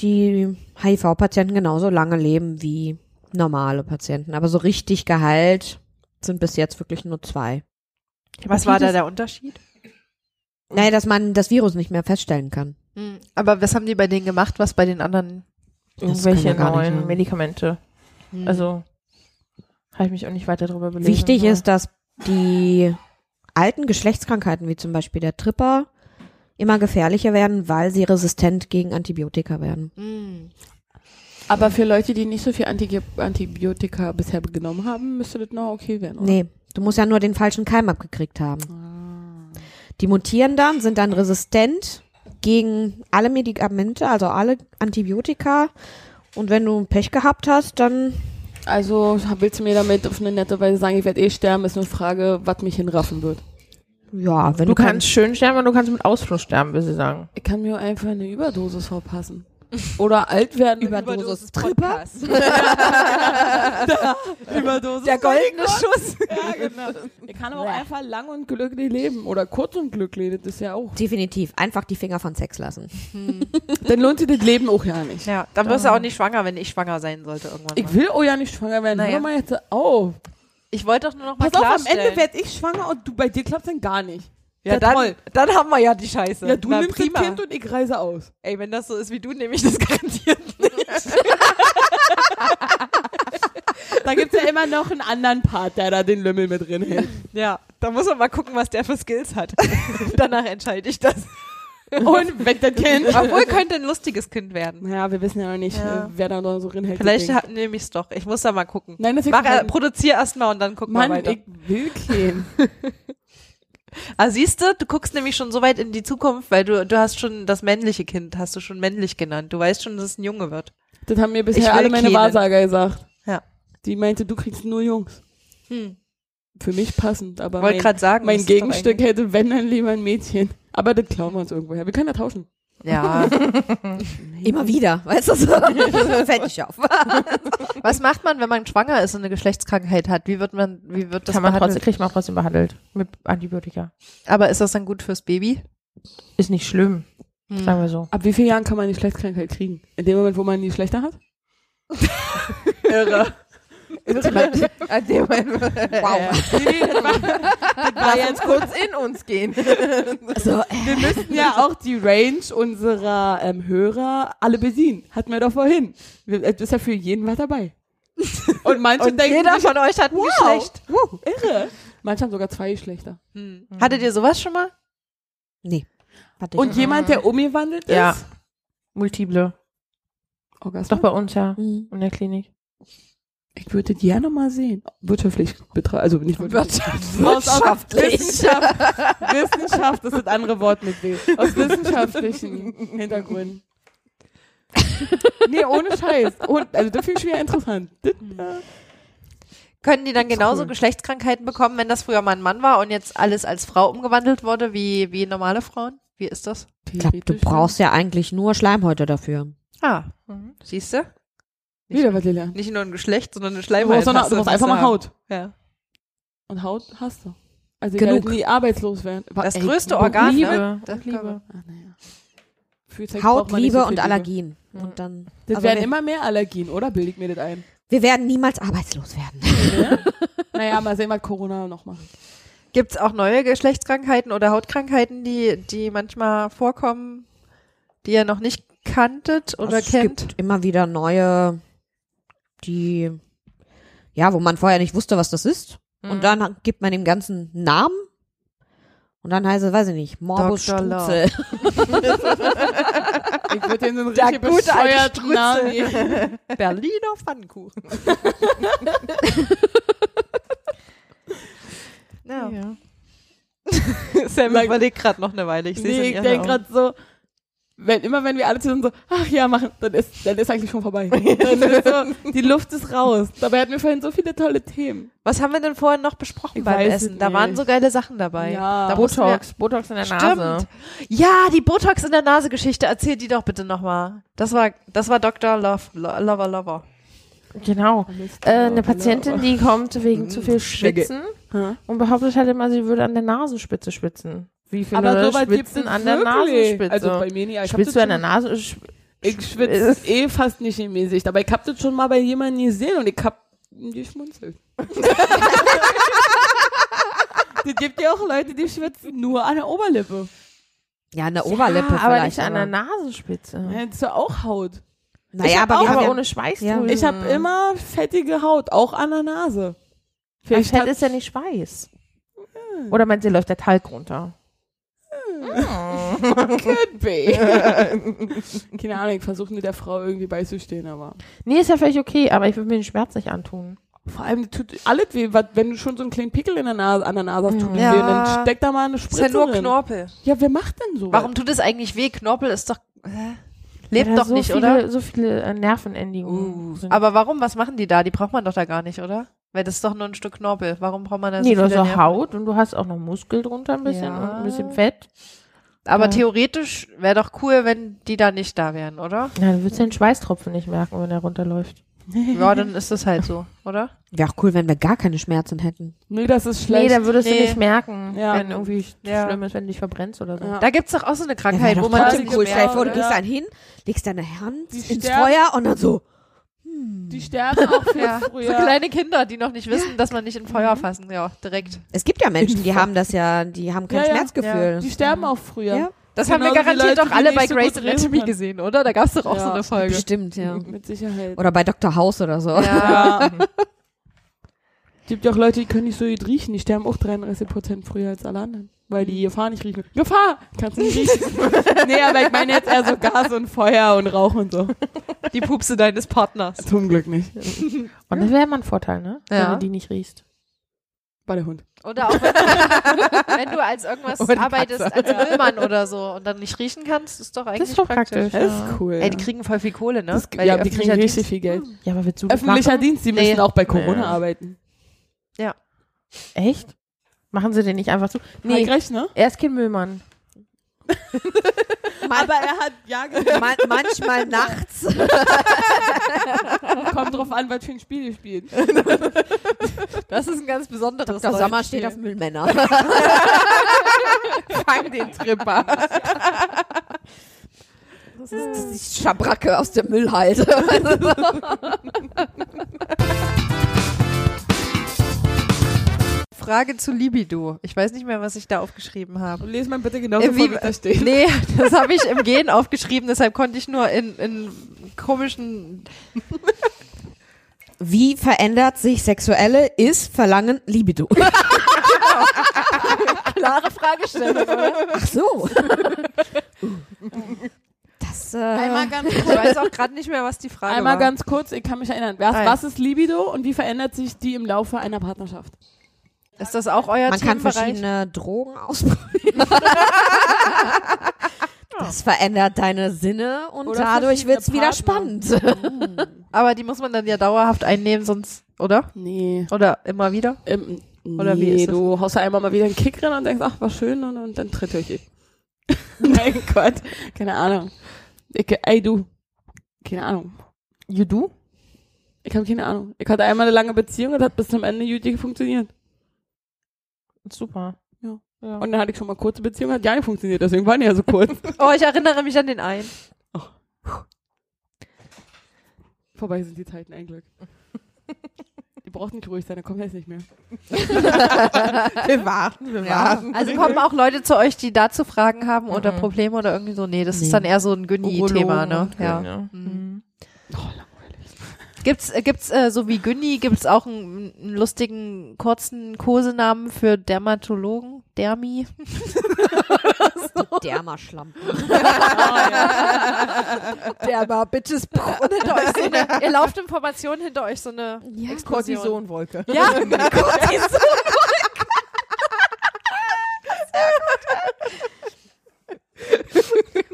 S5: die HIV-Patienten genauso lange leben wie normale Patienten. Aber so richtig geheilt sind bis jetzt wirklich nur zwei.
S2: Was war da der Unterschied?
S5: Naja, dass man das Virus nicht mehr feststellen kann.
S2: Hm, Aber was haben die bei denen gemacht, was bei den anderen?
S4: Irgendwelche
S5: kann man gar nicht
S4: neuen
S5: sagen.
S4: Medikamente.
S2: Hm.
S4: Also habe ich mich auch nicht weiter darüber belesen.
S5: Wichtig
S4: aber-
S5: ist, dass die alten Geschlechtskrankheiten, wie zum Beispiel der Tripper, immer gefährlicher werden, weil sie resistent gegen Antibiotika werden.
S2: Hm.
S3: Aber für Leute, die nicht so viel Anti Antibiotika bisher genommen haben, müsste das noch okay werden, oder?
S5: Nee, du musst ja nur den falschen Keim abgekriegt haben. Die mutieren dann, sind dann resistent gegen alle Medikamente, also alle Antibiotika. Und wenn du Pech gehabt hast, dann
S3: Also willst du mir damit auf eine nette Weise sagen, ich werde eh sterben, ist nur eine Frage, was mich hinraffen wird.
S5: ja, wenn
S4: Du
S5: du,
S4: kannst schön sterben und du kannst mit Ausfluss sterben, will sie sagen.
S3: Ich kann mir einfach eine Überdosis verpassen. Oder alt werden.
S6: Überdosis Podcast.
S3: Überdosis.
S6: Der goldene Schuss.
S3: Ja, genau. Ich kann aber auch einfach lang und glücklich leben. Oder kurz und glücklich, das ist ja auch.
S5: definitiv einfach die Finger von Sex lassen.
S3: Dann lohnt sich das Leben auch ja nicht.
S2: Ja, dann wirst du auch nicht schwanger, wenn ich schwanger sein sollte irgendwann.
S3: Ich will auch ja nicht schwanger werden.
S2: Naja.
S3: Hör mal jetzt auf.
S2: Ich wollte doch nur noch
S3: Pass auf, am Ende werde ich schwanger und du bei dir klappt dann gar nicht.
S2: ja, dann, dann haben wir ja die Scheiße.
S3: Ja, du
S2: Na,
S3: nimmst
S2: prima.
S3: das Kind und ich reise aus.
S2: Ey, wenn das so ist wie du, nehme ich das garantiert nicht.
S3: Da gibt's ja immer noch einen anderen Part, der da den Lümmel mit drin hält.
S2: Ja, da muss man mal gucken, was der für Skills hat. Danach entscheide ich das.
S3: Und weg das Kind.
S2: Obwohl könnte ein lustiges Kind werden.
S3: Naja, wir wissen ja noch nicht,
S2: Ja.
S3: äh, wer da noch so drin hält.
S2: Vielleicht
S3: das Ding.
S2: ha- nehme ich es doch. Ich muss da mal gucken.
S3: Nein, das ist
S2: Mach, äh, produzier erst mal und dann gucken wir
S3: Mann,
S2: weiter.
S3: ich will keinen.
S2: Ah, siehst du, du guckst nämlich schon so weit in die Zukunft, weil du, du hast schon das männliche Kind, hast du schon männlich genannt. Du weißt schon, dass es ein Junge wird.
S3: Das haben mir
S2: Ich
S3: bisher
S2: will
S3: alle meine
S2: keinen.
S3: Wahrsager gesagt.
S2: Ja.
S3: Die meinte, du kriegst nur Jungs.
S2: Hm.
S3: Für mich passend, aber
S2: Wollte
S3: mein,
S2: gerade sagen. das
S3: mein
S2: ist doch
S3: Gegenstück hätte, wenn, dann lieber ein Mädchen. Aber das klauen wir uns irgendwoher. Wir können ja tauschen.
S2: eigentlich- Ja.
S5: Immer wieder, weißt du so? Fällt nicht auf.
S2: Was macht man, wenn man schwanger ist und eine Geschlechtskrankheit hat? Wie wird man, wie wird das
S4: Kann man halt trotzdem,
S2: behandelt?
S4: kriegt man trotzdem behandelt. Mit Antibiotika.
S2: Aber ist das dann gut fürs Baby?
S4: Ist nicht schlimm, sagen wir so.
S3: Ab wie vielen Jahren kann man die Schlechtkrankheit kriegen? In dem Moment, wo man die schlechter hat? Irre.
S4: Wow.
S3: War jetzt kurz.
S4: in uns gehen.
S5: Also,
S3: Wir müssten ja auch die Range unserer ähm, Hörer alle besiegen. Hatten wir doch vorhin. Wir, es ist ja für jeden was dabei. Und manche
S2: Und
S3: denken
S2: jeder
S3: sich,
S2: von euch hat ein
S3: wow,
S2: Geschlecht.
S3: Wow, irre. Manche haben sogar zwei Geschlechter.
S2: Hm. Hattet ihr sowas schon mal?
S5: Warte, ich-
S3: Und jemand, der umgewandelt
S4: Ja.
S3: ist.
S4: Multiple. Doch
S3: Orgasmus.
S4: bei uns, ja.
S5: Mhm.
S4: In der Klinik.
S3: Ich würde die ja nochmal sehen. Wirtschaftlich betrachtet, also nicht wirtschaftlich.
S5: Wirtschaftlich.
S3: Wissenschaft. Wissenschaft ist das andere Wort mit W. Aus wissenschaftlichen Hintergründen. nee, ohne Scheiß. Und, also das finde ich schon wieder interessant. Das, äh,
S2: Können die dann
S3: Ist
S2: genauso
S3: cool.
S2: Geschlechtskrankheiten bekommen, wenn das früher mal ein Mann war und jetzt alles als Frau umgewandelt wurde, wie, wie normale Frauen? Wie ist das?
S5: Ich glaube, du brauchst ja eigentlich nur Schleimhäute dafür.
S2: Ah,
S4: Mhm.
S2: siehst du?
S3: Wieder was gelernt.
S2: Nicht nur ein Geschlecht, sondern eine
S3: Du
S2: Schleimhaut.
S3: brauchst, doch noch, du brauchst einfach mal Haut.
S2: Ja.
S3: Und Haut hast du. Also ich
S5: Genug.
S3: werde nie arbeitslos werden. Aber
S2: Das
S3: ey,
S2: größte
S3: und
S2: Organ,
S3: Liebe.
S2: ne? Das
S4: Und Liebe.
S3: Ah, naja. Für Sex braucht
S5: Haut,
S3: man nicht so
S5: Liebe
S3: viel
S5: und Allergien. Und dann.
S3: Das
S5: also
S3: werden
S5: wir,
S3: immer mehr Allergien, oder? Bilde ich mir das ein. Ne?
S5: wir werden niemals arbeitslos werden.
S3: naja, mal sehen, was Corona noch macht.
S2: Gibt es auch neue Geschlechtskrankheiten oder Hautkrankheiten, die, die manchmal vorkommen, die ihr noch nicht kanntet oder
S5: Also es
S2: kennt?
S5: gibt immer wieder neue, die, ja, wo man vorher nicht wusste, was das ist. Und dann gibt man dem Ganzen einen Namen. Und dann heißt es, weiß ich nicht, Morbus
S2: Dr. Love.
S5: Strutzel.
S3: Ich würde den so einen
S2: Der
S3: richtig
S2: gute alte
S3: bescheuerten Namen geben.
S2: Berliner Pfannkuchen. ja.
S4: Ja.
S2: Sam überlegt gerade noch eine Weile. Ich sehe
S3: Nee, ich denke gerade so, wenn, immer wenn wir alle zusammen so, ach ja, machen, dann ist, dann ist eigentlich schon vorbei. dann ist so, die Luft ist raus. Dabei hatten wir vorhin so viele tolle Themen.
S2: Was haben wir denn vorhin noch besprochen
S3: Ich
S2: beim
S3: weiß
S2: Essen?
S3: es
S2: Da waren
S3: nicht.
S2: so geile Sachen dabei.
S3: Ja.
S2: Da mussten
S4: Botox, Botox in der
S2: Stimmt.
S4: Nase.
S2: Ja, die Botox in der Nase Geschichte, erzähl die doch bitte nochmal. Das war das war Dr. Love, Lo- Lover Lover.
S4: Genau. Äh, eine Patientin, die kommt wegen zu viel
S3: Schwigge.
S4: Schwitzen
S3: Hm.
S4: und behauptet halt immer, sie würde an der Nasenspitze schwitzen. Wie viele
S3: Aber so weit gibt's
S4: schwitzen an der Nasenspitze?
S3: Also bei mir nicht. aber Ich hab
S4: schwitzt du
S3: das
S4: an der
S3: schon-
S4: Nase? Sch-
S3: Ich schwitze eh fast nicht mäßig, aber ich hab das schon mal bei jemandem gesehen und ich hab geschmunzelt. Es gibt ja auch Leute, die schwitzen nur an der Oberlippe.
S5: Ja, an der Oberlippe
S4: ah, aber
S5: vielleicht.
S4: nicht an der Nasenspitze.
S3: Ja, Das ist ja auch Haut.
S5: naja, aber, wir
S4: aber
S5: haben ja,
S4: ohne Schweißdrüsen.
S5: Ja.
S3: Ich habe
S2: Mhm.
S3: immer fettige Haut, auch an der Nase.
S4: Aber Fett
S3: hat-
S4: ist ja nicht Schweiß. Oder meint sie, läuft der Talg runter?
S3: Could be. Keine Ahnung, ich versuche nur der Frau irgendwie beizustehen, aber.
S4: Nee, ist ja völlig okay, aber ich würde mir den Schmerz nicht antun.
S3: Vor allem die tut alles weh, was- wenn du schon so einen kleinen Pickel in der Nase, an der Nase hast, tut
S2: Mhm. Ja.
S3: weh, dann steck da mal eine
S2: Ist
S3: Spritze
S2: ja nur
S3: drin.
S2: Knorpel.
S3: Ja, wer macht denn so?
S2: Warum tut es eigentlich weh? Knorpel ist doch hä? lebt
S4: Ja,
S2: doch
S4: so
S2: nicht,
S4: viele,
S2: oder?
S4: So viele äh,
S3: Uh,
S4: Nervenendigungen. sind.
S2: Aber warum? Was machen die da? Die braucht man doch da gar nicht, oder? Weil das ist doch nur ein Stück Knorpel. Warum braucht man da
S4: nee,
S2: so
S4: du hast
S2: viele
S4: auch
S2: Nerven?
S4: Haut und du hast auch noch Muskel drunter ein bisschen
S2: Ja.
S4: und ein bisschen Fett.
S2: Aber
S4: Ja.
S2: theoretisch wäre doch cool, wenn die da nicht da wären, oder?
S4: Ja, du würdest den Schweißtropfen nicht merken, wenn er runterläuft.
S2: Ja, dann ist das halt so, oder?
S5: wäre auch cool, wenn wir gar keine Schmerzen hätten.
S3: Nee, das ist
S4: Nee,
S3: schlecht.
S4: da würdest
S2: Nee.
S4: du nicht merken,
S3: Ja.
S4: wenn irgendwie
S2: Ja.
S4: schlimm ist, wenn du dich verbrennst oder so.
S3: Ja.
S2: Da gibt's doch auch so eine
S5: Ja,
S2: Krankheit,
S5: wär
S2: wo
S5: doch
S2: man
S5: trotzdem
S2: nicht
S5: cool. Stell dir
S2: mehr,
S5: vor, du
S2: oder?
S5: gehst dann hin, legst deine Hand
S3: Die
S5: ins
S3: sterben.
S5: Feuer und dann so.
S3: die sterben auch viel
S2: Ja, so
S3: früher.
S2: kleine Kinder, die noch nicht wissen, dass man nicht in Feuer fassen, ja, direkt.
S5: Es gibt ja Menschen, die haben das ja, die haben kein
S3: Ja, ja.
S5: Schmerzgefühl.
S3: Die sterben auch früher.
S5: Ja.
S2: Das
S3: Genauso
S2: haben wir
S3: wie
S2: garantiert doch
S3: Leute, die
S2: alle
S3: nicht
S2: bei
S3: so
S2: Grey's
S3: gut reden
S2: Anatomy
S3: können.
S2: gesehen, oder? Da gab's doch auch
S3: Ja.
S2: so eine Folge.
S5: Bestimmt, ja.
S3: Mit Sicherheit.
S5: Oder bei Dr. House oder so.
S2: Ja.
S3: gibt ja auch Leute, die können nicht so gut riechen. Die sterben auch 33% früher als alle anderen. Weil die Gefahr nicht riechen. Gefahr! Kannst du nicht riechen. nee, aber ich meine jetzt eher so Gas und Feuer und Rauch und so.
S2: Die Pupse deines Partners.
S3: Zum Glück nicht.
S4: Und das wäre immer ein Vorteil, ne?
S2: Ja.
S4: Wenn du die nicht riechst.
S3: Bei der Hund.
S2: Oder auch wenn du, wenn du als irgendwas
S4: Oder die
S2: arbeitest, als Müllmann oder so und dann nicht riechen kannst, ist doch eigentlich
S4: Das ist doch
S2: praktisch.
S4: praktisch.
S3: Das
S4: ja.
S3: ist cool.
S2: Ey, die kriegen voll viel Kohle, ne?
S3: das,
S2: Weil
S3: ja, die kriegen
S2: öffentlicher
S3: richtig
S2: Dienst-
S3: viel Geld.
S4: ja, aber wird so
S3: Öffentlicher Dienst, die müssen
S2: Nee.
S3: auch bei Corona
S4: Nee.
S3: arbeiten.
S4: Echt? Machen sie den nicht einfach zu?
S3: Hab ich
S4: Nee,
S3: recht, ne?
S4: er ist kein Müllmann.
S3: Aber er hat ja gesagt.
S5: Man manchmal nachts.
S3: Kommt drauf an, was für ein Spiel ihr spielt.
S2: Das ist ein ganz besonderes
S5: Dr. Sommer steht auf Müllmänner.
S4: Fang den Tripper.
S5: Das ist die Schabracke aus der Müllhalde.
S2: Frage zu Libido. Ich weiß nicht mehr, was ich da aufgeschrieben habe.
S3: Lest mal bitte genau,
S2: Äh, wie-
S3: wie da steht.
S2: Nee, das habe ich im Gehen aufgeschrieben, deshalb konnte ich nur in, in komischen.
S5: Wie verändert sich sexuelle ist Verlangen Libido?
S2: Klare Fragestellung, oder?
S5: Ach so. Das, äh,
S3: Einmal ganz
S2: Ich weiß auch gerade nicht mehr, was die Frage
S3: Einmal
S2: war.
S3: ganz kurz, ich kann mich erinnern. Was,
S2: Ah, ja.
S3: was ist Libido und wie verändert sich die im Laufe einer Partnerschaft?
S2: ist das auch euer
S5: man kann
S2: Themenbereich?
S5: verschiedene Drogen ausprobieren. Das verändert deine Sinne und
S3: Oder
S5: dadurch
S3: verschiedene
S5: wird's wieder
S3: Partner.
S5: spannend.
S2: Aber die muss man dann ja dauerhaft einnehmen, sonst, oder?
S3: Nee.
S2: Oder immer wieder?
S3: Ähm,
S2: Oder wie
S3: nee,
S2: ist das?
S3: du haust da einmal mal wieder einen Kick rein und denkst, ach, war schön und, und dann tritt euch ich. mein Gott, keine Ahnung. Ich, ey, du. Keine Ahnung.
S4: You do?
S3: Ich habe keine Ahnung. Ich hatte einmal eine lange Beziehung und hat bis zum Ende gut funktioniert.
S4: Super.
S3: Ja.
S4: ja.
S3: Und dann hatte ich schon mal kurze Beziehung, hat gar nicht funktioniert, deswegen waren die ja so kurz.
S2: Oh, ich erinnere mich an den einen.
S3: Vorbei sind die Zeiten, ein Glück. Ihr braucht nicht ruhig sein, dann kommt er jetzt nicht mehr.
S4: Wir warten, wir warten.
S2: Also kommen auch Leute zu euch, die dazu Fragen haben oder Probleme oder irgendwie so. Nee, das ist dann eher so ein Günni-Thema, ne? Ja. Mhm. Gibt's, äh, gibt's äh, so wie Günni, gibt's auch einen, einen lustigen, kurzen Kosenamen für Dermatologen? Dermi?
S5: Dermaschlampen.
S3: Oh,
S2: Derma, Bitches. Und hinter euch so eine, ihr lauft in Formation hinter euch so eine ja, Explosion.
S4: Kortisonwolke.
S2: Ja, Kortison.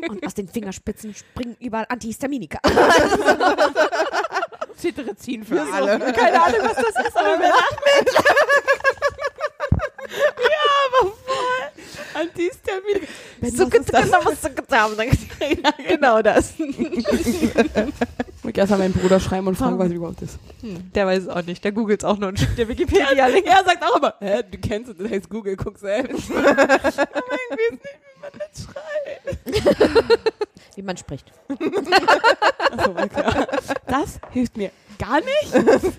S5: Und aus den Fingerspitzen springen überall Antihistaminika.
S4: Cetirizin für alle.
S3: Keine Ahnung, was das ist, aber wer lacht mit? ja, aber voll. Antihistamine.
S2: So
S3: genau das. Muss ich erst mal meinen Bruder schreiben und fragen, was es überhaupt ist.
S2: Der weiß es auch nicht, der googelt auch nur und schickt dir Wikipedia.
S3: Er sagt auch immer, hä, du kennst es, das heißt Google, guck selbst. aber irgendwie ist nicht, wie man das schreibt.
S5: Wie man spricht.
S3: Ach so, war klar. Das hilft mir gar nicht.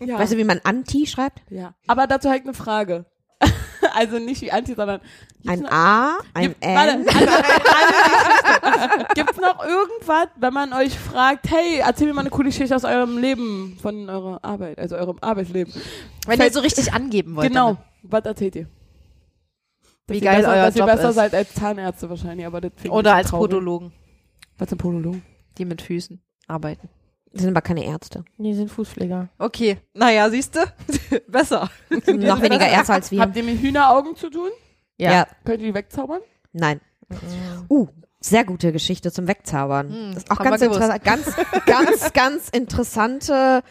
S3: Ja.
S5: Weißt du, wie man Anti schreibt?
S3: Ja, aber dazu halt eine Frage. Also nicht wie Anti, sondern gibt's
S5: Ein
S3: noch-
S5: A, ein
S3: gibt, warte,
S5: N.
S3: also, also, Gibt's noch irgendwas, wenn man euch fragt, hey, erzähl mir mal eine coole Geschichte aus eurem Leben, von eurer Arbeit, also eurem Arbeitsleben.
S2: Wenn ihr so richtig angeben wollt.
S3: genau,
S2: damit.
S3: was erzählt ihr?
S2: Wie
S3: Dass ihr
S2: geil
S3: besser,
S2: euer
S3: dass
S2: Job
S3: ihr besser
S2: ist.
S3: seid als Zahnärzte wahrscheinlich, aber das finde ich
S2: Oder als
S3: traurig.
S2: Podologen,
S3: Was ist ein Podolog?
S2: die mit Füßen arbeiten.
S5: Das sind aber keine Ärzte.
S4: Nee, sind Fußpfleger.
S2: Okay, naja, siehst du? Besser.
S5: Noch weniger Ärzte als wir.
S3: Habt ihr mit Hühneraugen zu tun?
S5: Ja.
S3: Könnt ihr die wegzaubern?
S5: Nein. Uh, sehr gute Geschichte zum Wegzaubern.
S4: Hm,
S5: das ist auch
S2: haben
S5: ganz,
S2: wir gewusst.
S5: interessant, ganz, ganz, ganz interessante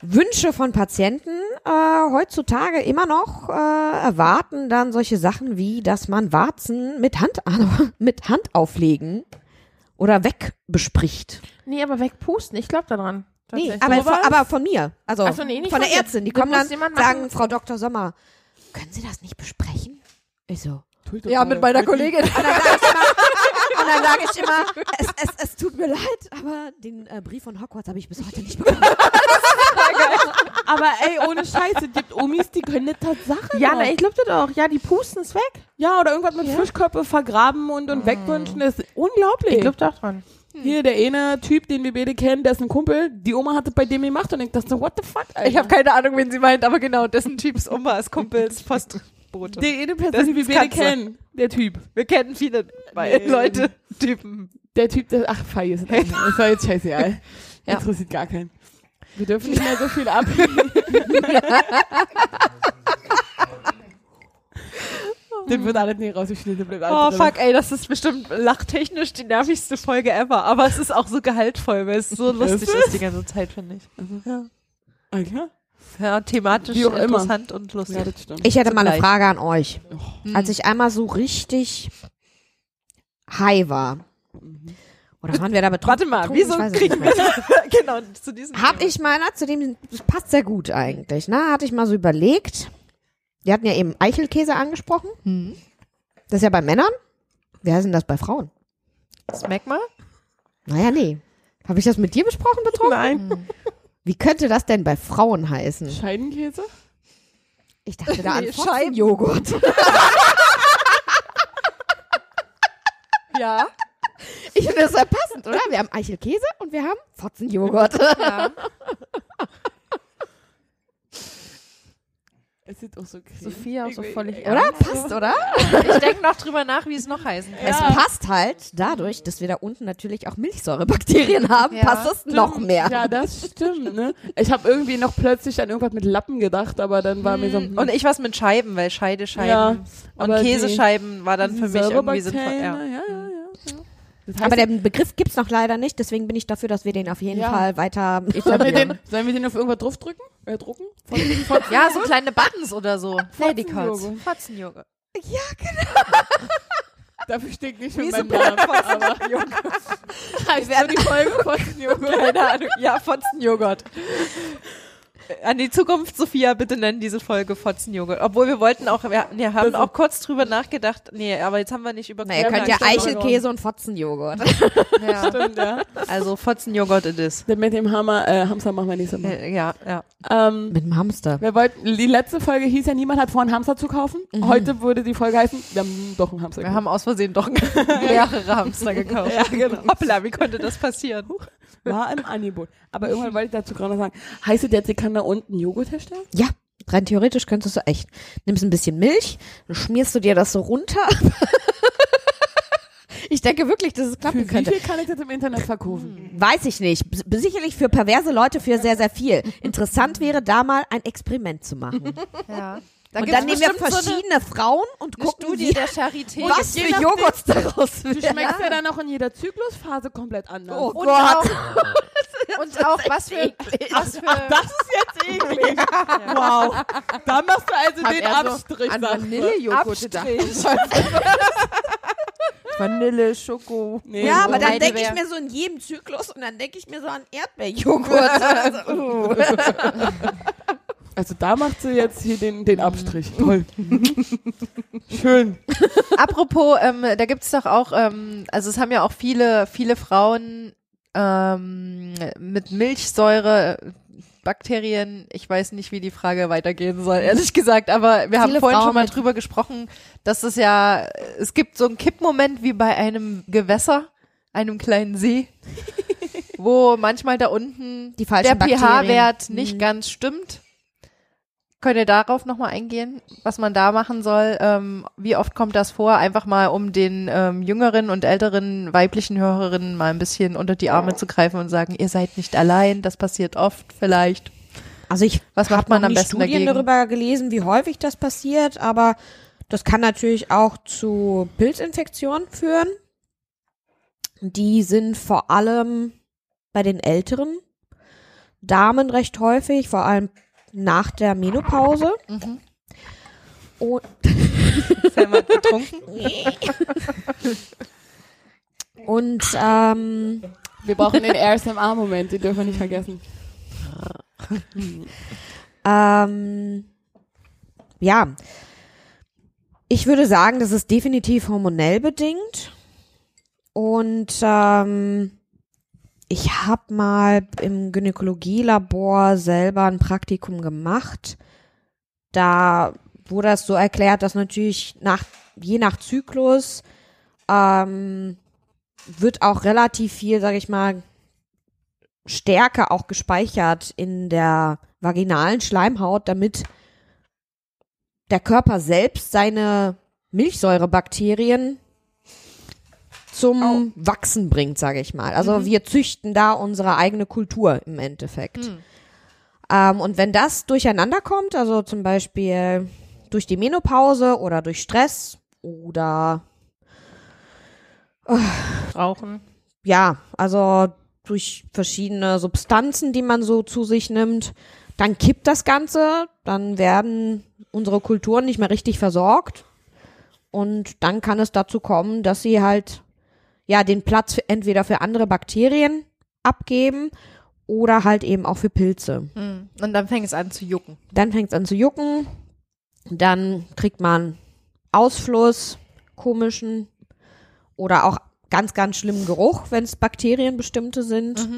S5: Wünsche von Patienten äh, heutzutage immer noch äh, erwarten dann solche Sachen wie, dass man Warzen mit Hand, mit Hand auflegen oder wegbespricht.
S4: Nee, aber wegpusten. Ich glaube daran.
S5: Nee,
S4: Tatsächlich.
S5: aber, von, aber von mir. Also
S4: Ach so, nee, nicht
S5: von der
S4: von dir.
S5: Ärztin. Die
S4: Dann
S5: kommen
S4: muss
S5: dann,
S4: jemand machen.
S5: sagen, Frau Dr. Sommer, können Sie das nicht besprechen? Ich so.
S2: Ja, mit meiner Kollegin.
S5: Äh, Und dann sage ich immer, und dann sag ich immer es, es, es tut mir leid, aber den äh, Brief von Hogwarts habe ich bis heute nicht bekommen.
S3: Aber ey, ohne Scheiße, gibt Omis, die können das Tatsache
S4: ja,
S3: noch.
S4: na, ich glaube das auch. Ja, die pusten es weg.
S3: Ja, oder irgendwas mit Fischköpfe vergraben und, und wegwünschen. Das ist unglaublich.
S4: Ich glaube da auch dran.
S3: Hier, der eine Typ, den wir beide kennen, der ist ein Kumpel. Die Oma hat es bei dem gemacht und ich dachte so, what the fuck, Alter.
S2: Ich habe keine Ahnung, wen sie meint, aber genau, dessen Typs Oma ist Kumpels Postbote.
S3: der eine Person, die wir beide
S2: Katze.
S3: kennen. Der Typ.
S2: Wir kennen viele
S3: Nee.
S2: Leute, Typen.
S3: Der Typ, der, ach, fei, ist das war jetzt scheißegal.
S2: Ja.
S3: Interessiert gar keinen. Wir dürfen nicht mehr so viel ab. Den wird alles nicht rausgeschnitten. bleibt
S2: Oh
S3: alles drin.
S2: fuck, ey, das ist bestimmt lachtechnisch die nervigste Folge ever, aber es ist auch so gehaltvoll, weil es so lustig ist die ganze Zeit, finde ich.
S3: Ah, klar.
S2: Ja, thematisch
S3: Wie auch immer.
S2: interessant und lustig.
S3: Ja, das stimmt.
S5: Ich hätte mal eine
S2: Zugleich.
S5: Frage an euch. Als ich einmal so richtig high war, Mhm. oder waren wir da betrunken?
S2: Warte mal, wieso kriegen
S5: wir
S2: genau, zu diesem
S5: Hab ich mal, na, zu dem, das passt sehr gut eigentlich, ne? Hatte ich mal so überlegt. Wir hatten ja eben Eichelkäse angesprochen.
S2: Hm.
S5: Das ist ja bei Männern. Wie heißt denn das bei Frauen?
S2: Smegma?
S5: Naja, nee. Habe ich das mit dir besprochen, betrunken? Hm.
S4: Nein.
S5: Wie könnte das denn bei Frauen heißen?
S3: Scheidenkäse?
S5: Ich dachte da an
S2: Nee,
S5: Scheibenjoghurt.
S2: Ja.
S5: Ich finde das ja passend, oder? Wir haben Eichelkäse und wir haben Fotzenjoghurt.
S2: ja.
S3: Es sieht auch so cremig.
S4: Sophia auch so völlig
S5: Oder? Passt, oder?
S2: Ich denke noch drüber nach, wie es noch heißen kann.
S5: Es passt halt dadurch, dass wir da unten natürlich auch Milchsäurebakterien haben,
S2: Ja,
S5: passt es noch
S3: Stimmt,
S5: mehr.
S3: Ja, das stimmt, ne? Ich habe irgendwie noch plötzlich an irgendwas mit Lappen gedacht, aber dann war mir so. hm,
S2: Mm. Und ich was mit Scheiben, weil Scheide,
S3: Ja,
S2: Scheiben und
S3: aber die-
S2: Käsescheiben war dann
S3: die
S2: für mich irgendwie
S3: Säurebakterien,
S2: sinnvoll. Ja.
S3: ne? Ja, ja, ja. Das heißt,
S5: Aber den Begriff gibt's noch leider nicht, deswegen bin ich dafür, dass wir den auf jeden
S3: Ja.
S5: Fall weiter
S3: sollen, wir den, sollen wir den auf irgendwas draufdrücken? Äh, drucken? Von, von,
S2: ja, so kleine Buttons oder so. Ladycards.
S3: Fotzenjoghurt.
S2: Fotzenjoghurt.
S3: dafür steht nicht für
S2: Wie
S3: meinen
S2: so
S3: Namen. Aber heißt so die Folge von Joghurt.
S2: Keine Ahnung. Ja, Fotzenjoghurt.
S6: an die Zukunft, Sophia, bitte nennen diese Folge Fotzenjoghurt. Obwohl wir wollten auch, wir, wir haben auch kurz drüber nachgedacht. Nee, aber jetzt haben wir nicht über
S5: Na, ihr
S6: Corona
S5: könnt ja
S6: gesprochen.
S5: Eichelkäse und Fotzenjoghurt.
S3: Stimmt, ja.
S6: Also Fotzenjoghurt it is.
S3: Mit dem Hammer, äh, Hamster machen wir nächstes Mal.
S6: Äh, Ja, ja.
S3: Ähm,
S5: Mit dem Hamster.
S3: wir wollten, die letzte Folge hieß ja, niemand hat vor, einen Hamster zu kaufen.
S2: Mhm.
S3: Heute würde die Folge heißen, wir haben doch einen Hamster
S6: Wir haben aus Versehen doch mehrere Hamster gekauft.
S3: Ja, genau.
S6: Hoppla, wie konnte das passieren?
S3: War im Angebot. Aber irgendwann wollte ich dazu gerade noch sagen, heißt es jetzt, ich kann da unten Joghurt herstellen?
S5: Ja, rein theoretisch könntest du echt. Nimmst ein bisschen Milch, dann schmierst du dir das so runter. ich denke wirklich, dass es klappen
S3: Für wie
S5: könnte.
S3: viel kann ich das im Internet verkaufen?
S5: Weiß ich nicht. B- Sicherlich für perverse Leute für sehr, sehr viel. Interessant wäre da mal ein Experiment zu machen.
S2: Ja.
S5: und dann nehmen wir verschiedene Frauen und gucken,
S2: Studie
S5: wie,
S2: der Charité.
S5: was für Joghurts daraus
S3: Du
S5: werden.
S3: schmeckst ja dann auch in jeder Zyklusphase komplett anders.
S5: Oh
S2: Und
S5: Gott.
S2: auch, und auch was für, was für
S3: Das ist jetzt eklig. Wow. Da machst du also den
S4: er so
S3: Abstrich.
S4: An
S3: sag.
S4: Vanillejoghurt gedacht. Vanille, Schoko.
S3: Nee,
S5: Ja, aber
S3: so.
S5: dann denke ich
S2: Heidelbeer.
S5: mir so in jedem Zyklus und dann denke ich mir so an Erdbeerjoghurt. Also, uh.
S3: Also da macht sie jetzt hier den, den Abstrich. Toll. Schön.
S2: Apropos, ähm, da gibt's doch auch, ähm, also es haben ja auch viele, viele Frauen ähm, mit Milchsäure. äh, Bakterien, ich weiß nicht, wie die Frage weitergehen soll, ehrlich gesagt, aber wir haben
S5: Viele
S2: vorhin
S5: Frauen
S2: schon mal
S5: mit-
S2: drüber gesprochen, dass es ja, es gibt so einen Kippmoment wie bei einem Gewässer, einem kleinen See, wo manchmal da unten
S5: Die falschen
S2: der
S5: Bakterien.
S2: pH-Wert nicht
S5: Mhm.
S2: ganz stimmt. Könnt ihr darauf nochmal eingehen, was man da machen soll? Ähm, wie oft kommt das vor? Einfach mal, um den ähm, jüngeren und älteren weiblichen Hörerinnen mal ein bisschen unter die Arme zu greifen und sagen, ihr seid nicht allein, das passiert oft vielleicht.
S5: also ich
S2: Was
S5: Hab
S2: macht man
S5: noch
S2: am
S5: nie
S2: besten
S5: Studien
S2: dagegen?
S5: darüber gelesen, wie häufig das passiert, aber das kann natürlich auch zu Pilzinfektionen führen. Die sind vor allem bei den älteren Damen recht häufig, vor allem nach der Menopause.
S2: Mhm.
S5: Und
S6: Selma hat getrunken.
S5: und ähm,
S3: Wir brauchen den ASMR-Moment, den dürfen wir nicht vergessen.
S5: Ähm, ja, ich würde sagen, das ist definitiv hormonell bedingt. Und ähm, ich habe mal im Gynäkologielabor selber ein Praktikum gemacht. Da wurde das so erklärt, dass natürlich nach, je nach Zyklus ähm, wird auch relativ viel, sage ich mal, Stärke auch gespeichert in der vaginalen Schleimhaut, damit der Körper selbst seine Milchsäurebakterien zum Wachsen bringt, sage ich mal. Also wir züchten da unsere eigene Kultur im Endeffekt. Ähm, und wenn das durcheinander kommt, also zum Beispiel durch die Menopause oder durch Stress oder
S4: Rauchen.
S5: ja, also durch verschiedene Substanzen, die man so zu sich nimmt, dann kippt das Ganze, dann werden unsere Kulturen nicht mehr richtig versorgt und dann kann es dazu kommen, dass sie halt ja den Platz für- entweder für andere Bakterien abgeben oder halt eben auch für Pilze.
S2: Mhm. Und dann fängt es an zu jucken.
S5: Dann fängt es an zu jucken, dann kriegt man Ausfluss, komischen oder auch ganz, ganz schlimmen Geruch, wenn es bakterienbestimmte sind.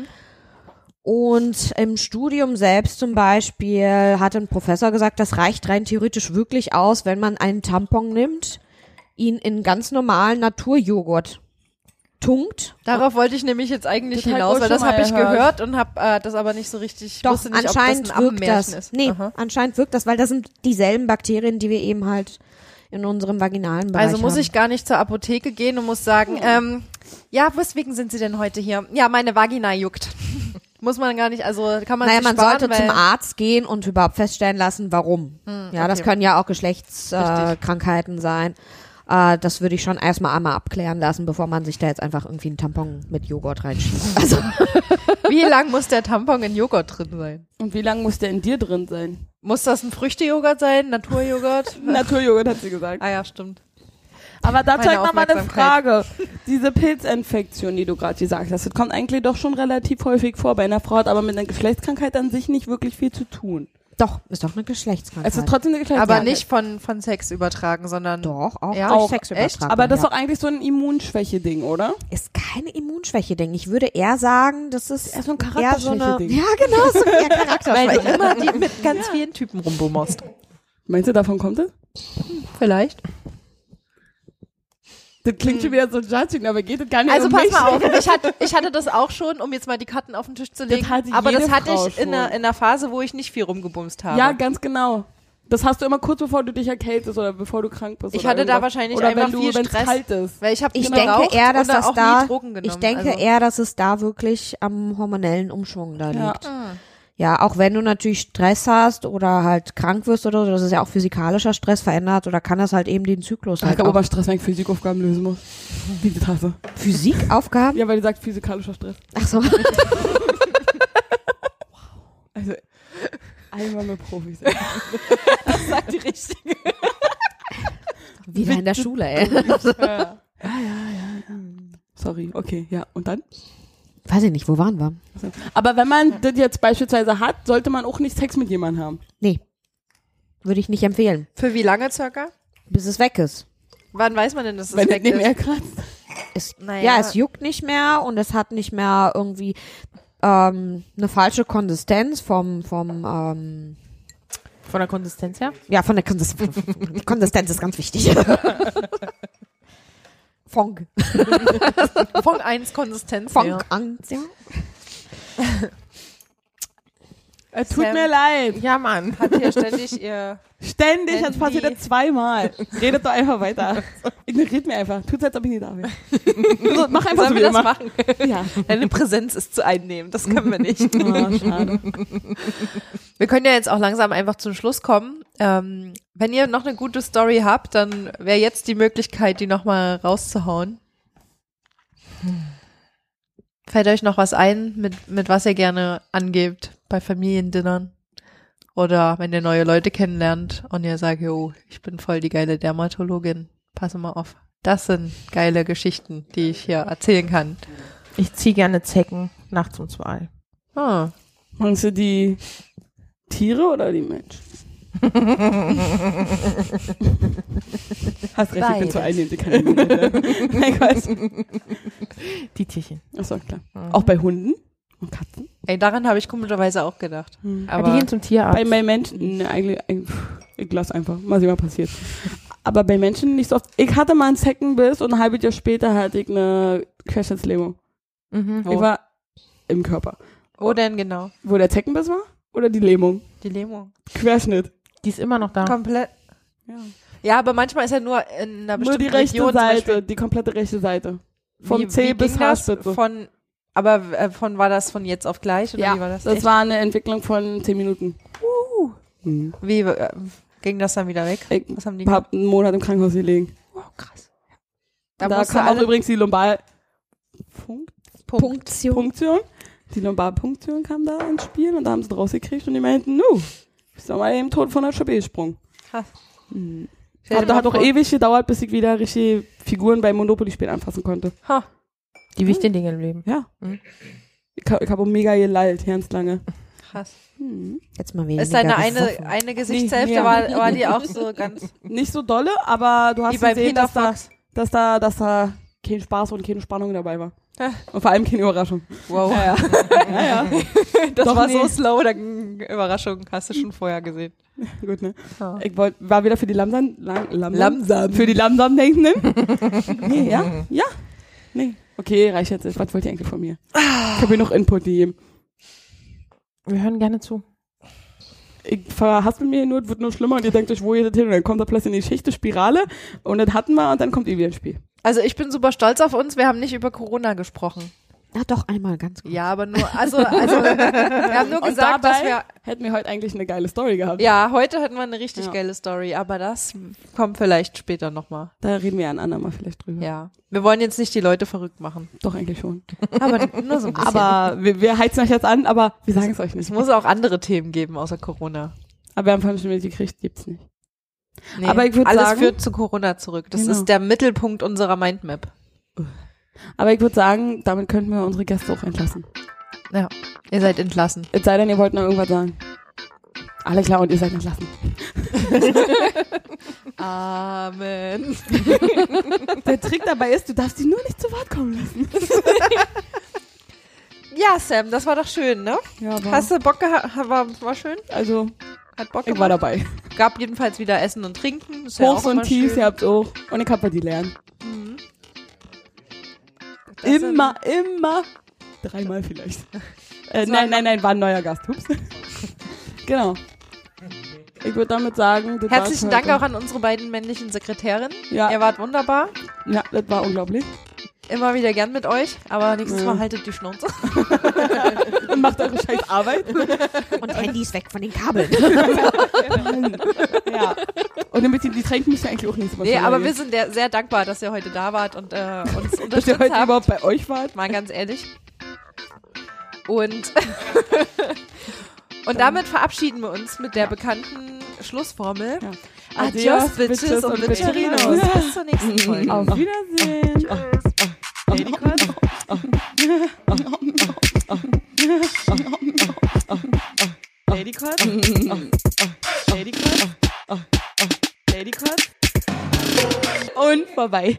S5: Und im Studium selbst zum Beispiel hat ein Professor gesagt, das reicht rein theoretisch wirklich aus, wenn man einen Tampon nimmt, ihn in ganz normalen Naturjoghurt tunkt.
S6: Darauf wollte ich nämlich jetzt eigentlich
S3: Das hab ich
S6: hinaus,
S3: wohl
S6: weil das
S3: schon mal
S6: habe ich
S3: gehört.
S6: gehört und habe äh, das aber nicht so richtig.
S5: Doch,
S6: wusste nicht, ob
S5: anscheinend
S6: das ein
S5: wirkt das.
S6: Ammenmärchen Ist.
S5: Nee,
S6: Aha.
S5: anscheinend wirkt das, weil das sind dieselben Bakterien, die wir eben halt in unserem vaginalen Bereich
S6: Also muss
S5: haben.
S6: ich gar nicht zur Apotheke gehen und muss sagen,
S5: Hm.
S6: ähm, ja, weswegen sind Sie denn heute hier? Ja, meine Vagina juckt. muss man gar nicht, also kann man
S5: Naja,
S6: sich
S5: man
S6: sparen,
S5: sollte
S6: weil
S5: zum Arzt gehen und überhaupt feststellen lassen, warum. Ja, das können ja auch Geschlechtskrankheiten äh, Krankheiten sein. Äh, das würde ich schon erstmal einmal abklären lassen, bevor man sich da jetzt einfach irgendwie einen Tampon mit Joghurt reinschiebt. Also,
S6: wie lang muss der Tampon in Joghurt drin sein?
S3: Und wie lange muss der in dir drin sein?
S6: Muss das ein Früchtejoghurt sein, Naturjoghurt?
S3: Naturjoghurt, hat sie gesagt.
S6: ah ja, stimmt.
S3: Aber da
S2: Meine
S3: zeigt noch mal eine
S2: Aufmerksamkeit.
S3: Frage. Diese Pilzinfektion, die du gerade gesagt hast, das kommt eigentlich doch schon relativ häufig vor. Bei einer Frau hat aber mit einer Geschlechtskrankheit an sich nicht wirklich viel zu tun.
S5: Doch, ist doch eine Geschlechtskrankheit.
S3: Es ist trotzdem eine Geschlechtskrankheit.
S2: Aber nicht von, von Sex übertragen, sondern
S5: doch, auch
S2: Ja,
S5: durch
S2: auch,
S5: Sex
S2: echt?
S5: übertragen.
S3: Aber das ist
S5: ja.
S3: doch eigentlich so ein Immunschwäche-Ding, oder?
S5: ist keine Immunschwäche, denke ich. Ich würde eher sagen, das ist
S3: Eher so ein
S5: eher so eine...
S3: Charakterschwäche-Ding.
S5: Ja, genau, so ein Charakterschwäche.
S2: immer die mit ganz vielen Typen rumbummerst.
S3: Meinst du, davon kommt es?
S2: Vielleicht.
S3: Das klingt schon wieder so judging, aber geht das gar nicht
S2: Also
S3: um
S2: pass
S3: mich.
S2: mal auf, ich hatte, ich hatte das auch schon, um jetzt mal die Karten auf den Tisch zu legen.
S3: hatte
S2: aber
S3: jede
S2: das hatte
S3: Frau
S2: ich in
S3: schon.
S2: einer, in einer Phase, wo ich nicht viel rumgebumst habe.
S3: Ja, ganz genau. Das hast du immer kurz bevor du dich erkältest oder bevor du krank bist.
S2: Ich
S3: oder
S2: hatte da
S3: irgendwas.
S2: wahrscheinlich
S3: oder
S2: einfach
S3: wenn du,
S2: viel
S3: wenn's
S2: Stress.
S3: kalt ist.
S2: Weil ich habe
S5: Ich denke
S2: Genau. geraucht
S5: eher, dass
S2: oder
S5: das
S2: auch
S5: da,
S2: nie Drogen genommen.
S5: ich denke
S2: also,
S5: eher, dass es da wirklich am hormonellen Umschwung da
S3: Ja.
S5: liegt.
S2: Ah.
S5: Ja, auch wenn du natürlich Stress hast oder halt krank wirst oder so, das ist ja auch physikalischer Stress verändert oder kann das halt eben den Zyklus
S3: Ich
S5: halt
S3: glaube,
S5: auch.
S3: aber Stress, wenn ich Physikaufgaben lösen muss. Wie die Tasse.
S5: Physikaufgaben?
S3: Ja, weil die sagt physikalischer Stress.
S5: Ach so.
S3: Also, einmal mit Profis.
S5: Wieder in der Schule, ey.
S3: Sorry, okay, ja. Und dann?
S5: Weiß ich nicht, wo waren wir?
S3: Aber wenn man das jetzt beispielsweise hat, sollte man auch nicht Sex mit jemandem haben.
S5: Nee. Würde ich nicht empfehlen.
S2: für wie lange circa?
S5: Bis es weg ist.
S2: Wann weiß man denn, dass es
S3: wenn
S2: weg
S3: das nicht
S2: ist?
S3: mehr kratzt.
S5: Es,
S2: Naja.
S5: Ja, es juckt nicht mehr und es hat nicht mehr irgendwie ähm, eine falsche Konsistenz vom, vom ähm,
S4: Von der Konsistenz her?
S5: ja, von der Konsistenz. Die Konsistenz ist ganz wichtig. Fong.
S2: Von 1 Konsistenz.
S5: Fong.
S2: her.
S5: Angst, ja.
S3: Es tut
S2: Sam.
S3: mir leid.
S4: Ja, Mann.
S2: Hat hier ständig ihr.
S3: Ständig,
S2: Wenn
S3: jetzt passiert
S2: die-
S3: das zweimal. Redet doch einfach weiter. Ignoriert mir einfach. Tut's, als ob ich nicht da wäre. So, Mach einfach
S2: Sollen
S3: so, wie
S2: wir
S3: du
S2: das
S3: machst.
S2: machen?
S3: Ja.
S2: Deine Präsenz ist zu einnehmen. Das können wir nicht.
S3: Oh, schade.
S2: Wir können ja jetzt auch langsam einfach zum Schluss kommen. Ähm, wenn ihr noch eine gute Story habt, dann wäre jetzt die Möglichkeit, die nochmal rauszuhauen. Fällt euch noch was ein, mit, mit was ihr gerne angebt bei Familiendinnern? Oder wenn ihr neue Leute kennenlernt und ihr sagt, jo, ich bin voll die geile Dermatologin. Pass mal auf. Das sind geile Geschichten, die ich hier erzählen kann.
S4: Ich ziehe gerne Zecken nachts um zwei.
S2: Ah.
S3: Meinst du die Tiere oder die Menschen? Hast recht, ich bin zu einnehmend, keine Nein, Quatsch.
S4: Die Tierchen.
S3: Achso, klar. Auch bei Hunden und Katzen.
S2: Ey, daran habe ich komischerweise auch gedacht.
S3: Mhm.
S4: Aber die
S2: Aber
S4: gehen zum Tierarzt.
S3: Bei, bei Menschen, ne, eigentlich, eigentlich, pff, ich lass einfach, mal sehen, was passiert. Aber bei Menschen nicht so oft. Ich hatte mal einen Zeckenbiss und ein halbes Jahr später hatte ich eine Querschnittslähmung.
S4: mhm.
S3: Ich war im Körper.
S2: wo denn genau?
S3: Wo der Zeckenbiss war oder die Lähmung?
S2: Die Lähmung.
S3: Querschnitt.
S4: Die ist immer noch da.
S2: Komplett.
S3: Ja.
S2: Ja, aber manchmal ist ja nur in einer
S3: Nur
S2: bestimmten
S3: die rechte
S2: Region, zum
S3: Seite,
S2: Beispiel-
S3: die komplette rechte Seite. Vom
S2: Wie-
S3: C
S2: wie
S3: bis
S2: ging das
S3: Haarspitze.
S2: Von, aber äh, von war das von jetzt auf gleich oder
S3: ja,
S2: wie war das?
S3: das
S2: Echt?
S3: war eine Entwicklung von 10 Minuten. Mhm.
S2: wie äh, ging das dann wieder weg?
S3: Ich
S2: Was haben die Oh,
S3: hab einen Monat im Krankenhaus gelegen.
S2: Da
S3: Da, da
S2: musst du
S3: kam auch
S2: alle-
S3: übrigens die Lumbalpunktion.
S5: Punktion.
S3: Die Lumbalpunktion kam da ins Spiel und da haben sie draus gekriegt und die meinten, nu, bist doch mal eben tot von der Schabe gesprungen.
S2: Krass.
S3: Mhm.
S2: Stell dir
S3: Aber da
S2: mal
S3: hat auch
S2: vor-
S3: ewig gedauert, bis ich wieder richtige Figuren bei Monopoly spielen anfassen konnte.
S2: Ha,
S4: Die wichtigen Dinge im Leben.
S3: Ja.
S4: Mhm.
S3: Ich habe hab auch mega gelallt, ganz lange.
S2: krass.
S3: Mhm.
S5: Jetzt mal weniger.
S2: Ist deine eine,
S5: besoffen.
S2: eine Gesichtshälfte
S3: Nee,
S2: war,
S3: ja.
S2: war die auch so ganz
S3: Nicht so dolle, aber du hast
S2: wie bei
S3: gesehen,
S2: Peter
S3: dass da,
S2: Fox.
S3: dass, da, dass da kein Spaß und keine Spannung dabei war.
S2: Ja.
S3: Und vor allem keine Überraschung.
S2: Wow.
S3: Ja, ja. ja.
S2: Das
S3: Doch,
S2: war so
S3: nee.
S2: slow, da Überraschung, hast du schon vorher gesehen.
S3: Gut, ne?
S2: Ja.
S3: Ich wollt, war wieder für die Lamsam. Lam, Lamsam?
S2: Lamsam.
S3: Für die Lamsam denken. ne? nee, ja? Ja? Nee. Okay, reicht jetzt. Was wollt ihr eigentlich von mir? Ich habe hier noch Input gegeben.
S4: Wir hören gerne zu.
S3: Ich verhaspel mir hier nur, wird nur schlimmer und ihr denkt euch, wo ihr das hin? Und dann kommt da plötzlich eine Geschichte-Spirale und das hatten wir und dann kommt ihr wieder ins Spiel.
S2: Also ich bin super stolz auf uns, wir haben nicht über Corona gesprochen.
S5: Na doch, einmal ganz kurz.
S2: Ja, aber nur, also, also wir haben nur
S3: Und
S2: gesagt,
S3: dabei
S2: dass wir
S3: hätten wir heute eigentlich eine geile Story gehabt.
S2: Ja, heute hatten wir eine richtig
S3: Ja.
S2: geile Story, aber das kommt vielleicht später nochmal.
S3: Da reden wir ein andermal vielleicht drüber.
S2: Ja. Wir wollen jetzt nicht die Leute verrückt machen.
S3: Doch, eigentlich schon.
S2: Aber nur so ein bisschen.
S3: Aber wir, wir heizen euch jetzt an, aber wir sagen es euch
S2: es
S3: nicht.
S2: muss auch andere Themen geben außer Corona.
S3: Aber wir haben vorhin schon mitgekriegt, gibt's nicht.
S2: Nee,
S3: Aber ich würd
S2: Alles
S3: sagen-
S2: führt zu Corona zurück. Das
S3: Genau.
S2: ist der Mittelpunkt unserer Mindmap.
S3: Aber ich würde sagen, damit könnten wir unsere Gäste auch entlassen.
S2: Ihr seid entlassen.
S3: Es sei denn, ihr wollt noch irgendwas sagen. Alle klar und ihr seid entlassen.
S2: Amen.
S3: Der Trick dabei ist, du darfst sie nur nicht zu Wort kommen lassen.
S2: Ja, Sam, das war doch schön, ne?
S3: Ja, aber
S2: Hast du Bock gehabt? War, war schön?
S3: also,
S2: Hat Bock
S3: ich war
S2: gemacht?
S3: dabei.
S2: Gab jedenfalls wieder Essen und Trinken. Ist ja
S3: Hochs
S2: auch
S3: und
S2: immer
S3: Tiefs,
S2: schön. Mhm.
S3: ihr habt's auch. Und ich hab bei die lernen.
S2: Das sind-
S3: Immer, immer. Dreimal vielleicht. Äh, nein, nein, nein, war ein neuer Gast. Hups. genau. Ich würde damit sagen, das
S2: Herzlichen
S3: war's
S2: Dank auch
S3: heute.
S2: an unsere beiden männlichen Sekretärinnen.
S3: Ja,
S2: Ihr wart wunderbar.
S3: ja, das war unglaublich.
S2: Immer wieder gern mit euch. Aber nächstes
S3: Ja.
S2: Mal haltet die Schnauze.
S3: Und macht eure scheiß Arbeit.
S5: Und Handys weg von den Kabeln.
S3: ja. Und damit die, die Tränken müssen wir eigentlich auch nächstes Mal
S2: Nee,
S3: schon
S2: aber
S3: mal
S2: wir
S3: gehen.
S2: sind der, sehr dankbar, dass ihr heute da wart und äh, uns
S3: dass ihr
S2: unterstützt
S3: heute
S2: habt.
S3: überhaupt bei euch wart.
S2: Mal ganz ehrlich. Und, und damit verabschieden wir uns mit der bekannten Schlussformel.
S3: Ja.
S2: Adios,
S3: Adios,
S2: Bitches,
S3: Bitches
S2: und
S3: und
S2: Bitcherinos.
S3: Bitcherinos.
S2: Bis zur nächsten Folge.
S3: Auf Wiedersehen.
S2: Ladycut? Ladycut? Ladycut?
S3: Und vorbei.